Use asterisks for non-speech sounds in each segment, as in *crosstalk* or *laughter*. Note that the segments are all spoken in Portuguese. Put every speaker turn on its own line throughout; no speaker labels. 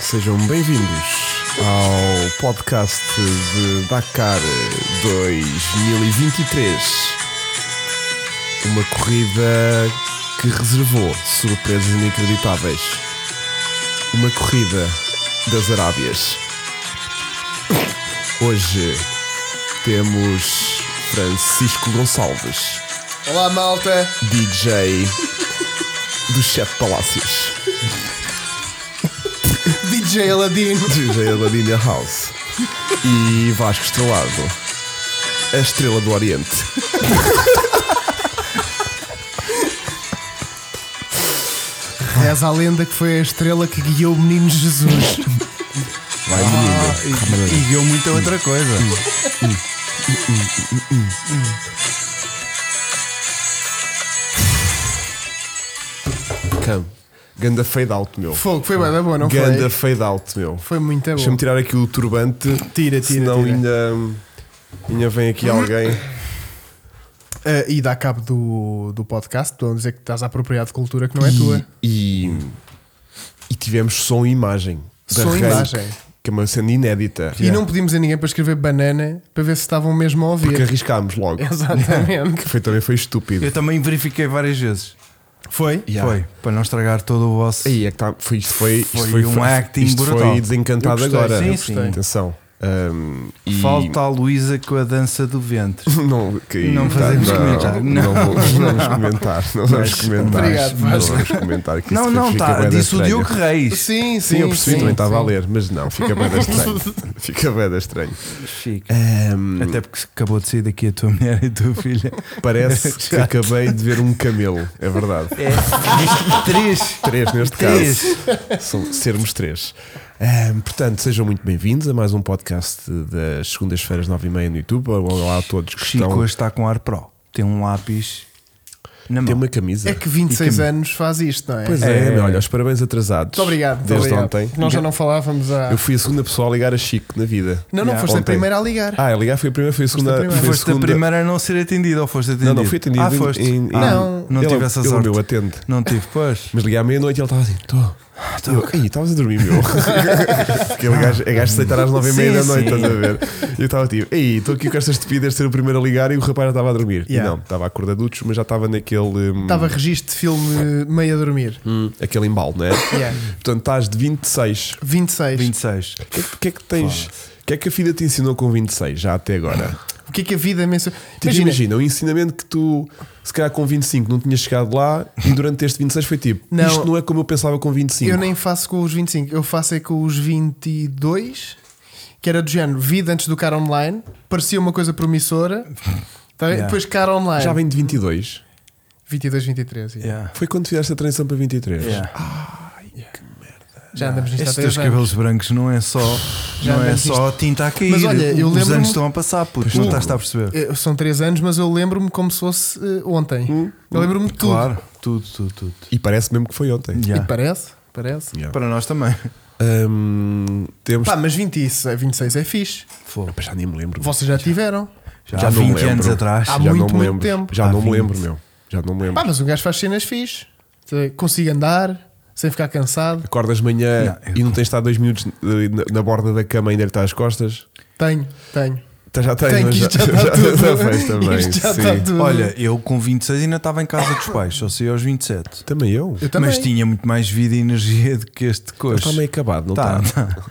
Sejam bem-vindos ao podcast de Dakar 2023. Uma corrida que reservou surpresas inacreditáveis. Uma corrida das Arábias. Hoje temos Francisco Gonçalves,
Olá malta!
DJ dos Sete Palácios.
DJ Aladino!
DJ Aladinha é House e Vasco Estrelado, a estrela do Oriente.
Reza a lenda que foi a estrela que guiou o menino Jesus.
Vai,
Ah,
menina.
E, e guiou muita outra coisa.
Cam. Ganda fade out, meu.
Fogo, foi bem, é boa, não
Ganda
foi?
fade out, meu.
Foi muito bom.
Deixa-me tirar aqui o turbante.
Tira, tira,
Senão
tira. Uhum.
ainda. Ainda vem aqui alguém.
Ah, e dá cabo do, do podcast, estão a dizer que estás a apropriar de cultura que não é tua.
E, e tivemos som e imagem. da
Som e
Rank,
imagem.
Que é uma cena inédita.
E não pedimos a ninguém para escrever banana para ver se estavam mesmo a
Porque
ouvir.
arriscámos
É
logo.
*laughs*
*laughs*
um Exatamente.
Que foi, também foi estúpido.
Eu também verifiquei várias vezes.
Foi?
Yeah.
Foi, para não estragar todo o vosso.
Aí é que tá, foi, isto foi, isto
Foi
foi
um
foi-
acting
isto
brutal.
foi desencantado
Eu gostei,
agora.
sim, Eu sim. gostei.
Atenção. Ahm, e-
Falta a Luísa com a dança do ventre.
*laughs* Não, que- tá,
Não fazemos
não,
comentário.
Não,
Não.
vou- não vamos comentar. Não vamos comentar.
Obrigado,
não
Vasco.
vamos comentar. Que
não,
isso
não,
fica
tá,
bué da
disse o
estranho.
Diogo
Sim,
Reis.
sim.
Sim, eu percebi,
sim,
também estava
sim.
a ler, mas não, fica bem da
*laughs*
estranho. fica bem da estranho.
Chique.
É. Ahm,
Até porque acabou de sair daqui a tua mulher *laughs* e a tua filha. *laughs*
parece que
Já.
acabei de ver um camelo, é verdade.
É. Três.
*laughs*
Três neste caso.
Três.
São- sermos três. Ahm, portanto, sejam muito bem-vindos a mais um podcast das segundas-feiras, nove e meia no YouTube. Olá a todos que
O Chico
estão.
hoje está com ar pro. Tem um lápis na mão.
Tem uma camisa.
É que 26 anos faz isto, não é?
Pois
Muito
é,
É.
meu, olha, os parabéns atrasados.
obrigado. muito
Desde
obrigado.
ontem.
Nós já não falávamos a.
Eu fui a segunda pessoa a ligar a Chico na vida.
Não, não,
Yeah.
foste a
Ontem.
primeira a ligar.
Ah, a ligar foi a primeira, foi a segunda.
a primeira.
Foi a
Foste
segunda.
a primeira a não ser atendida ou foste atendido?
Não, não, fui atendido.
Ah, foste.
em- em-
Ah,
Não.
não
ele, é
tive essa
ele,
sorte.
meu atende.
Não tive, pois.
Mas liguei à meia-noite e ele estava assim: estou.
tô
Ih, estavas a dormir,
*laughs*
meu. Porque ele gajo, é gajo de deitar às nove e meia
Sim,
da noite,
sim.
estás a ver? E eu estava tipo: Ei, estou aqui com estas tepidas de ser o primeiro a ligar e o rapaz já estava a dormir. E
Yeah.
não, estava a acordadutos, mas já estava naquele. hum,
Estava registro de filme meio a dormir.
hum, aquele embalo, não é?
Yeah.
Portanto, estás de 26.
26.
26.
O que, é que- o que é que tens? O que é que a filha te ensinou com 26 já até agora?
O que é que a vida mensa.
Tipo, imagina, o ensinamento que tu, se calhar com 25 não tinhas chegado lá e durante este 26 foi tipo,
Não.
isto não é como eu pensava com 25.
Eu nem faço com os 25, eu faço é com os 22, que era do género vida antes do cara online, parecia uma coisa promissora, tá bem?
Yeah.
depois cara online.
Já vem de 22.
22, 23. yeah.
Yeah.
Foi quando fizeste a transição para 23.
Yeah.
Já andamos nisto há
Estes
três
teus
anos.
cabelos brancos não é só,
Já
não é
andaste
só a tinta a cair.
Mas olha, eu
Os
lembro-me-
anos estão a passar, puto. Não estás a perceber?
Eh, São 3 anos, mas eu lembro-me como se fosse eh, ontem. eu lembro-me de tudo.
Claro, tudo, tudo, tudo.
E parece mesmo que foi ontem.
Yeah.
E parece, parece.
Yeah.
Para nós também.
Hum, temos.
Pá, mas 26, 26 é fixe.
Fogo.
Pá, já nem me lembro.
Vocês já tiveram.
Já,
Já
há
não
20
lembro.
anos atrás.
Há
já
muito,
não me
muito
lembro.
tempo.
Já
Há
não me
20.
lembro, meu. Já não me lembro.
Pá, mas um gajo faz cenas fixe. Sei, Consigo andar sem ficar cansado.
Acordas de manhã
Não, eu-
e não tens estado dois minutos eh, na, na borda da cama e ainda lhe estás às costas?
Tenho, tenho.
Tá, Já tens,
Tenho
mas
que
*laughs*
isto já
já,
está tudo.
fez também.
Isto já
sim.
está tudo.
Olha, eu com 26 ainda estava em casa dos pais, só saí aos 27.
Também eu.
eu também.
Mas tinha muito mais vida e energia do que este coxo.
Está meio acabado, não
Tá,
está?
tá.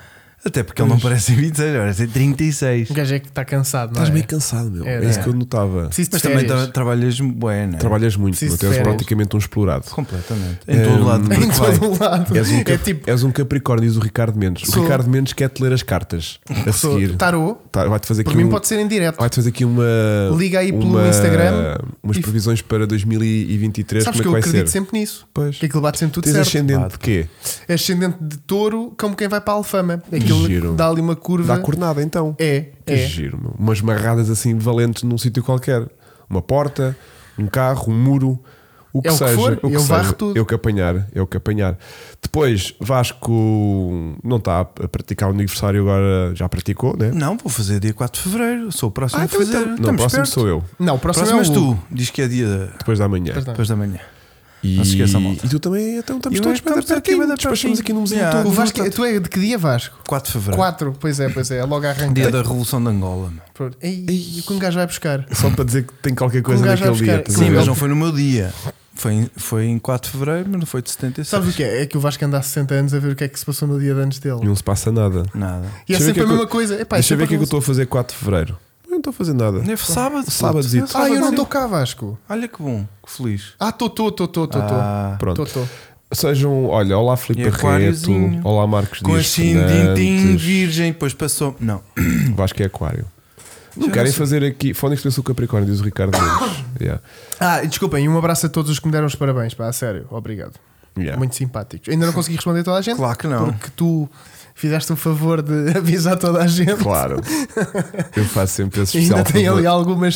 Até porque ele não parece 26, parece 36.
Um gajo é que está cansado, não
Estás
é?
meio cansado, meu.
É,
É,
não
isso
é?
que eu notava.
Preciso de
Mas também
férias.
tá-
tra trabalhas bem, né?
Trabalhas muito,
Preciso
não
de
tens
férias.
praticamente um explorado.
Completamente. Em todo
*laughs*
lado.
Em
porque vai.
todo o lado.
És um, cap-
É tipo,
és um Capricórnio, diz o Ricardo Mendes.
Sou.
O Ricardo Mendes quer-te ler as cartas a
sou
seguir.
tarô.
Tá, vai-te fazer
Por
aqui
mim
um-
pode ser em direto.
Vai-te fazer aqui uma.
Liga aí pelo
uma-
Instagram
Umas
e-
previsões para 2023.
Sabes que
como
eu
é que vai
acredito
ser?
sempre nisso.
Pois.
Que aquilo bate sempre tudo
Tens
certo.
ascendente de quê?
É ascendente de touro, como quem vai para a Alfama. Aquilo
Giro.
dá ali uma curva.
Dá cornada então.
É,
Que
é.
giro, meu. Umas marradas assim valentes num sítio qualquer. Uma porta, um carro, um muro. O que
É o que
seja,
for, eu
seja.
varro tudo.
É o que apanhar, é o que apanhar. Depois, Vasco não está a praticar o aniversário agora, já praticou, né?
Não, vou fazer dia 4 de Fevereiro. Sou o próximo a
então,
fazer.
então- não,
Ah, Estamos
próximo
perto.
sou eu,
Não, o próximo,
Próximo
é
és
o
tu. Diz que é dia
depois da manhã.
Pois não.
depois da manhã.
E,
Não se esqueça, malta.
e tu também, então estamos
Eu-
todos bem
estamos aqui, bué
pertinho.
da
Despachamos
pertinho.
aqui num mesinho
Yeah.
todo.
O Vasco,
portanto-
tu é de que dia, Vasco?
4 de Fevereiro.
4, pois é, pois é, logo
Dia
arranca.
da Revolução de Angola. meu.
Pronto. Ei, E o que um gajo vai buscar?
Só para dizer que tem qualquer coisa
Um gajo
naquele
vai
dia.
buscar-
estás a
Sim,
ver?
mas não foi no meu dia. Foi em, foi em 4 de Fevereiro, mas não foi de 76.
Sabes o que é? É que o Vasco anda há 60 anos a ver o que é que se passou no dia de antes dele.
Não se passa nada.
Nada.
E é
Deixa eu ver
sempre
o que é
a
que
mesma
eu-
coisa. Epá, é
Deixa eu ver o que é que eu
sempre a mesma
estou a fazer 4 de Fevereiro. Eu não estou a fazer nada.
Neve sábado.
Sábado,
puto.
puto.
coisa. Ah, eu não
sim.
estou cá, Vasco.
Olha que bom, que feliz.
Ah, estou, estou, estou, estou, estou.
Ah,
Pronto.
Estou, estou.
Sejam, olha, olá Filipe
E
Barreto,
aquáriozinho.
olá Marcos
com a
Dias
assim,
Xindim
Fernandes,
Virgem, depois passou. Não,
Vasco é aquário. Não
Já
querem
não sei.
fazer aqui. Fónix do Capricórnio, diz o Ricardo Nunes. Yeah.
Ah, e desculpem, e um abraço a todos os que me deram os parabéns, pá, a sério, obrigado.
Yeah.
Muito simpáticos. Ainda não consegui responder a toda a gente?
claro que não.
Porque tu fizeste o favor de *laughs* avisar toda a gente.
Claro. Eu faço sempre esse
E
especial.
Ainda tem
favor.
ali algumas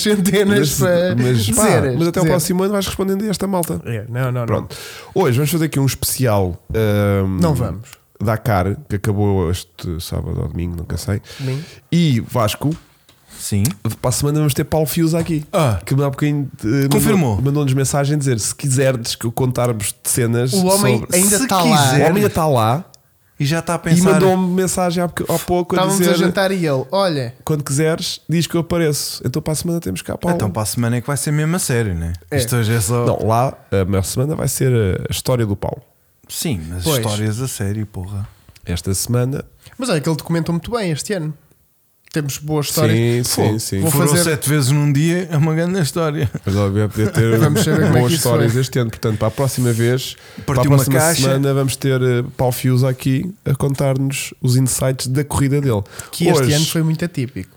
mas,
centenas para
mas, pá,
zeras,
mas até o
zeras.
próximo ano vais respondendo a esta malta.
É, não, não,
Pronto. Hoje vamos fazer aqui um especial. ahm,
não. Não vamos.
Dakar, que acabou este sábado ou domingo, nunca sei.
Domingo.
E Vasco,
Sim.
para a semana vamos ter Paulo Fios aqui.
Ah,
Que há bocadinho eh,
Confirmou.
mandou- mandou-nos mensagem a dizer se quiseres que eu contarmos de cenas.
O homem
sobre-
ainda
Se
está lá.
O homem ainda está lá
e já está a
e um
pensar.
mandou-me mensagem há, boca- há pouco a
Estávamos
dizer
a jantar e ele, olha,
quando quiseres, diz que eu apareço. Então para a semana temos cá Paulo.
Então para a semana é que vai ser mesmo a sério, né?
É.
Isto hoje é só.
Não, lá a maior semana vai ser a história do Paulo.
Sim, mas
Pois.
histórias a sério, porra.
Esta semana.
mas olha que ele documentou muito bem este ano. Temos boas histórias.
Sim,
Fogo,
sim, sim.
Vou
Foram
fazer...
sete vezes num dia, é uma grande história.
Mas logo vai poder ter
*laughs* Vamos saber como é que
boas
isso
histórias
foi.
este ano. Portanto, para a próxima vez, para a
Partiu uma
próxima
caixa.
semana, vamos ter eh, Paulo Fius aqui a contar-nos os insights da corrida dele.
Que este
Hoje,
ano foi muito atípico.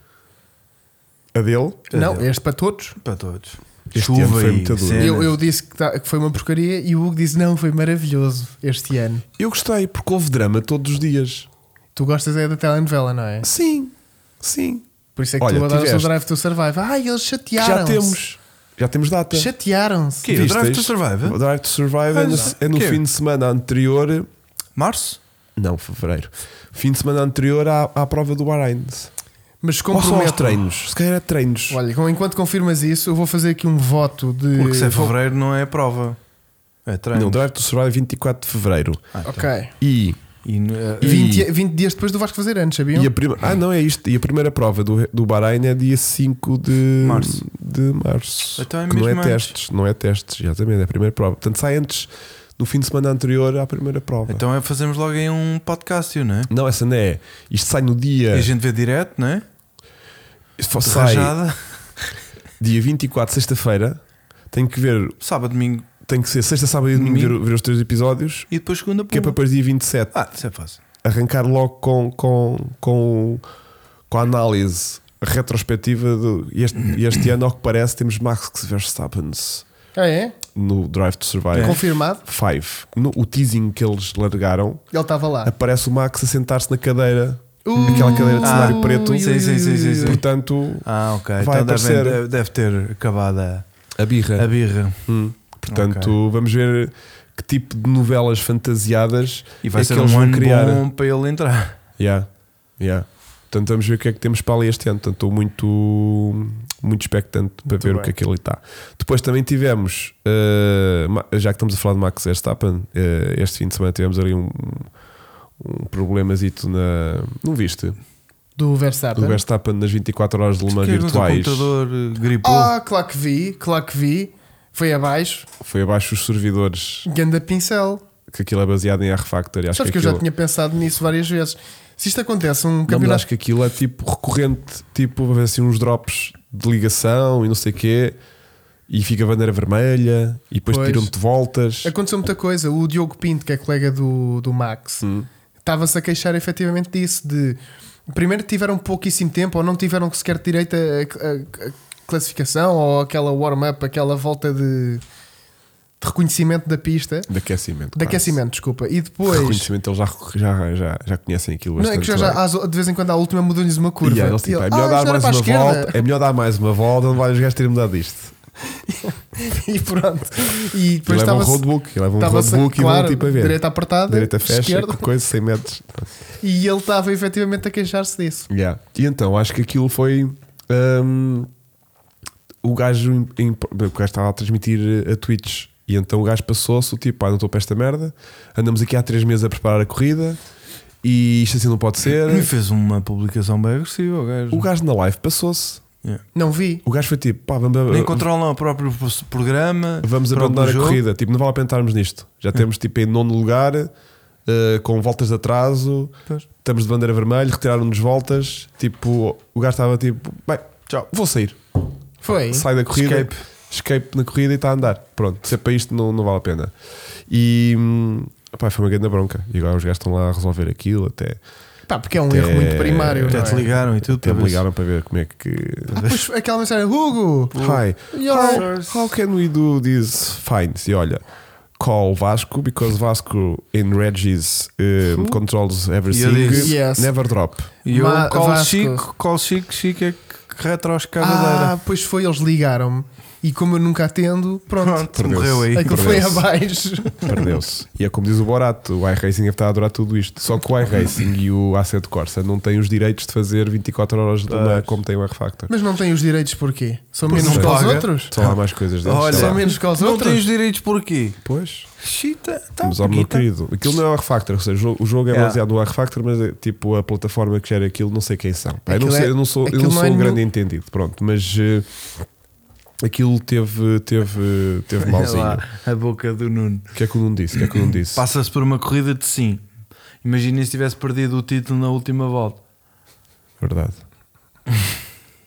a dele.
Não,
Adeus.
este para todos.
Para todos.
Este ano foi muito duro.
cenas.
Eu, eu disse que, tá- que foi uma porcaria e o Hugo disse: Não, foi maravilhoso este ano.
Eu gostei, porque houve drama todos os dias.
Tu gostas é da telenovela, não é?
Sim, sim.
Por isso é que
Olha,
tu adoras o
tiveste.
Drive to Survive. Ai, eles
Que
chatearam-se.
já temos. Já temos data.
Chatearam-se.
Que?
Vistas?
Drive to Survive?
O Drive to Survive é no,
Ah,
é no
que?
fim de semana anterior.
Março?
Não, fevereiro. Fim de semana anterior à, à prova do Bahrein.
Mas
Ou só aos
comprometo.
treinos. Se calhar é treinos.
Olha, com- enquanto confirmas isso, eu vou fazer aqui um voto de.
Porque se é
vou-
fevereiro não é prova. É treino.
Não, Drive to Survive 24 de fevereiro.
Ah, então.
Ok.
E,
E, eh,
E-
20, 20 dias depois do Vasco fazer anos, sabiam?
e a prima... Ah, não, é isto. E a primeira prova do, do Bahrein é dia 5 de
Março.
De março.
Então é
que não é
mesmo antes.
testes. Não é testes, exatamente. É a primeira prova. Portanto, sai antes no fim de semana anterior à primeira prova.
Então é fazermos logo aí um podcast, não é?
Não, essa não é. Isto sai no
E
dia.
a gente vê direto, não é?
Isto fa-
De
sai
rajada.
dia 24, sexta-feira. Tem que ver.
Sábado, domingo
Tem que ser sexta, sábado e domingo ver, o- ver os três episódios.
e depois segunda.
Que é para
pumba.
depois dia 27
Ah, isso é fácil.
arrancar logo com, com, com, com a análise retrospectiva do e este, e este ano, ao que parece, temos Max Verstappen
Ah, é?
no Drive to
É.
Survive
Confirmado?
5. No o teasing que eles largaram,
Ele estava lá.
aparece o Max a sentar-se na cadeira,
Uh,
aquela cadeira de
Ah,
cenário preto.
ui, ui, sim, sim, sim, sim.
Portanto,
Ah, ok.
Vai
então deve,
aparecer.
deve- deve ter acabado a,
a birra.
a birra.
Hum. Portanto, vamos ver que tipo de novelas fantasiadas
E vai
é
ser
que eles
um
vão
ano
criar.
bom para ele entrar.
Yeah. Yeah. Portanto, vamos ver o que é que temos para ali este ano. Portanto, estou muito, muito expectante para ver
bem.
o que é que ele está. Depois também tivemos, eh, Ma- já que estamos a falar de Max Verstappen, eh, este fim de semana tivemos ali um, um problemazito na. Não viste?
Do
O
Verstappen.
Verstappen nas 24 horas de Le Mans
Porque o
virtuais
computador eh, gripou.
Ah, claro que vi, claro que vi. Foi abaixo.
foi abaixo dos servidores,
Ganda pincel.
que aquilo é baseado em R-Factor. e Acho
Sabes que eu
aquilo...
já tinha pensado nisso várias vezes. Se isto acontece
Não,
um
mas acho
campeonato.
que aquilo é tipo recorrente, tipo, vai haver assim uns drops de ligação e não sei o quê, e fica a bandeira vermelha, e depois
Pois. É
tiram-te voltas.
Aconteceu muita coisa. O Diogo Pinto, que é colega do, do Max,
Hum.
estava-se a queixar efetivamente disso. De primeiro tiveram pouquíssimo tempo ou não tiveram sequer direito a, a- a classificação ou aquela warm-up, aquela volta de, de reconhecimento da pista,
De aquecimento.
de
quase.
aquecimento, desculpa. E
De
depois.
Reconhecimento, eles já, já, já, já conhecem aquilo.
Não, é que já,
bastante
já,
bem.
às- de vez em quando à última mudou-lhes uma curva.
E aí eles, tipo,
E
é
ele,
melhor
"Ah,
dar
isto era
mais
para a
uma
esquerda."
volta, é melhor dar mais uma volta, não vai os gajos terem mudado isto.
*laughs* E pronto. E
E
depois
leva um
estava-se.
roadbook, e leva um
Estava-se,
roadbook e
claro,
vão tipo a ver.
Direita apertada,
Direita fecha,
esquerda,
com coisa, 100 metros.
e ele estava efetivamente a queixar-se disso.
Yeah. E então acho que aquilo foi hum, o gajo em- em- o gajo estava a transmitir a Twitch E então o gajo passou-se, o tipo, ah, não estou para esta merda, andamos aqui há três meses a preparar a corrida e isto assim não pode ser.
Me fez uma publicação bem agressiva, o gajo.
O gajo na live passou-se.
Yeah.
Não vi.
O gajo foi tipo, pá, vamos,
Nem controlam o próprio programa.
vamos
o próprio
abandonar a
jogo. Uhum.
corrida. Tipo, não vale a pena estarmos nisto. Já temos tipo em nono lugar, eh, com voltas de atraso,
Pois.
estamos de bandeira vermelha, retiraram-nos voltas. Tipo, o gajo estava tipo, bem, tchau, vou sair.
Foi.
Sai da corrida, escape,
Escape.
na corrida e está a andar. Pronto, se é para isto não, não vale a pena. E hum, pá, foi uma grande bronca. E agora os gajos estão lá a resolver aquilo até.
Pá, porque é um
Até-
erro muito primário.
Até
não
te
é?
ligaram e tudo.
Até
para
me
ver se-
ligaram para ver como é que.
Ah, pois, aquela mensagem, Hugo!
Hi,
Yo.
how, how
Ah,
can we do this? Fine. E olha, call Vasco because Vasco in Regis um, controls everything.
disse,
Yes.
Never drop.
E eu
Ma-
call
Vasco.
Chico, call Chico, Chico é que retroescavadeira.
Ah, pois foi, eles ligaram-me. E como eu nunca atendo, pronto.
Pronto, morreu aí.
Aquilo foi
Perdeu-se.
abaixo. *laughs*
Perdeu-se. E é como diz o Borato, o iRacing deve estar a adorar tudo isto. Só que o iRacing e o Asset Corsa não têm os direitos de fazer 24 horas de uma
Pois.
como tem o R-Factor.
Mas não tem os direitos porquê? São
Pois
menos
não
que os
paga.
outros?
Só há mais coisas deles.
Olha,
sei
São
lá.
menos que os
Não
outros?
tens direitos porquê?
Pois,
Chita, tá,
vamos ao meu
Paquita.
querido. Aquilo não é o R-Factor, ou seja, o jogo- o jogo é
Yeah.
baseado no R-Factor, mas é, tipo a plataforma que gera aquilo, não sei quem são. Pá, Eu não,
Aquilo
sei,
é-
eu não sou, eu não
aquilo não
sou
é
um
no-
grande entendido, pronto, mas eh, aquilo teve, teve, teve
Olha
malzinho.
lá, a boca do Nuno.
O que é que o Nuno disse? O que é que o Nuno disse?
Passa-se por uma corrida de sim. Imaginem se tivesse perdido o título na última volta.
Verdade.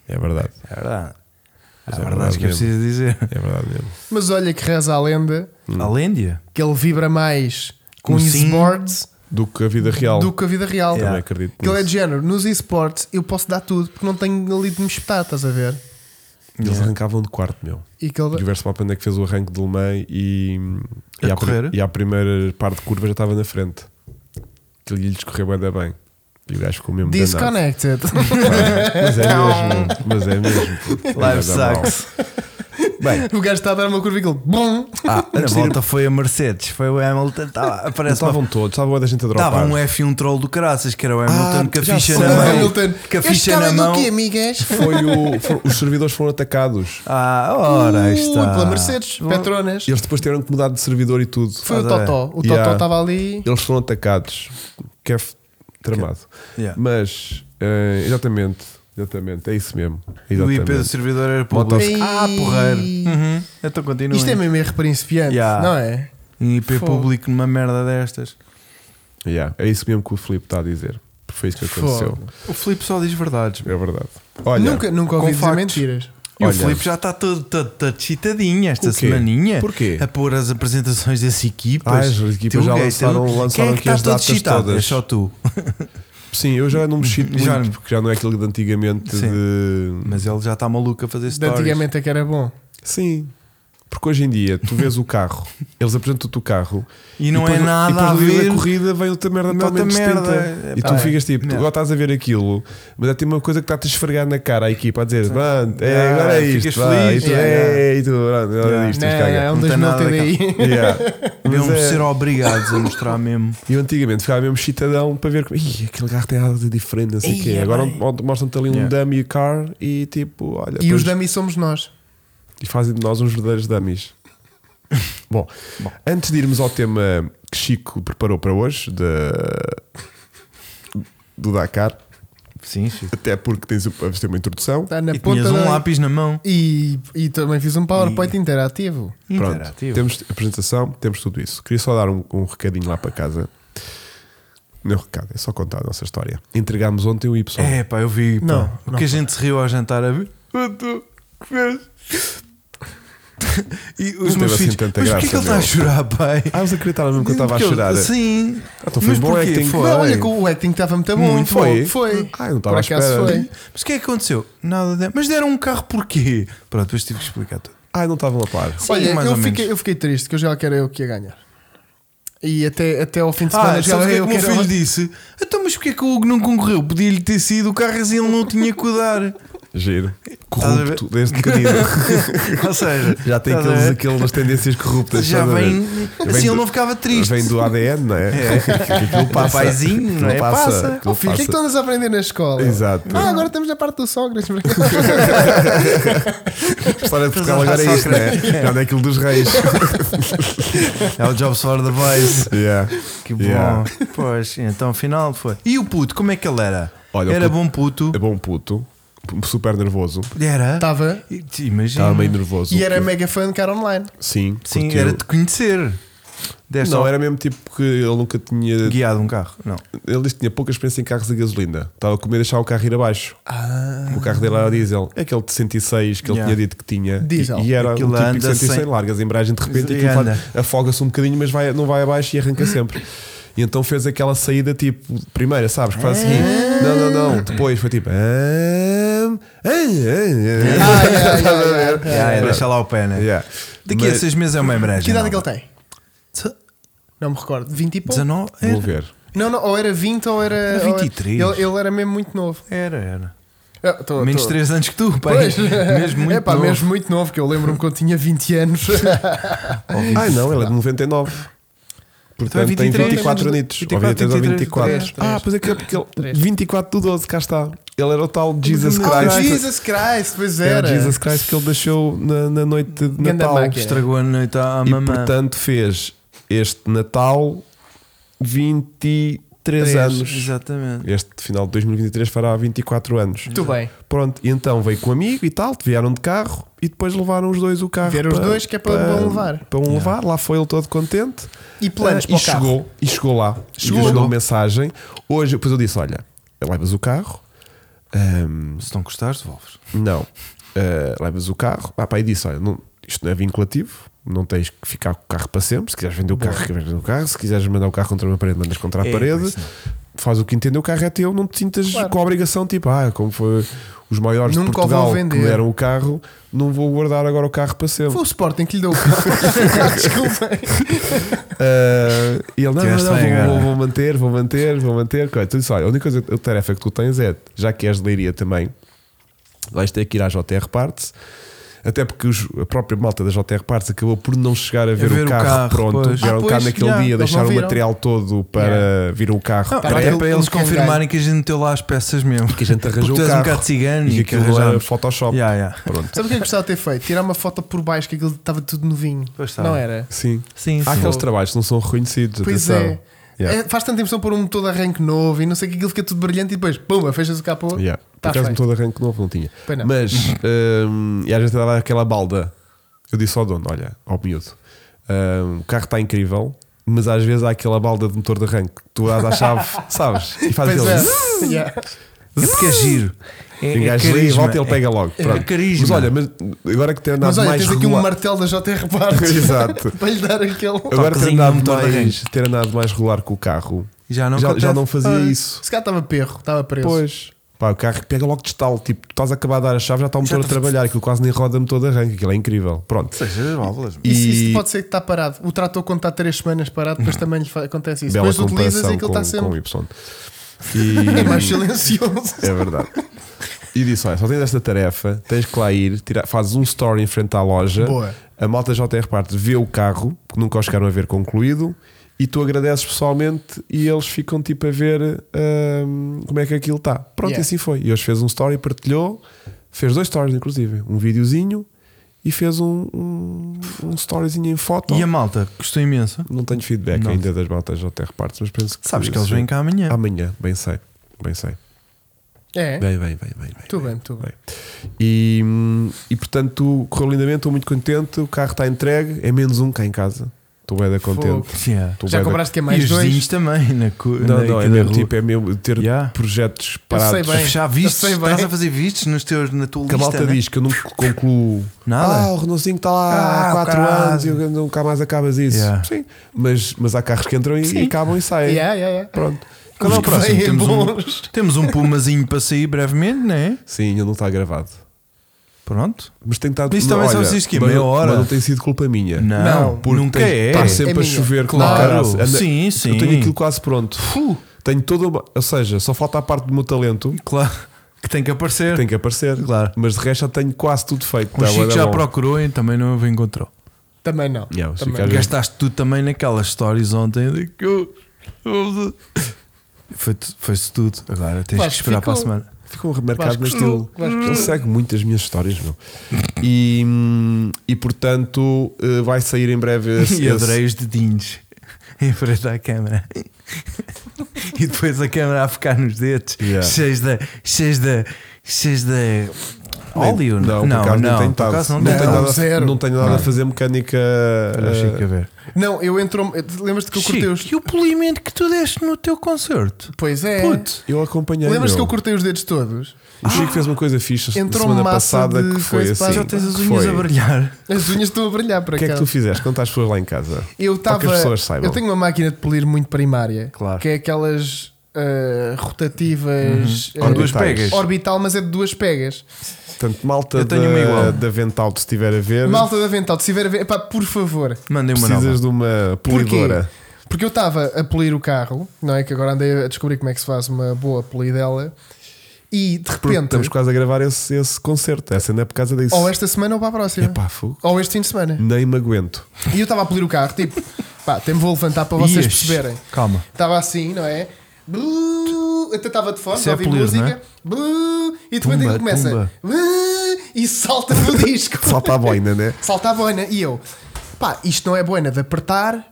É verdade.
É verdade. É,
Mas é
verdade,
verdade
que é
mesmo.
preciso dizer.
É verdade mesmo.
Mas olha que reza a lenda
Hum.
A Lêndia?
que ele vibra mais com
Com
os
Um sim. então.
esportes
Do que a vida real.
do que a vida real.
Também
Yeah.
acredito.
Que ele é de
nisso.
género, nos esportes eu posso dar tudo porque não tenho ali de me espetar, estás a ver?
Eles
Yeah.
arrancavam de quarto, meu.
E que
E o
ele.
Verstappen é que fez o arranque de Le Mans e,
A
e, à,
correr?
e à primeira par de curva já estava na frente. Aquilo lhe escorreu bem, bem. E o gajo ficou mesmo
né?
danado.
Disconnected.
*laughs* Mas é mesmo, mas é mesmo. puto.
Live
Mas é mau.
sucks.
Bem,
*laughs* o gajo está a dar uma curva e ele. Bum!
*laughs*
Ah, na
Antes de ir-
volta foi a Mercedes, foi o Hamilton. Tá,
não
aparece uma
estavam todos, estava boa da gente a dropar.
Estava um F1 troll do caraças, que era o Hamilton
Ah,
com a
já
ficha
sei.
na mão.
Hamilton.
Com a
Este
ficha
cara
na
é do
mão.
quê, amigas?
Foi o, for- os servidores foram atacados.
Ah, ora, aí
Ui,
está.
Uh, pela Mercedes, Petronas.
E eles depois tiveram que mudar de servidor e tudo.
Foi o
Estás a ver?
Totó. O
Yeah.
Totó estava ali.
Eles foram atacados. Que é f- tramado.
Yeah.
Mas, eh, exatamente, exatamente, é isso mesmo.
E o IP do
Exatamente.
servidor era público.
Motofone.
Ah, porreiro. Uhum. Então continua.
Isto é mesmo erro para iniciante,
Yeah.
não é?
Um IP
Fogo.
público numa merda destas.
Yeah, é isso mesmo que o Filipe está a dizer. Porque foi isso que aconteceu.
Fogo.
O Filipe só diz verdades.
É verdade. Olha,
nunca nunca
com
ouvi dizer
factos.
mentiras.
E
Olha.
o Filipe já está todo, todo, todo chitadinho esta
O quê?
semaninha.
Porquê?
A pôr as apresentações das equipas. um
Ah, as equipas já
Tuga e
lançaram-
tudo.
lançaram
Quem é
aqui
que está
as
todo
datas
chitado?
todas.
É só tu.
sim, eu já não me chito muito
Já não.
porque já não é aquilo de antigamente
Sim.
de.
Mas ele já está maluco a fazer
De
stories.
antigamente é que era bom.
Sim. Porque hoje em dia tu vês o carro,
*laughs*
eles apresentam-te o carro
E não
depois-
é nada
e depois
a
no dia
ver.
da corrida vem outra merda
Outra
totalmente distinta.
merda. é
E tu
Pá,
ficas tipo, tu
não.
agora estás a ver aquilo, mas é tem uma coisa que está-te a esfregar na cara a equipa a dizer, mano, é,
Ah,
agora é
ficas
isto, vá." e
feliz,
tu,
yeah,
é,
yeah.
e tu, pronto, agora é
Yeah.
isto,
Não,
mas caga.
é um
Não um tem
2000
nada
TDI.
*laughs*
Yeah.
Deviam
Mas é.
ser obrigados a mostrar mesmo.
E eu antigamente ficava mesmo chitadão para ver como, Ih, aquele carro tem nada de diferente, não sei o
Ih,
quê.
é
Agora
bem.
mo- mostram-te ali um
Yeah.
dummy car e tipo, olha,
E os
depois-
dummies somos nós.
e fazem de nós uns verdadeiros
*laughs*
dummies. Bom,
Bom.
antes de irmos ao tema que Chico preparou para hoje, de, do Dakar,
Sim, Chico.
até porque tens, o- vamos ter uma introdução.
Está Tá na
E
ponta
tinhas um
da-
lápis na mão.
E, e também fiz um PowerPoint interativo.
Pronto,
Interativo.
temos apresentação, temos tudo isso. Queria só dar um, um recadinho lá para casa. Não é recado, é só contar a nossa história. Entregámos ontem o Y.
É, pá, eu vi. pá.
Não,
o
não.
que a gente se riu ao jantar é, a ver. Eu tô- que fez? E os
teve
meus
assim
filhos.
tanta
mas
graça,
porquê que ele está
meu?"
a chorar, pai?
Ah, mas acreditava mesmo que eu estava a
Porque ele-
chorar.
Sim.
então foi
mas
bom
porquê?
acting.
Foi.
Não, olha que o acting estava muito bom.
Muito é. Hum, foi?
bom. Foi.
Ah, eu não estava à
Por acaso
espera.
foi.
Mas o que é que aconteceu? Nada. De... Mas deram um carro porquê? Pronto, depois tive que explicar tudo.
Ah, não estavam a par.
Sim,
olha,
mais
eu
ou menos.
fiquei, eu fiquei triste, que eu já quero eu que ia ganhar. E até, até ao fim de semana
Ah,
já
sabe o que é que
eu
o meu
quero-
filho disse? Então, mas porquê que o Hugo não concorreu? Podia-lhe ter sido o carro assim, ele não o tinha que o *laughs* dar.
Giro.
a ver?
Corrupto desde pequenino.
Ou seja,
Já tem
estás
aqueles,
a ver?
aquelas tendências corruptas.
Já
estás a ver?
vem. Assim ele não ficava triste.
Vem do ADN, não é? *laughs* Aquilo passa.
Papaizinho,
Aquilo
não é? Passa.
aquilo
Oh, filho, o que
passa.
é que estão-nos a Ah, aprender na escola?
Exato.
*laughs*
Ah, agora estamos na parte do Sócrates.
história de Portugal agora é isso, né? Não é aquilo dos reis.
É o Jobs for
*laughs*
the Boys.
Yeah.
Que bom.
Yeah.
Pois, então afinal foi. E o puto, como é que ele era?
Olha, o
era
puto-
bom puto.
É bom puto, super nervoso.
Era.
Tá-
Estava.
E- te Imagina.
Estava meio nervoso.
E era
porque-
mega fã de cara online.
Sim,
Sim,
curtiu.
era de conhecer. Deste
Não,
ao-
era mesmo tipo que ele nunca tinha.
guiado um carro. Não.
Ele disse que tinha pouca experiência em carros a gasolina. Estava a comer deixar o carro ir abaixo. O carro dele era diesel. É Aquele de 106 que ele
Ah.
tinha
Yeah.
dito que tinha.
Diesel.
E, e era
Aquilo
um típico
anda
106,
sem-
largas a embreagem de repente,
E
aquilo faz-
anda.
afoga-se um bocadinho, mas vai, não vai abaixo e arranca sempre. E então fez aquela saída tipo, primeira, sabes? Que
Ah.
faz assim. Não, não, não. Depois foi tipo. "Ahm, ah, ah, ah."
Ah, yeah, yeah, yeah, yeah.
Yeah, Deixa lá o pé, né?
É, Yeah.
Daqui a
Mas-
seis meses é uma embreagem.
Que idade é que
não.
ele tem? Não me recordo. 20 e pouco?
19? Era.
Vou ver.
Não, não, ou era 20 ou era.
Era
ou era-
23.
ele, ele era mesmo muito novo.
Era, era.
Ah, tô-
Menos
tô-
3 anos que tu, pai.
Pois.
Mesmo muito
é pá,
novo.
*laughs* mesmo muito novo, que eu lembro-me quando tinha 20 *laughs* anos.
Ai não, ele é de 99.
Então é
Portanto, tem
23,
24
anos.
anitos.
24,
ou 23 ou 24.
23,
Ah, pois é que é porque ele.
Três.
24 do 12, cá está. Ele era o tal Jesus
Ah,
Christ.
Jesus Christ, pois era.
Era Jesus Christ que ele deixou na, na noite de
Ganda
Natal.
máquina.
Estragou a noite à
E
mamãe.
portanto fez este Natal 23 anos.
Exatamente.
Este final de 2023 fará 24 anos.
Muito bem.
Pronto, e então veio com um amigo e tal, vieram de carro e depois levaram os dois o carro.
Vieram os dois, que é para- para um levar.
Para um levar, lá foi ele todo contente.
E planos
Ah,
para
e
o carro?
chegou, E chegou lá.
Chegou.
E mandou mensagem. Hoje, depois eu disse: Olha, levas o carro. Ahm,
Se não gostares, devolves.
não. Ah, levas o carro. Ah, pá, e disse: Olha, não- isto não é vinculativo. Não tens que ficar com o carro para sempre. Se quiseres vender o carro, vendes o carro. Se quiseres mandar o carro contra uma parede, mandas contra a
É,
parede.
pois não.
Faz o que entender, o carro é teu. Não te sintas
Claro.
com a obrigação, tipo, ah, como foi os maiores
Nunca
de
o vou
Portugal que
vender.
me deram o carro, não vou guardar agora o carro para sempre.
Foi o Sporting que lhe deu o carro. Desculpa.
Ah, e ele, não, não,
Tiveste
não,
bem é?"
vou-
agora.
vou, vou manter, vou manter, vou manter. Coisa. Tu disse, olha, a única coisa, a tarefa que tu tens é, já que és de leiria também, vais ter que ir à JR Parts, até porque os- a própria malta da JR Parts acabou por não chegar a ver,
ver
o,
o
carro
carro,
pronto.
pois.
Vieram
Ah,
cá
pois,
naquele
já,
dia,
eles não
deixaram o
viram.
material todo para vir o carro.
Não,
para
até
aquele-
para eles
um cangalho.
confirmarem que a gente meteu lá as peças mesmo.
que a gente arranjou
Porque tu
o
és
carro.
um bocado cigano
e
e que
aquilo era
arranjamos.
Photoshop.
Yeah, yeah.
Pronto.
*laughs* Sabe o que eu gostava de ter feito? Tirar uma foto por baixo, que aquilo estava tudo novinho.
Pois estava.
Não era?
Sim.
Sim,
Há aqueles trabalhos que não são reconhecidos.
Pois
atenção.
é.
Yeah.
É, Faz tanta impressão pôr um motor de arranque novo e não sei o que aquilo fica tudo brilhante e depois, pumba, fechas o
É.
capô.
Yeah. Por
Tá
acaso,
feito.
motor de arranque novo não tinha.
Pois não.
Mas, hum, e às vezes dava aquela balda. Eu disse ao dono: olha, ao miúdo, hum, o carro está incrível, mas às vezes há aquela balda de motor de arranque. Tu dás à
*laughs*
chave, sabes? E faz
Pois
aquele.
é.
zzz,
Yeah.
É porque é giro. É,
E o
é
gajo liga e
carisma.
volta e ele pega logo.
É,
Pronto.
carisma.
Mas olha, mas agora que tem andado
Mas olha,
mais
tens aqui um
regular.
martelo da JR Partes *laughs*
*laughs*
Exato.
para lhe dar aquele.
Agora ter
toquezinho no
andado,
motor de
mais,
arranque.
ter andado mais regular com o carro,
Já não,
já, já
acontece.
não fazia
Ah,
isso.
Se calhar estava perro, estava preso.
Pois. Pá, o carro pega logo de estalo, tipo, tu estás a acabar de dar a chave, já está o
Já
motor a
está-
trabalhar, aquilo quase nem roda motor de arranque, aquilo é incrível. Pronto.
Seja as válvulas.
E-
Isso, isso pode ser que está parado. O trator, quando está 3 semanas parado, depois também lhe fa- acontece isso.
Bela
depois utilizas
comparação
e aquilo está
com, com o Y.
sempre. *laughs* É mais
E,
silencioso.
é verdade. E disse: olha, só tens esta tarefa, tens que lá ir, tirar, fazes um story em frente à loja.
Boa.
A malta JR Parte vê o carro, que nunca os chegaram a ver concluído, e tu agradeces pessoalmente e eles ficam tipo a ver hum, como é que aquilo está. Pronto,
Yeah.
e assim foi. E hoje fez um story, partilhou, fez dois stories, inclusive, um videozinho e fez um, um, um storyzinho em foto.
E a malta gostou imenso.
Não tenho feedback
Não.
ainda das maltas JR Partes, mas penso que
Sabes que eles
sim.
vêm cá amanhã.
Amanhã, bem sei, bem sei.
É.
Bem, bem, bem, bem. bem.
Muito bem, muito bem.
Bem. E, hum, e portanto, correu lindamente, estou muito contente, o carro está entregue, é menos um cá em casa. Estou bem da
Fogo.
contente.
Yeah.
Estou
Já
bué da-
compraste que é
E
mais
os
dois?
vizinhos também. Na, cu-
Não,
na,
não, é
aqui na
mesmo
rua.
tipo, é mesmo ter
Yeah.
projetos
sei
parados.
bem.
Fechar
Eu
vistos.
sei bem.
Estás a fazer vistos nos teus, na tua
Que a malta
lista. né?
diz que eu nunca concluo
Nada.
Ah, o Renault 5 está lá
Ah,
há 4
caralho.
anos e eu nunca mais acabas isso.
Yeah.
Sim, mas, mas há carros que entram e, e acabam e saem.
Yeah, yeah, yeah.
Pronto.
Qual é o
É, Os que
próximo?
vêm
Temos
bons.
um, temos um pumazinho para sair brevemente, não é?
Sim, ainda não está gravado.
Pronto.
Mas tem estado.
Isso também
olha,
só existe aqui,
mas
meia
não-
hora.
Mas não tem sido culpa minha.
Não,
Porque
nunca
tem-
é.
Está sempre
É
a
minha.
chover com
Claro.
o caraças.
Sim, sim.
Eu tenho aquilo quase pronto. Tenho toda uma- Ou seja, só falta a parte do meu talento
Claro. Que tem que aparecer.
que tem que aparecer.
Claro.
Mas de resto já tenho quase tudo feito.
O
Tá,
Chico
bué
já
bom.
procurou e também não o encontrou.
Também não.
Yeah, o Chico
Também.
às vezes-
Gastaste tu também naquelas stories ontem de que eu. Foi-se tudo. Agora tens
Claro,
que esperar para
ficou.
a semana.
Ficou um remarcado
Vasco,
no estilo.
Vasco.
Ele segue muito as minhas histórias, meu. E, hum, e portanto, eh, vai sair em
*laughs*
breve esse.
E adorei
esse-
os dedinhos *laughs* em frente à câmara. e depois a câmara a ficar nos dedos,
Yeah.
cheios de. cheios de. cheios de.
Bem,
óleo, né?
não, por
não,
acaso não tem
por
estado.
acaso não
Não
tem
tem
estado.
nada, a-
zero.
não tenho nada a fazer mecânica.
Olha o
eh,
Chico a ver.
Não, eu entro. Lembras-te que eu cortei
Chico,
os.
E o polimento que tu deste no teu concerto?
Pois é.
Puto.
eu acompanhei.
Lembras-te que
meu.
eu cortei os dedos todos?
O Chico fez uma coisa fixa na
Entrou
semana
massa
passada
de
que foi
coisa,
assim.
pá,
Já tens as
que
unhas
foi,
a brilhar.
*laughs*
As unhas estão a brilhar para
O que é
cá.
que tu fizeste? Conta às pessoas lá em casa.
Eu
Para
estava.
que as pessoas saibam.
Eu tenho uma máquina de polir muito primária.
Claro.
Que é aquelas ah, rotativas.
Com
ah,
Uhum. duas pegas.
Orbital, mas é de duas pegas.
Portanto, malta
Eu tenho uma
da,
igual.
da Vental, se estiver a
É
ver,
Malta da Vental, se tiver a ver. Epá, por favor.
Mandei uma
precisas
nova.
de uma
Porquê?
polidora.
Porque eu estava a polir o carro, não é? Que agora andei a descobrir como é que se faz uma boa polidela. E de
Porque
repente.
estamos quase a gravar esse, esse concerto. Essa ainda é por causa disso.
Ou esta semana ou para a próxima.
Epá, fogo.
Ou este fim de semana.
Nem me aguento.
E eu estava a polir o carro,
*laughs*
tipo, pá, até me vou levantar
um-
para vocês
Ias.
perceberem.
Calma.
Estava assim, não é? Blu, até estava de fone,
Isso
já
é
ouvi
polir, não
música.
é?
Blu, e de repente
Pumba,
ele começa.
pumba.
blu, e salta no disco.
Falta a boina, né?
Salta a boina. E eu, pá, isto não é boina de apertar,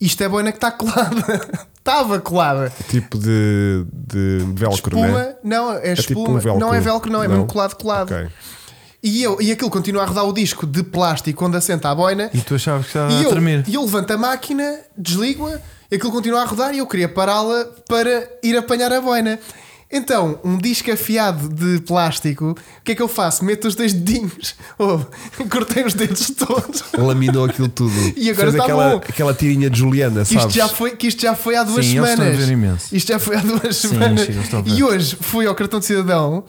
isto é boina que está *laughs* colada. Estava colada.
Tipo de, de velcro,
Espuma,
né?
não, é,
tipo
espuma.
um velcro.
não é velcro, não, é
Não?
mesmo colado, colado.
Ok.
E, eu, e aquilo continua a rodar o disco de plástico onde assenta a boina.
E tu achavas que estava
E
a
eu,
tremer.
e eu levanto a máquina, desligo-a, aquilo continua a rodar e eu queria pará-la para ir apanhar a boina. Então, um disco afiado de plástico, o que é que eu faço? Meto os dois dedinhos, *laughs* ou cortei os dedos todos.
*laughs* Laminou aquilo tudo.
E agora
Fez
tá
aquela,
bom.
aquela tirinha de Juliana,
Que isto,
sabes?
já foi, que isto já foi há duas
Sim, eles estão a
semanas.
ver imenso.
Isto já foi há duas
Sim,
semanas.
sim, eles estão a ver.
e hoje fui ao cartão de cidadão,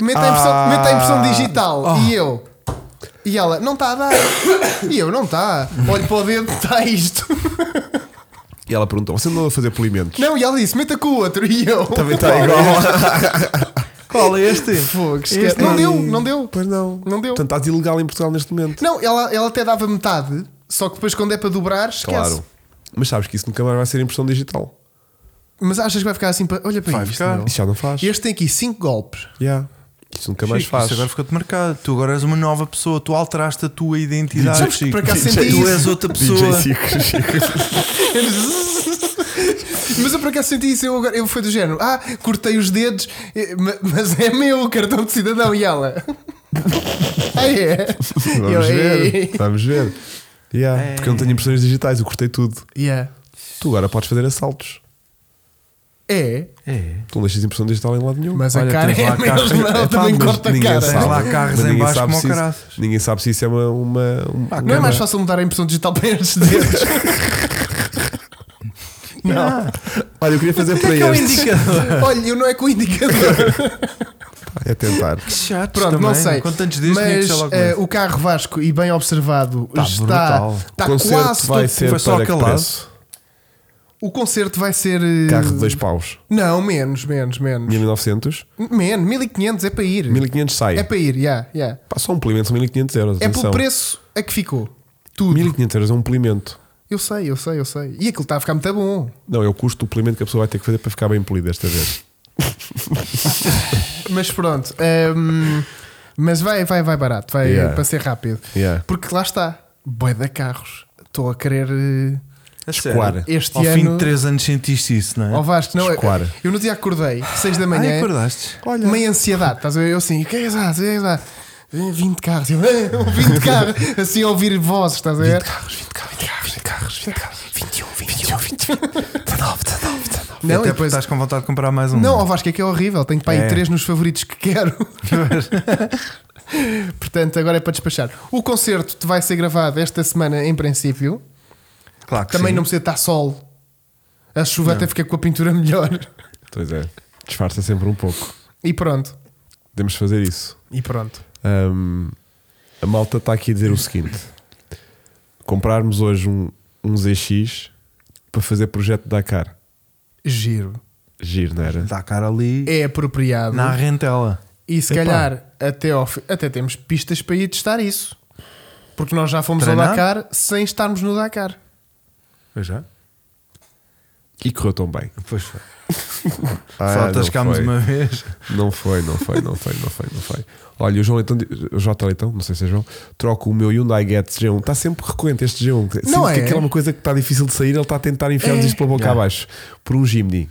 mete a
Ah.
impressão, mete a impressão digital
Oh.
e eu. E ela, não está a dar. e eu, não está. Olho para o dedo, está isto.
E ela perguntou: Você não a fazer polimentos?
Não, e ela disse, meta com o outro e eu.
Também
tá
está igual.
Qual é este?
Fogo, esquece.
Este
não
é-
deu, não deu.
Pois não.
Não deu.
Portanto, estás ilegal em Portugal neste momento.
Não, ela, ela até dava metade, só que depois quando é para dobrar, esquece.
Claro. Mas sabes que isso nunca mais vai ser impressão digital.
Mas achas que vai ficar assim para. Olha para
Vai
isto.
ficar.
meu.
Isso já não faz.
Este tem aqui 5 golpes.
Yeah. Isso nunca mais
Chico,
faz.
Isso agora ficou-te marcado. Tu agora és uma nova pessoa. Tu alteraste a tua
*laughs*
identidade.
Sabes que
Chico.
por
*laughs*
acaso
Tu
senti isso.
és outra
DJ
pessoa. *laughs*
Chico, Chico.
Mas eu por acaso senti isso, eu, agora, eu fui do género, ah, cortei os dedos, eh, ma- mas é meu o cartão de cidadão e ela. ah, é?
Vamos
Eu-
é.
ver. Vamos ver. Yeah. Porque eu não tenho impressões digitais, eu cortei tudo.
Yeah.
Tu agora podes fazer assaltos.
É,
É.
Tu não deixas impressão digital em lado nenhum.
mas
Olha,
a cara
tens
é
lá
a mesma,
carros-
ela
é,
também
pá, mas
corta a
ninguém
cara.
sabe.
lá carros
Mas
em
ninguém
baixo
sabe
como
se
o
isso-
caraças.
Ninguém sabe se isso é uma. uma, uma
Ah,
Não é
uma-
mais fácil mudar a impressão digital para estes
*laughs*
dedos?
Não.
*laughs* Olha, eu queria fazer para
um
que é o
este.
indicador?
Olha, eu não é com o indicador.
É tentar.
*laughs* Que chato.
Pronto,
também.
não sei.
Com tantos dias tinha é que
mas
ser logo
eh,
mais.
o carro Vasco, e bem observado,
Tá
está,
brutal.
está
o concerto
quase
vai
todo-
ser
foi só
para que
calado.
preço?
O concerto vai ser. eh,
Carro de dois paus.
Não, menos, menos, menos.
1900.
Menos, 1500 é para ir.
1500 sai.
É para ir, yeah, yeah.
Pá, só um polimento são 1500 euros.
É
atenção.
pelo preço a que ficou. Tudo.
1500 euros é um polimento.
Eu sei, eu sei, eu sei. E aquilo está a ficar muito bom.
Não, é o custo do polimento que a pessoa vai ter que fazer para ficar bem polida esta vez.
Mas pronto. hum, mas vai, vai, vai barato. Vai
Yeah.
para ser rápido.
Yeah.
Porque lá está. Boi da carros. Estou a querer. eh,
A
Escoar.
sério?
Este
Ao
ano.
fim de 3 anos sentiste isso, não é?
Ó Vasco, não,
Escoar.
eu no dia acordei, 6 da
Ai,
manhã,
acordaste?
Olha. meio ansiedade, estás a ver? Eu assim, que é exato, que é exato. 20 carros, eu, "Ah, 20 *laughs* carros, assim a ouvir vozes, estás a ver? um, 20 carros, 20 carros, 20 carros, 20 carros, 20 carros, 21, 21, 21, 19, 19, 19. Não,
Não, Até
e
porque
depois,
estás com vontade de comprar mais um.
não, ó Vasco, é que é horrível, tenho para aí
É.
3 nos favoritos que quero. *laughs* Portanto, agora é para despachar. O concerto te vai ser gravado esta semana, em princípio.
Claro que
Também
sim.
não precisa estar sol. A chuva até fica com a pintura melhor.
Pois é. Disfarça sempre um pouco.
E pronto.
Podemos fazer isso.
E pronto.
Hum, a malta está aqui a dizer o seguinte: comprarmos hoje um, um ZX para fazer projeto Dakar.
Giro.
Giro, não era?
Dá a cara ali
É apropriado.
na rentela.
E se
Epá.
calhar até, ao fi- até temos pistas para ir testar isso. Porque nós já fomos ao
Treinar?
Dakar sem estarmos no Dakar.
Pois é. já?
E correu tão bem.
Pois foi.
Ah,
Ah,
Só
não
atascámos
foi.
uma *laughs* vez.
Não foi, não foi, não foi, não foi, não foi. Olha, o João então, o J Leitão, não sei se é João, troca o meu Hyundai Getz G1. Está sempre recorrente este G1. Sinto
Não
que
é?
aquilo é uma coisa que está difícil de sair, ele está a tentar enfiar-nos
É.
isso pela boca
Yeah.
abaixo. Por um Jimny.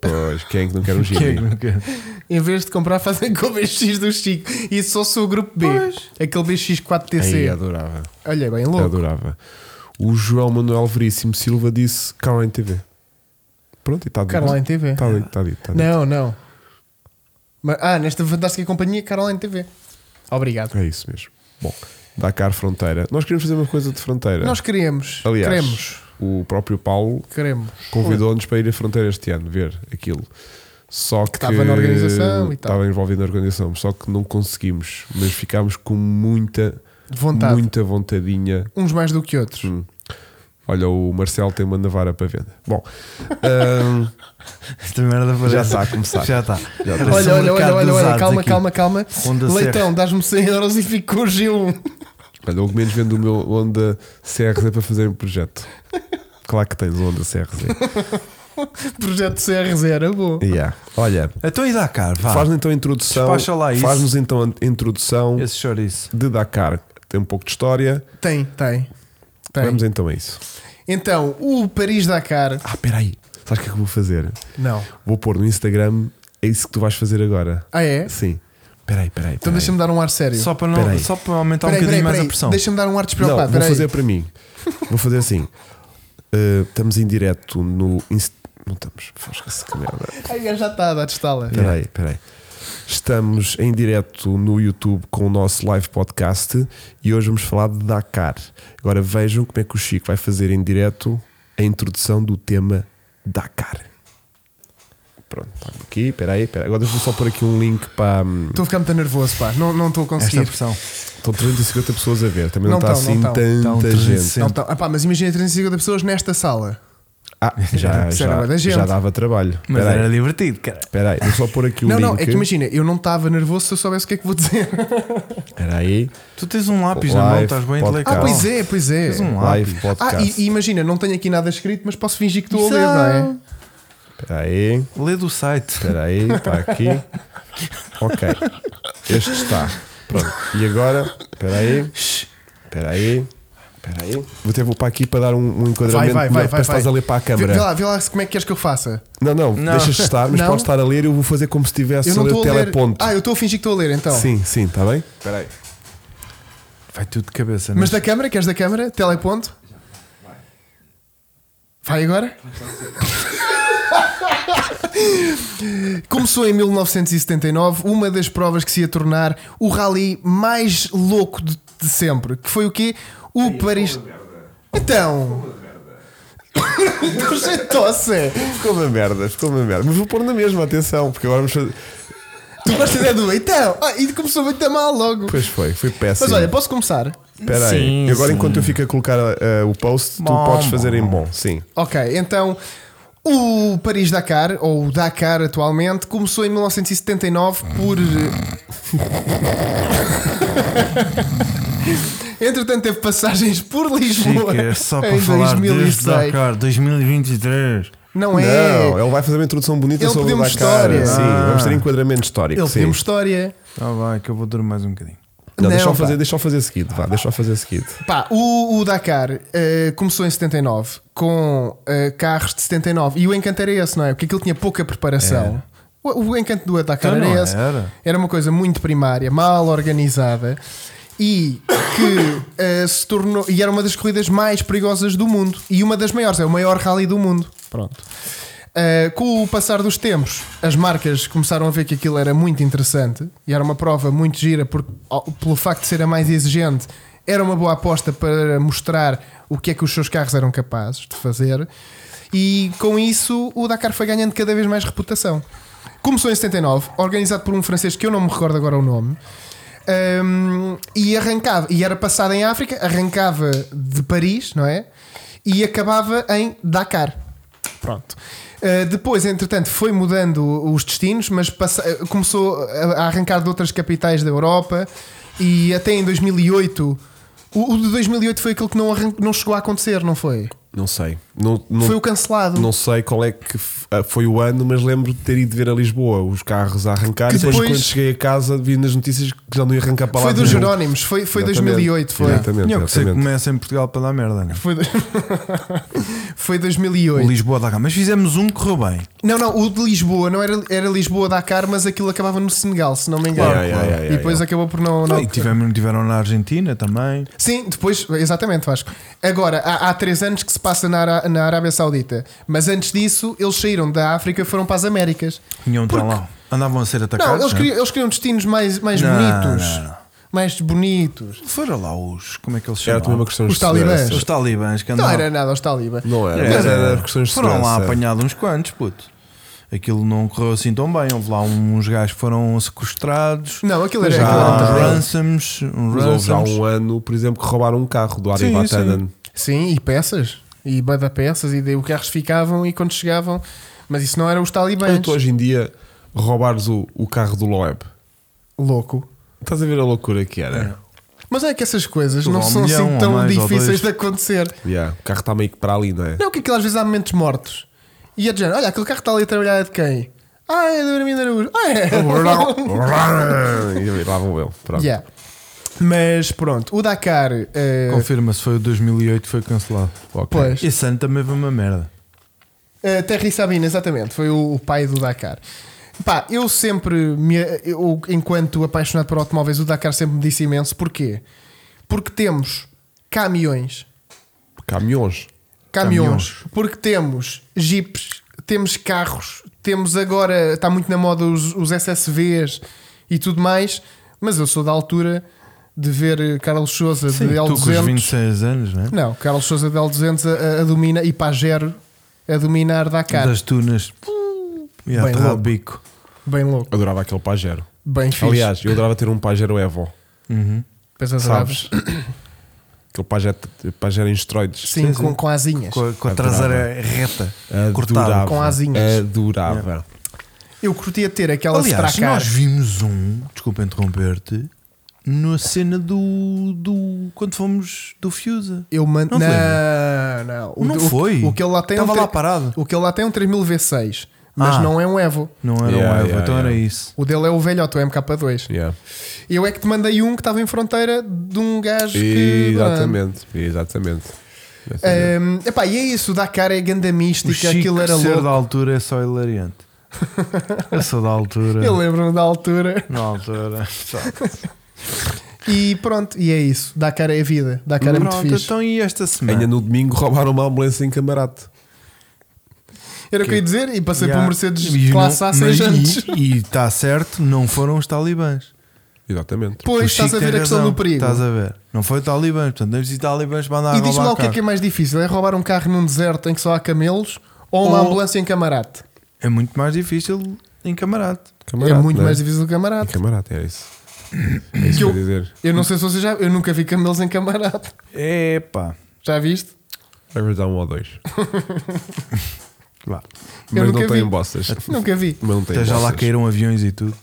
Pois, quem é que não quer um
Quem é que
Jimny?
não quer?
Em vez de comprar, *laughs* fazem com o BX do Chico. E só sou o grupo B. Aquele
Aí, é
BX4TC.
adorava,
Olha, bem louco.
adorava. O João Manuel Veríssimo Silva disse Caroline TV. Pronto, e está dito.
Caroline TV.
Está dito, está dito. está dito.
Não, não. Mas, ah, nesta fantástica companhia, Caroline TV. Obrigado.
É isso mesmo. Bom, Dakar Fronteira. Nós queremos fazer uma coisa de fronteira.
Nós queremos.
Aliás,
Queremos.
o próprio Paulo
Queremos.
convidou-nos para ir à fronteira este ano, ver aquilo. Só que
estava na organização e tal.
Estava envolvido na organização, só que não conseguimos, mas ficámos com muita,
Vontade.
muita vontadinha.
Uns mais do que outros.
Hum. Olha, o Marcelo tem uma navara para venda. Bom, ahm,
Esta merda parece.
já está a começar.
Já está.
Já está.
Olha,
Parece um
olha, olha,
mercado
olha,
dos
olha,
ares
calma,
aqui.
calma, calma.
Honda
Leitão, dás-me 100 euros e fico com o G1.
Olha, o menos vendo o meu Honda CRZ para fazer um projeto. Claro que tens o Honda CRZ.
Projeto CR0, bom.
Yeah. Olha,
Então e Dakar, vá.
faz-nos então a introdução.
Despacha lá isso.
Faz-nos então a introdução
Esse chouriço.
de Dakar. Tem um pouco de história.
Tem, tem. Tem.
Vamos então a isso.
Então, o Paris-Dakar.
Ah, peraí. Sabes o que é que eu vou fazer?
Não.
Vou pôr no Instagram. É isso que tu vais fazer agora.
Ah, é?
Sim. Peraí, peraí.
Então
peraí.
deixa-me dar um ar sério.
Só para,
Espera
não,
aí.
só para aumentar
tá
Peraí,
um bocadinho
peraí,
mais
peraí.
a pressão.
Deixa-me dar um
Não,
ar
vou
despreocupado. peraí.
fazer para mim. Vou fazer assim. Uh, estamos em direto no. Inst... Não estamos. Fosca-se que merda.
Ai, já tá, está, dá testala.
Peraí, peraí. Estamos em direto no YouTube com o nosso live podcast e hoje vamos falar de Dakar. Agora vejam como é que o Chico vai fazer em direto a introdução do tema Dakar. Pronto, está aqui, peraí, peraí. Agora deixa eu só pôr aqui um link para. hum,
Estou a ficar muito nervoso, pá. Não não estou a
Esta
conseguir.
pressão.
Estão 350 pessoas a ver, também não,
Não
está
estão, não
assim
estão.
tanta
Estão
gente.
300.
Não, tá. Ah, pá, mas imagina 350 pessoas nesta sala. *laughs*
Ah, já,
Isso era bué da
já,
gente.
já dava trabalho.
Mas
Peraí,
era divertido, cara.
peraí, deixa eu só pôr aqui um
não,
link.
não, é que imagina, eu não estava nervoso se eu soubesse o que é que
*laughs*
vou dizer.
Peraí,
Tu tens um lápis na mão,
Live,
estás bem
podcast.
intelectual.
Ah, pois é, pois é.
Tens um lápis.
live podcast.
Ah, e, e imagina, não tenho aqui nada escrito, mas posso fingir que estou a ler,
um
não é?
Peraí.
Lê do site.
Espera aí, está aqui.
*laughs*
Ok. Este está. Pronto. E agora? Espera aí. Espera aí. Espera aí. Vou ter vou para aqui para dar um, um enquadramento. melhor, parece que estás a ler para a
Vê, vê
câmara.
lá, vê lá se- como é que queres que eu faça.
Não, não,
Não.
deixas de estar, mas
Não?
podes estar a ler e eu vou fazer como se estivesse
Eu
a
não
ler
estou a ler.
teleponto.
Ah, eu estou a fingir que estou a ler então.
Sim, sim, está bem? Espera aí.
Vai tudo de cabeça, não é?
Mas da câmara, queres da câmara? Teleponto? Vai agora? *laughs* Começou em 1979 uma das provas que se ia tornar o rally mais louco de, de sempre, que foi o quê? O Paris. Então. *laughs* Estou cheio de tosse.
Ficou uma merda, ficou uma merda. Mas vou pôr na mesma, atenção, porque agora vamos fazer.
Tu gostas é do então? Ah, e começou muito a mal logo.
Pois foi, foi péssimo.
Mas olha, posso começar?
Espera aí.
Sim,
agora,
sim.
enquanto eu fico a colocar ah, o post, tu
Bom,
podes fazer
bom.
em bom. Sim.
Ok, então o Paris Dakar, ou o Dakar atualmente, começou em 1979 por. eh, *laughs* Entretanto, teve passagens por Lisboa.
*laughs* Chica, é só para
em
falar
2006.
deste Dakar 2023.
Não é?
Não, ele vai fazer uma introdução bonita
Ele
sobre o Dakar.
pedimos história.
Sim,
Ah.
vamos ter enquadramento histórico.
Ele
sim.
temos história.
Ah, vai, que eu vou dormir mais um bocadinho.
Não, deixa,
Não,
eu
pá.
fazer, deixa eu fazer seguido, vá, deixa eu fazer seguido.
Pá, o, o Dakar eh, começou em 79 com eh, carros de 79 e o encanto era esse, não é? Porque aquilo tinha pouca preparação. O, o encanto do Dakar
É. Então
era
não
esse.
era.
uma coisa muito primária, mal organizada e que eh, se tornou. E era uma das corridas mais perigosas do mundo e uma das maiores, é o maior rally do mundo. Pronto. Uh, com o passar dos tempos, as marcas começaram a ver que aquilo era muito interessante e era uma prova muito gira, porque, ó, pelo facto de ser a mais exigente, era uma boa aposta para mostrar o que é que os seus carros eram capazes de fazer. E com isso, o Dakar foi ganhando cada vez mais reputação. Começou em 79, organizado por um francês que eu não me recordo agora o nome. Um, e arrancava, e era passada em África, arrancava de Paris, não é? E acabava em Dakar. Pronto. Uh, depois, entretanto, foi mudando os destinos, mas passa- uh, começou a a arrancar de outras capitais da Europa e até em 2008. O, o de 2008 foi aquele que não, arran- não chegou a acontecer, não foi?
Não sei. Não, não,
Foi o cancelado.
não sei qual é que f- ah, foi o ano, mas lembro de ter ido ver a Lisboa os carros a arrancar
Que
e depois,
depois-
quando cheguei a casa vi nas notícias que já não ia arrancar para
Foi
lá
dos
nenhum.
Jerónimos, foi, foi
Exatamente.
2008. Foi.
Exatamente,
Tinha que ser que
exatamente.
começa em Portugal para dar merda, né?
Foi, do- *laughs* foi
O
2008.
Lisboa da Gama. Mas fizemos um que correu bem.
Não, não, o de Lisboa não era, era Lisboa-Dakar, mas aquilo acabava no Senegal, se não me engano.
Yeah, yeah, yeah,
e
yeah,
depois
yeah.
acabou por não. não-
e tivemos, tiveram na Argentina também.
Sim, depois, exatamente, Vasco. Agora, há, há três anos que se passa na, Ara- na Arábia Saudita, mas antes disso eles saíram da África e foram para as Américas.
Tinham de estar lá. Andavam a ser
Não,
atacados.
eles
né?
queriam, eles queriam destinos mais, mais
Não,
bonitos.
não, não.
Mais bonitos.
Foram lá os. Como é que eles
Era também
chamavam?
uma questão
Os
de segurança.
talibãs. É.
Os talibãs que
Não,
andavam.
era nada aos talibã.
Não era,
Era,
mas
era.
era questões de
Foram lá
segurança.
apanhados uns quantos, puto. Aquilo não correu assim tão bem. Houve lá uns gajos que foram sequestrados.
Não, aquilo era.
Já
aquilo era um
Há
Ah,
terreno.
ransoms. Um
Mas houve já
ransoms.
um ano, por exemplo, que roubaram um carro do Ari
Sim,
Vatanen.
Sim, e peças. E bada peças, e daí os carros ficavam e quando chegavam. Mas isso não era os talibãs.
Olha, tu hoje em dia roubares o, o carro do Loeb.
Louco.
Estás a ver a loucura que era?
Mas é que essas coisas
Tudo
não
a um
são
milhão,
assim
ou
tão
mais, ou dois.
difíceis de acontecer.
Yeah, O carro está meio que para ali, não é?
Não, que aquilo às vezes há momentos mortos. E a dizer, olha, aquele carro que está ali a trabalhar é de quem? Ah, é do Armindo Araújo. Ah, é.
*laughs* e lá vão eu. Pronto.
*laughs* Yeah. Mas pronto, o Dakar. eh,
Confirma-se, foi o 2008 que foi cancelado.
Ok.
Pois.
Esse ano também foi uma merda.
Uh, Terry Sabina, exatamente, foi o, o pai do Dakar. Pá, eu sempre, me, eu, enquanto apaixonado por automóveis, o Dakar sempre me disse imenso. Porquê? Porque temos caminhões,
Caminhões.
caminhões, porque temos jipes, temos carros, temos agora, está muito na moda os, os SSVs e tudo mais, mas eu sou da altura de ver eh, Carlos Souza
Sim,
de
tu com os
L200.
26 anos, né?
Não, Carlos Souza de L200 a, a, a domina e Pajero a dominar Dakar.
Das tunas. E a
Bem
terra
louco.
de bico.
Bem louco,
Adorava aquele Pajero.
bem fixe.
Aliás, eu adorava ter um Pajero Evo.
Uhum.
Pois adoravas.
Sabes? Aquele Pajero, Pajero em esteroides.
Sim,
Sim,
com,
sim.
com asinhas.
Com a, com a
Adorava.
traseira reta.
Adorava.
Cortada.
Com asinhas.
Adorava.
Eu curtia ter aquela
Aliás,
Stracar.
nós vimos um, desculpa interromper-te, na cena do, do. quando fomos do Fusa.
Eu man...
Não
Não,
te
não, O,
Não
o-
foi.
O que ele lá tem é um
Estava
tre-
lá parado.
O que ele lá tem é um 3000 V6, mas
Ah.
não é um Evo.
Não era
Yeah,
um Evo,
yeah,
então
yeah.
era isso.
O dele é o velhote, o MK2.
Yeah.
Eu é que te mandei um que estava em fronteira de um gajo que.
Exatamente. Exatamente. Exatamente.
Ahm, epá, e é isso, o Dakar é ganda
O
mística,
Chico
aquilo era
ser da
louco.
altura é
*laughs*
só hilariante. Eu sou da altura.
Eu lembro-me da altura.
Na altura. Só.
E pronto, e é isso. Dakar é a vida. Dakar é muito
Pronto,
fixe.
então e esta
Ainda
semana?
no domingo roubaram uma ambulância em camarate.
Era o que eu ia dizer, e passei por
Yeah.
Mercedes
E
classe
não-
A 6
mas
anos.
e- E está certo, não foram os talibãs.
Exatamente.
O
Pois estás
Chico
a ver
tem
a questão
razão,
do perigo.
Estás a Ah, ver. Não foi o talibã, portanto, não os talibãs mandaram
E diz-me lá
roubar
o que é
carro.
que é mais difícil: é roubar um carro num deserto em que só há camelos ou uma
Ou-
ambulância em camarate?
É muito mais difícil em camarada.
Camarate,
é muito
não
mais difícil do camarate.
Camarate, era isso. É isso que
Que
eu
eu-
ia dizer.
Eu não sei se vocês já. Eu nunca vi camelos em camarate. *laughs*
Epá.
Já viste?
Vai ver dar um ou
*laughs*
dois.
Eu
Vá.
Mas não
nunca
tem
vi.
bossas. Mas
Nunca vi.
não tem
Até já lá
bossas.
caíram aviões e tudo.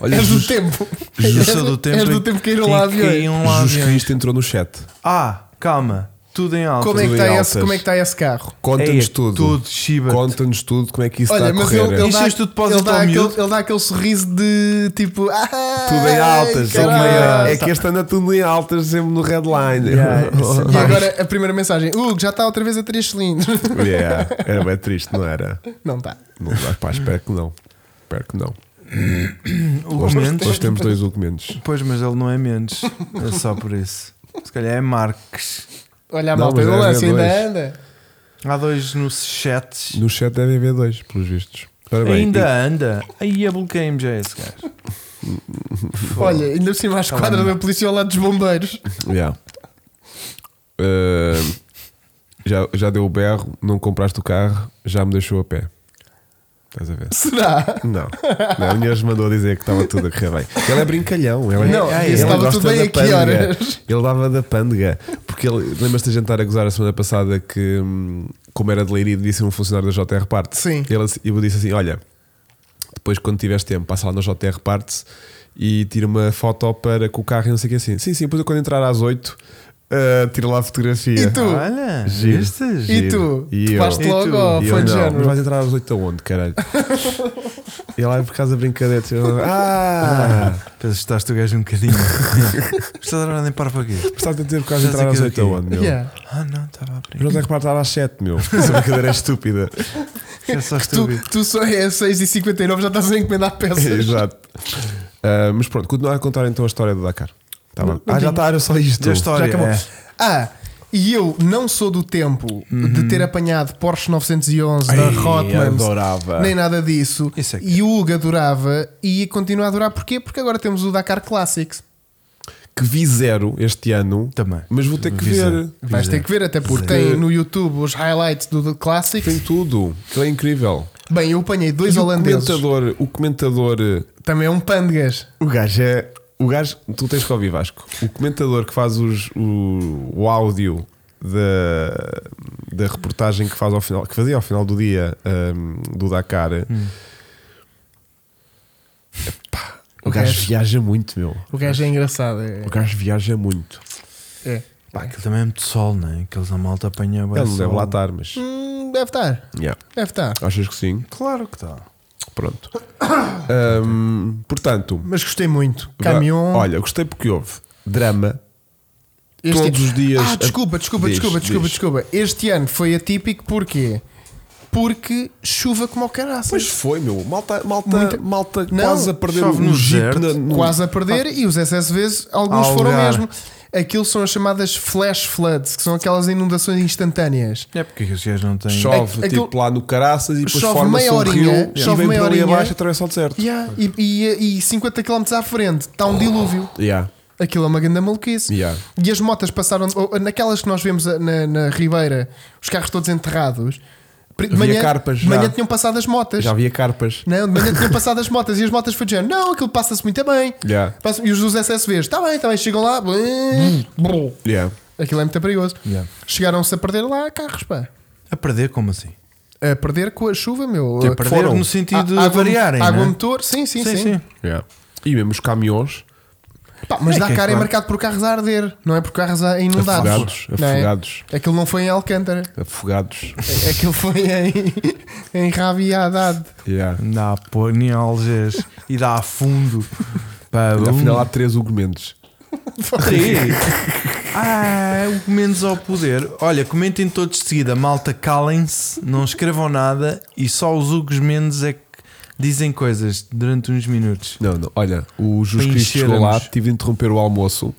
Olha,
és
Jesus,
do tempo.
Eu
És
sou do *laughs* tempo.
És do
em-
tempo que caíram
em
lá
que
aviões.
caíam lá
Jesus
aviões.
Cristo entrou no chat.
Ah, calma. Tudo em alta.
Como é, que
Tudo em
está
altas.
esse, como é que está esse carro?
Conta-nos
Ei,
tudo.
É, Tudo, Shiba.
Conta-nos tudo como é que isso
Olha,
está a
mas
correr.
ele, ele, dá,
Encheste o depósito
ele, dá
ao
aquele,
miúdo?
ele dá aquele sorriso de tipo. "Ai,
Tudo em altas.
Ai,
caralho."
caralho.
é que este anda tudo em altas, sempre no headline.
Yeah, esse-
tá *laughs*
E agora a primeira mensagem: Hugo, já está outra vez a 3 cilindros. *laughs*
Yeah, Era bem triste, não era?
Não tá. está.
Não, ah, pá, espero que não. Espero que não.
O
Hoje,
Mendes.
hoje temos dois documentos.
Pois, mas ele não é Mendes. É só por isso. Se calhar é Marques.
Olha a
Não,
malta
mas
do
era
lance,
dois.
ainda anda.
Há dois no chat.
No chat devem haver dois, pelos vistos. Ora bem,
Ainda
e-
anda. Aí eu bloqueei-me já esse gajo.
Olha, ainda por
Tá
cima à esquadra da polícia ao lado dos bombeiros. *laughs*
Yeah. Ahm, já, já deu o berro, não compraste o carro, já me deixou a pé. Estás a ver?
Será? *laughs*
Não. não a minha hoje mandou dizer que estava tudo a correr bem. Ele é brincalhão. Ele é,
Não,
Ah,
isso estava
gosta
tudo bem
da
a que
pândega.
horas?
Ele dava da pândega. Porque ele, lembras-te da gente estar a gozar a semana passada que, hum, como era de Leiria, disse a um funcionário da JR Parte.
Sim.
Ele, assim- eu disse assim: olha, depois quando tiveres tempo, passa lá na JR Partes e tira uma foto para com o carro e não sei o que assim. Sim, sim, depois eu quando entrar às 8 Ah, tira lá a fotografia.
E tu?
Olha,
Giro,
viste?
E
giro.
tu?
E
tu
eu?
Vais
E
logo
tu?
ao
E
fã
eu,
de
não, mas
género?
vais entrar às 8 aonde, caralho? *laughs* e lá é por causa da brincadeira. tipo, ah,
Pensas que estás o gajo um bocadinho. *laughs* Estás a dar nem para para quê?
estás a dizer por causa de
Já
entrar às
sei
8
aquilo
aonde, meu?
Yeah.
Ah, não, estava a
Mas não
brincar.
tem que estar às 7, meu. *laughs* Essa brincadeira é estúpida.
É só
Tu,
estúpido.
tu só é 6h59, já estás
*laughs*
a encomendar
*laughs*
peças.
Exato. Ah, mas pronto, continuar a contar então a história do Dakar. Tá bem. Ah, já está, era só isto.
Da história.
Já acabou.
é.
Ah, e eu não sou do tempo de ter apanhado Porsche 911 da
Ai,
Hotmans,
adorava.
nem nada disso.
Isso é que-
E o Hugo adorava e continua a adorar. Porquê? Porque agora temos o Dakar Classics.
Que vi zero este ano.
Também.
Mas vou ter que
Visa.
ver.
é.
Vais ter que ver, até porque tem no YouTube os highlights do, do Classics.
Tem tudo. Aquilo é incrível.
Bem, eu apanhei dois
E
holandeses.
O comentador, o comentador. eh,
Também é um pândegas.
O gajo é. O gajo. Tu tens que ouvir Vasco. O comentador que faz os- o, o áudio da, da reportagem que, faz ao final, que fazia ao final do dia ahm, do Dakar. Epá, o,
O
gajo,
gajo-
viaja muito, meu.
O gajo é engraçado. é-
O gajo viaja muito.
é.
Pá, aquilo também é muito sol, né? Aqueles a malta apanha bué
Ele não
sol.
deve lá estar, mas.
Hum, deve estar.
Yeah.
Deve estar.
Achas que sim?
Claro que está.
Pronto. Ahm, portanto,
Mas gostei muito.
vá-
Caminhão.
Olha, gostei porque houve drama.
Este-
Todos os dias-
Ah, desculpa, desculpa,
Diz,
desculpa, desculpa,
diz.
desculpa. Este ano foi atípico porquê? Porque chuva como ao caraças.
Pois foi, meu. Malta, malta,
Muita-
malta
Não,
quase a perder
chove
o
no
jeep
deserto.
na, no-
Quase a
Ah.
perder e os SSVs, alguns
Ao
foram
lugar.
mesmo. Aquilo são as chamadas flash floods, que são aquelas inundações instantâneas.
É porque os gajos não têm.
Chove
Aquilo-
tipo lá no Caraças e depois
É Chove
forma-se
meia
um
horinha,
rio
chove
e vem
meia
por ali
horinha.
abaixo e atravessa o deserto.
Yeah, e, e, e 50 km à frente está um dilúvio.
Yeah.
Aquilo é uma grande maluquice.
Yeah.
E as motas passaram, ou, naquelas que nós vemos a- na, na Ribeira, os carros todos enterrados. pri- De
Havia
manhã,
carpas
de manhã
já.
tinham passado as motas.
Já havia carpas.
Não, Né? de manhã tinham passado as motas e as motas foi de género. Não, aquilo passa-se muito bem.
Yeah.
Passa- E os dos SSVs, está "Tá bem, está bem, chegam lá. blum, blum.
Yeah.
Aquilo é muito perigoso.
Yeah.
Chegaram-se a perder lá carros, pá.
A perder, como assim?
A perder com a chuva, meu.
Tipo, A perder
foram.
no sentido de
A- água,
variarem.
Água
né?
motor, sim, sim, sim.
Yeah. E mesmo os caminhões
Pá, mas
É
dá
que é
cara é
claro.
marcado por carros a arder, não é por carros a inundados.
Afogados,
não é?
afogados.
Aquilo não foi em
*laughs*
Alcântara. *laughs*
afogados.
É- Aquilo foi em, em Raviadade.
Yeah.
Dá pô, nem algés. E dá a
*laughs*
fundo. Pá,
Olha,
um-
Afinal há três argumentos.
Sim. Ah, o Comendes ao poder. Olha, comentem todos de seguida. Malta, calem-se, não escrevam nada e só os Hugos Mendes é que dizem coisas durante uns minutos.
Não, não. Olha, o Jus
Para
Cristo chegou lá,
enchermos.
tive de interromper o almoço,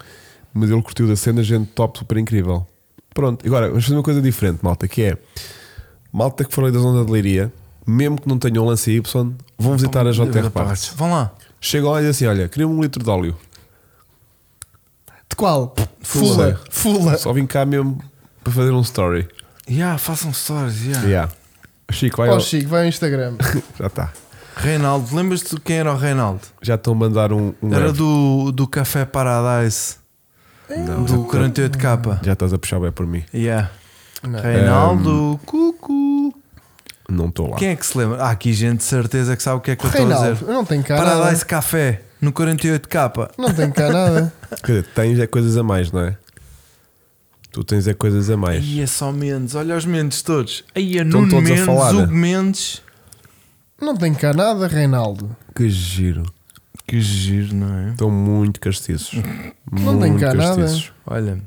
mas ele curtiu da cena, gente top, super incrível. Pronto, agora vamos fazer uma coisa diferente, malta, que é malta que falei da zona de leiria, mesmo que não tenham um lance Y, vão visitar a JR Parts.
Vão lá.
Chegam lá e dizem assim: olha, queria um litro de óleo.
De qual?
Fula.
Fula. Fula.
Só vim cá mesmo para fazer um story.
Yeah, façam stories. Yeah.
Yeah. Chico, vai
Ó
ao...
Chico, vai ao Instagram.
Já está.
Reinaldo, lembras-te de quem era o Reinaldo?
Já estão a mandar um. um
Era
leve.
do, do Café Paradise. do 48K.
Já estás a puxar bem por mim.
Yeah.
Não.
Reinaldo, cucu.
Não estou lá.
Quem é que se lembra? Há aqui gente de certeza que sabe o que é que eu estou a
Reinaldo,
dizer.
eu não tenho cá
Paradise
nada.
Café no 48K.
Não tenho cá nada.
Quer dizer, tens é coisas a mais, não é? Tu tens é coisas a mais.
Aí é só Mendes, olha os Mendes todos. Aí é
Estão
Nuno
todos a
Mendes,
falar.
Hugo Mendes.
Não tenho cá nada, Reinaldo.
Que giro.
Que giro, não é?
Estão muito castiços.
Não
muito
tem cá nada.
castiços.
Olha,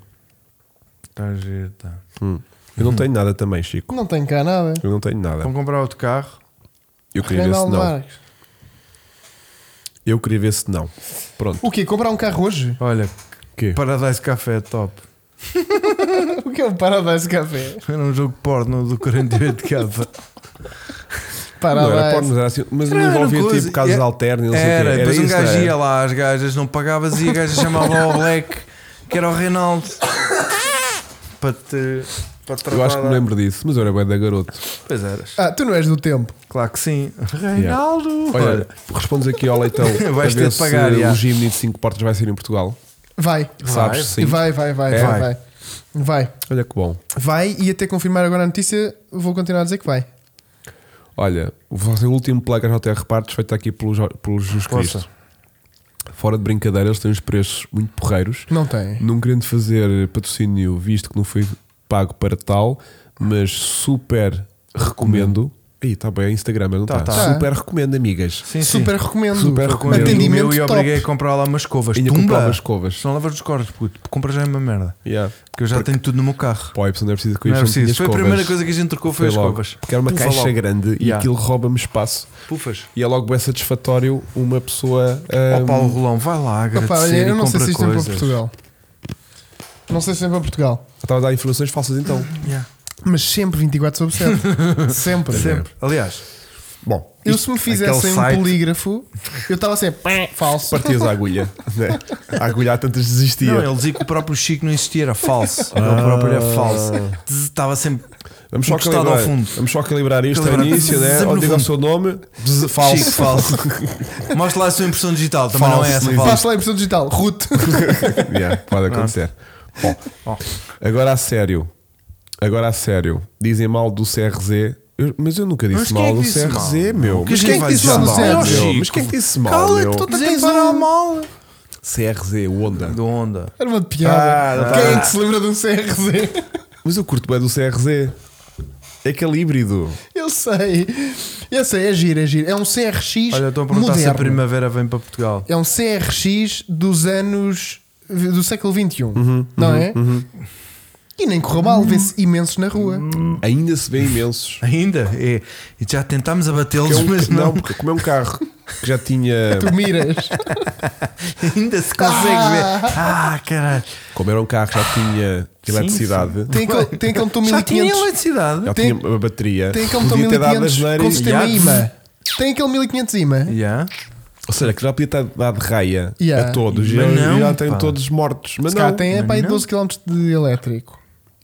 está giro, tá.
Hum. Eu não tenho nada também, Chico.
Não tenho cá nada.
Eu não tenho nada.
Vão comprar outro carro.
Eu queria ver se
Reinaldo
não.
Marques.
Eu queria ver se não. Pronto.
O quê? Comprar um carro hoje? *laughs*
Olha,
Quê?
Paradise Café é top.
O que é o Paradise Café?
Era um jogo porno do 48K.
Não era
Paradise.
porno, mas era assim. Mas não
Era
envolvia
coisa-
tipo casas
era-
alternas, não sei o quê.
É, Era, depois um
isso,
gajo
não é?
ia lá, as gajas não pagavas e a gaja chamava o Black, que era
*laughs*
o Reinaldo. para te. para
Eu acho
te
que é-
tratar.
me lembro disso, mas eu era bem da garoto.
Pois eras.
Ah, tu não és do tempo.
Claro que sim. Reinaldo!
Olha, respondes aqui ao leitão.
*laughs* Vais
a
ter
ver
de pagar,
se
já.
o Gimni de 5 portas vai ser em Portugal.
Vai.
Sabes? Sim.
Vai, vai, vai,
É?
vai, vai. Vai.
Olha que bom.
Vai e até confirmar agora a notícia, vou continuar a dizer que vai.
Olha, o vosso último placa JR Partes feito aqui pelo, Jo- pelo Jesus
Força.
Cristo. fora de brincadeira, eles têm uns preços muito porreiros.
Não tem.
Não querendo fazer patrocínio, visto que não foi pago para tal, mas super recomendo. Ih, está bem, Instagram, não está?
Tá,
tá.
Super recomendo, amigas.
Sim, sim.
Super recomendo.
Super recomendo.
Atendimento
Atendimento
meu e
top.
obriguei a comprar lá umas escovas.
Ainda
Tumba!
comprava escovas.
Se não lavas os corpos, puto, compra já é uma merda.
Yeah.
Porque eu já tenho tudo no meu carro.
Pá, a Epson não é preciso que eu
Não é
enche
preciso.
minhas
Foi a
escovas.
primeira coisa que a gente trocou foi, as
logo,
escovas.
Porque era uma
Pufa
caixa
logo.
grande e
Yeah.
aquilo rouba-me espaço.
Pufas.
E é logo bem satisfatório uma pessoa.
Ó
hum,
Paulo Rolão, vai lá agradecer
Opa, olha,
e
eu não sei
compra
se isto vem para
coisas.
Portugal. Não sei se vem para Portugal.
Estava a dar informações falsas então.
Yeah.
Mas sempre 24 sobre
*laughs*
7. sempre.
Sempre. Aliás,
Bom,
Eu se me fizessem
aquele
um
site-
polígrafo, eu estava sempre "Pé, falso.
partias a agulha. né? A agulha há tantas desistia.
não, ele dizia que o próprio Chico não existia, era falso. Ele próprio era falso.
Ah.
Tz, Estava sempre.
Vamos só,
encostado Um ao
calibrar,
fundo.
vamos só calibrar isto ao
Calibrar.
início, né?
Sempre
Ou
no
diga o
fundo.
seu nome, des- falso.
Chico, falso. Mostra lá a sua impressão digital, também
Falso,
não é essa
sim.
falso.
Faz lá a impressão digital. Ruth.
*laughs* Yeah, pode acontecer. Bom, agora a sério. Agora a sério. Dizem mal do CRZ. Eu- mas eu nunca disse
Mas quem
mal
é que
do
disse
CRZ,
mal?
meu.
Que a
Mas
gente
quem é que
vai
disse
dizer
mal do
mal?
CRZ?
Ó,
meu?
Chico,
Mas quem é que disse mal,
Cala-te,
meu?
estou a
Dizes
comparar
um-
mal.
CRZ, Honda.
Do onda.
Era uma piada.
Ah,
tá.
Quem é que se lembra de um CRZ?
Mas eu curto bem do CRZ. É aquele híbrido.
*laughs* Eu sei. Eu sei, é giro, é giro. É um CRX
Olha, estou a perguntar se é a
moderno.
primavera vem para Portugal.
É um CRX dos anos... do século XXI.
Uhum,
não é? E nem correu mal. Vê-se imensos na rua.
Uhum.
Ainda se vê imensos.
Ainda? É. E já tentámos
Que é
abatê-los,
um
mas
ca- não,
não. É
porque como é um carro que já tinha.
Tu miras.
*laughs* Ainda se consegue ver. Ah, caralho.
Como era um carro que já tinha eletricidade.
Tem aquele, tem aquele motor
Já tinha
1500.
eletricidade.
Já
Tem-
tinha uma bateria.
Tem aquele motor
podia ter dado as
1500 com
neiras.
sistema
Yeah.
imã. Tem aquele 1500 imã.
Yeah.
Ou seja, que já podia ter dado raia
Yeah.
a todos. E
Mas
eles
não,
já têm
pá.
todos mortos. Mas
Se calhar
não.
tem é para aí 12 km de elétrico.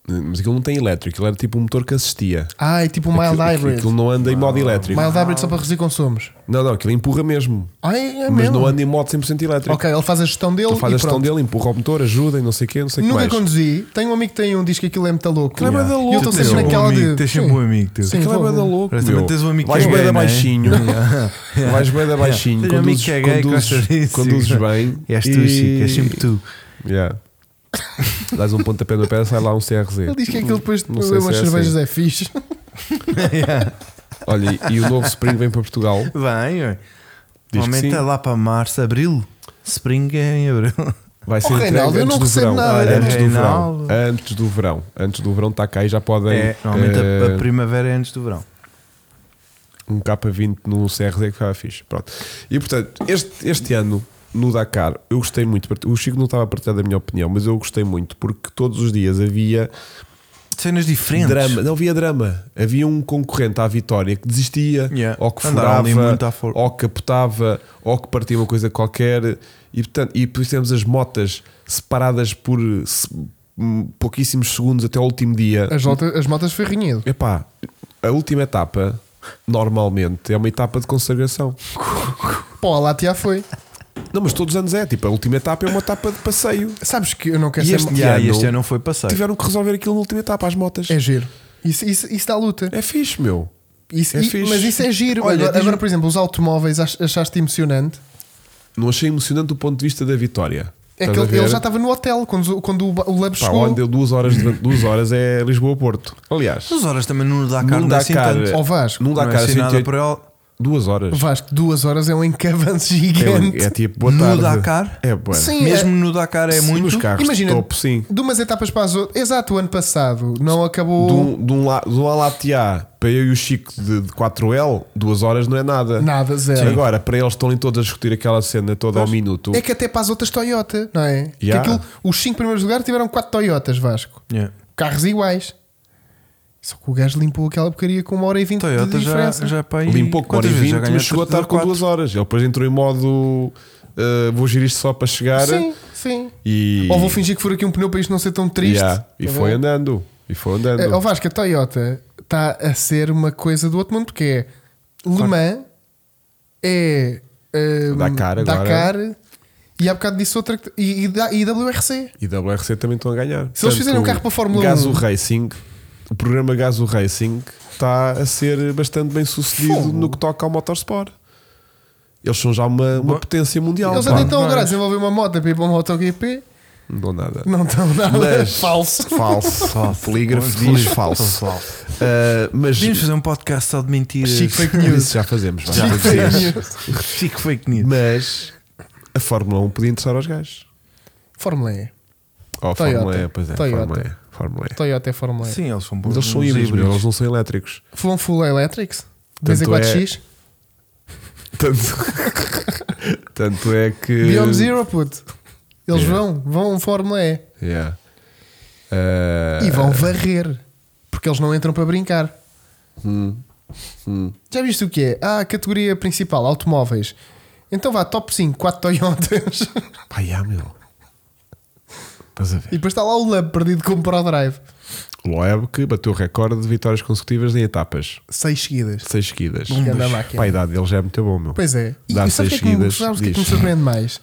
Mas aquilo não tem elétrico. Aquilo era tipo um motor que assistia.
Ah, é tipo um mild
Aquilo,
hybrid.
aquilo não anda em modo elétrico.
Mild hybrid só para reduzir consumos.
Não, não, aquilo empurra mesmo.
Ah, é, é
Mas
mesmo.
não anda em modo 100% elétrico.
Ok, ele faz a gestão dele.
Ele faz
e
a gestão
pronto.
dele, empurra o motor, ajuda e não sei o quê, não sei o que
Nunca
mais.
conduzi. Tenho um amigo que tem um, diz que aquilo é muito louco.
Aquilo é bué da
E
louco,
eu
meu.
estou sempre
Tens um
naquela de.
Tens sempre
sim,
um amigo teu.
Sim,
Aquilo é
vou-
bué da louco.
Mas também
meu.
tens um amigo que
Vais
é
bué
gay,
da
não é? *laughs*
baixinho. Vais bué da baixinho.
Tens um amigo
Conduzes,
que é gay,
conduzes,
gosta disso.
conduzes bem.
És tu,
e-
Chico, és sempre tu.
*laughs*
Yeah. Dás um pontapé na pedra, sai lá um CRZ.
Ele diz que aquilo depois de
Não sei
beber
se
umas
é
cervejas é fixe.
Olha, e- e o novo Spring vem para Portugal.
Bem, ué.
Diz que
Normalmente
sim.
é lá para março, abril. Spring é em abril.
Vai ser
Oh,
entregue
Reinaldo, eu
antes
não
do
recebo
verão.
nada.
Olha, antes do verão.
Reinaldo.
Antes do verão. Antes do verão está cá e já podem.
É, normalmente a-
eh,
a primavera é antes do verão.
um K20 no CRZ que ficava fixe. Pronto. E portanto, este, este ano no Dakar, eu gostei muito. O Chico não estava a partilhar da minha opinião, mas eu gostei muito porque todos os dias havia
Cenas diferentes.
drama. Não havia drama. Havia um concorrente à vitória que desistia,
Yeah.
ou que
Andaram ali muito
furava,
à for-
ou que capotava, ou que partia uma coisa qualquer. E portanto, e depois temos as motas separadas por se- hum, pouquíssimos segundos até o último dia.
As, volta- as motas foi renhido.
Epá, a última etapa normalmente é uma etapa de consagração.
Pô, a Latia foi.
Não, mas todos os anos é. Tipo, a última etapa é uma etapa de passeio.
Sabes que eu não quero
E
ser.
este
mau-
Yeah,
ano-
e este ano não foi passar.
Tiveram que resolver aquilo na última etapa, as motas.
É
É,
giro. Isso, isso, isso dá luta.
fixe, meu.
Isso-
É
e-
fixe.
mas isso é giro.
Olha,
agora,
diz-me-
agora, por exemplo, os automóveis ach- achaste emocionante.
Não achei emocionante do ponto de vista da vitória.
É
Estás
que
a
ele,
ver?
ele já estava no hotel quando, quando o, ba- o Lab
Pá,
chegou.
onde deu duas horas, durante duas horas é Lisboa-Porto. Aliás,
Duas horas também no Dakar
Num
não é assim
Dakar,
tanto.
Ao Vasco.
num
Não é
Dakar
assim nada
108,
para ela.
duas horas.
Vasco, duas horas é um encavance gigante.
É, é tipo, boa
No
tarde.
Dakar?
É boa.
Sim,
Mesmo no Dakar é
Sim,
muito.
nos carros
Imagina,
de topo, sim.
de umas etapas para as outras. Exato, o ano passado não
De
acabou
um, de um, la- de um Alatea para eu e o Chico de, de 4L, duas horas não é nada.
nada, zero.
Agora, para eles estarem todos a discutir aquela cena toda ao minuto.
É que até para as outras Toyota, não é? Que
Yeah.
aquilo- os cinco primeiros lugares tiveram quatro Toyotas, Vasco.
Yeah.
Carros iguais. Só que o gajo limpou aquela porcaria com uma hora e vinte
Toyota
de
já,
diferença.
já é para aí.
limpou com hora e
quantas vezes?
20,
Já ganhou
mas chegou a
três
estar
ou
com
quatro?
duas horas. Ele depois entrou em modo uh, vou gerir isto só para chegar
Sim, sim.
e.
Ou vou fingir que for aqui um pneu para isto não ser tão triste.
Yeah, e
Tá
foi
bem?
andando. E foi andando.
É, Ó Vasco, a Toyota está a ser uma coisa do outro mundo, que é Le Mans, é hum,
Dakar agora.
Dakar, e há bocado disse outra que- e, e, da- e WRC.
E WRC também estão a ganhar.
Se eles fizerem um carro para a Fórmula 1.
Gaso Racing, o programa Gaso Racing está a ser bastante bem sucedido
Fogo.
no que toca ao motorsport. Eles são já uma, uma
Bom,
potência mundial.
Eles então-
pá.
até estão agora a um desenvolver uma moto para ir para um MotoGP.
Não dão nada.
Não estão *laughs* nada.
Mas-
*laughs* Falso.
Falso.
Falso.
Polígrafo
Polígrafo.
diz falso. Ah, mas
Podíamos fazer um podcast só de mentiras.
Chico fake
Mas *laughs*
news.
isso já fazemos. vá.
Chico fake news.
*laughs* Chico fake news.
Mas a Fórmula 1 podia interessar aos gajos.
Fórmula E.
Ou a
Toyota.
Fórmula E, pois é.
Toyota.
Fórmula E. Fórmula E.
Toyota é Fórmula E.
Sim, eles são bons.
Mas eles são
nos
híbridos, meu,
híbridos.
eles não são elétricos.
Foram full electrics?
Tanto é-
24X?
Tanto,
*laughs*
tanto é que.
Beyond Zero, puto. Eles
Yeah.
vão, vão Fórmula E.
Yeah. Ah,
E vão varrer. Porque eles não entram para brincar.
hum, hum.
Já viste o que é? Ah, a categoria principal, automóveis. Então vá, top 5, 4 Toyotas. *laughs*
Pá, yeah, meu. Estás a ver?
e depois está lá o Lab perdido como para o drive.
Loeb que bateu o recorde de vitórias consecutivas em etapas,
6 seguidas.
seis seguidas.
Que anda a máquina.
Pá, a idade dele já é muito bom, meu.
Pois é. E
Dá
sabes o
seis
que é que me-
seguidas,
sabes o que é que me
diz.
surpreende mais?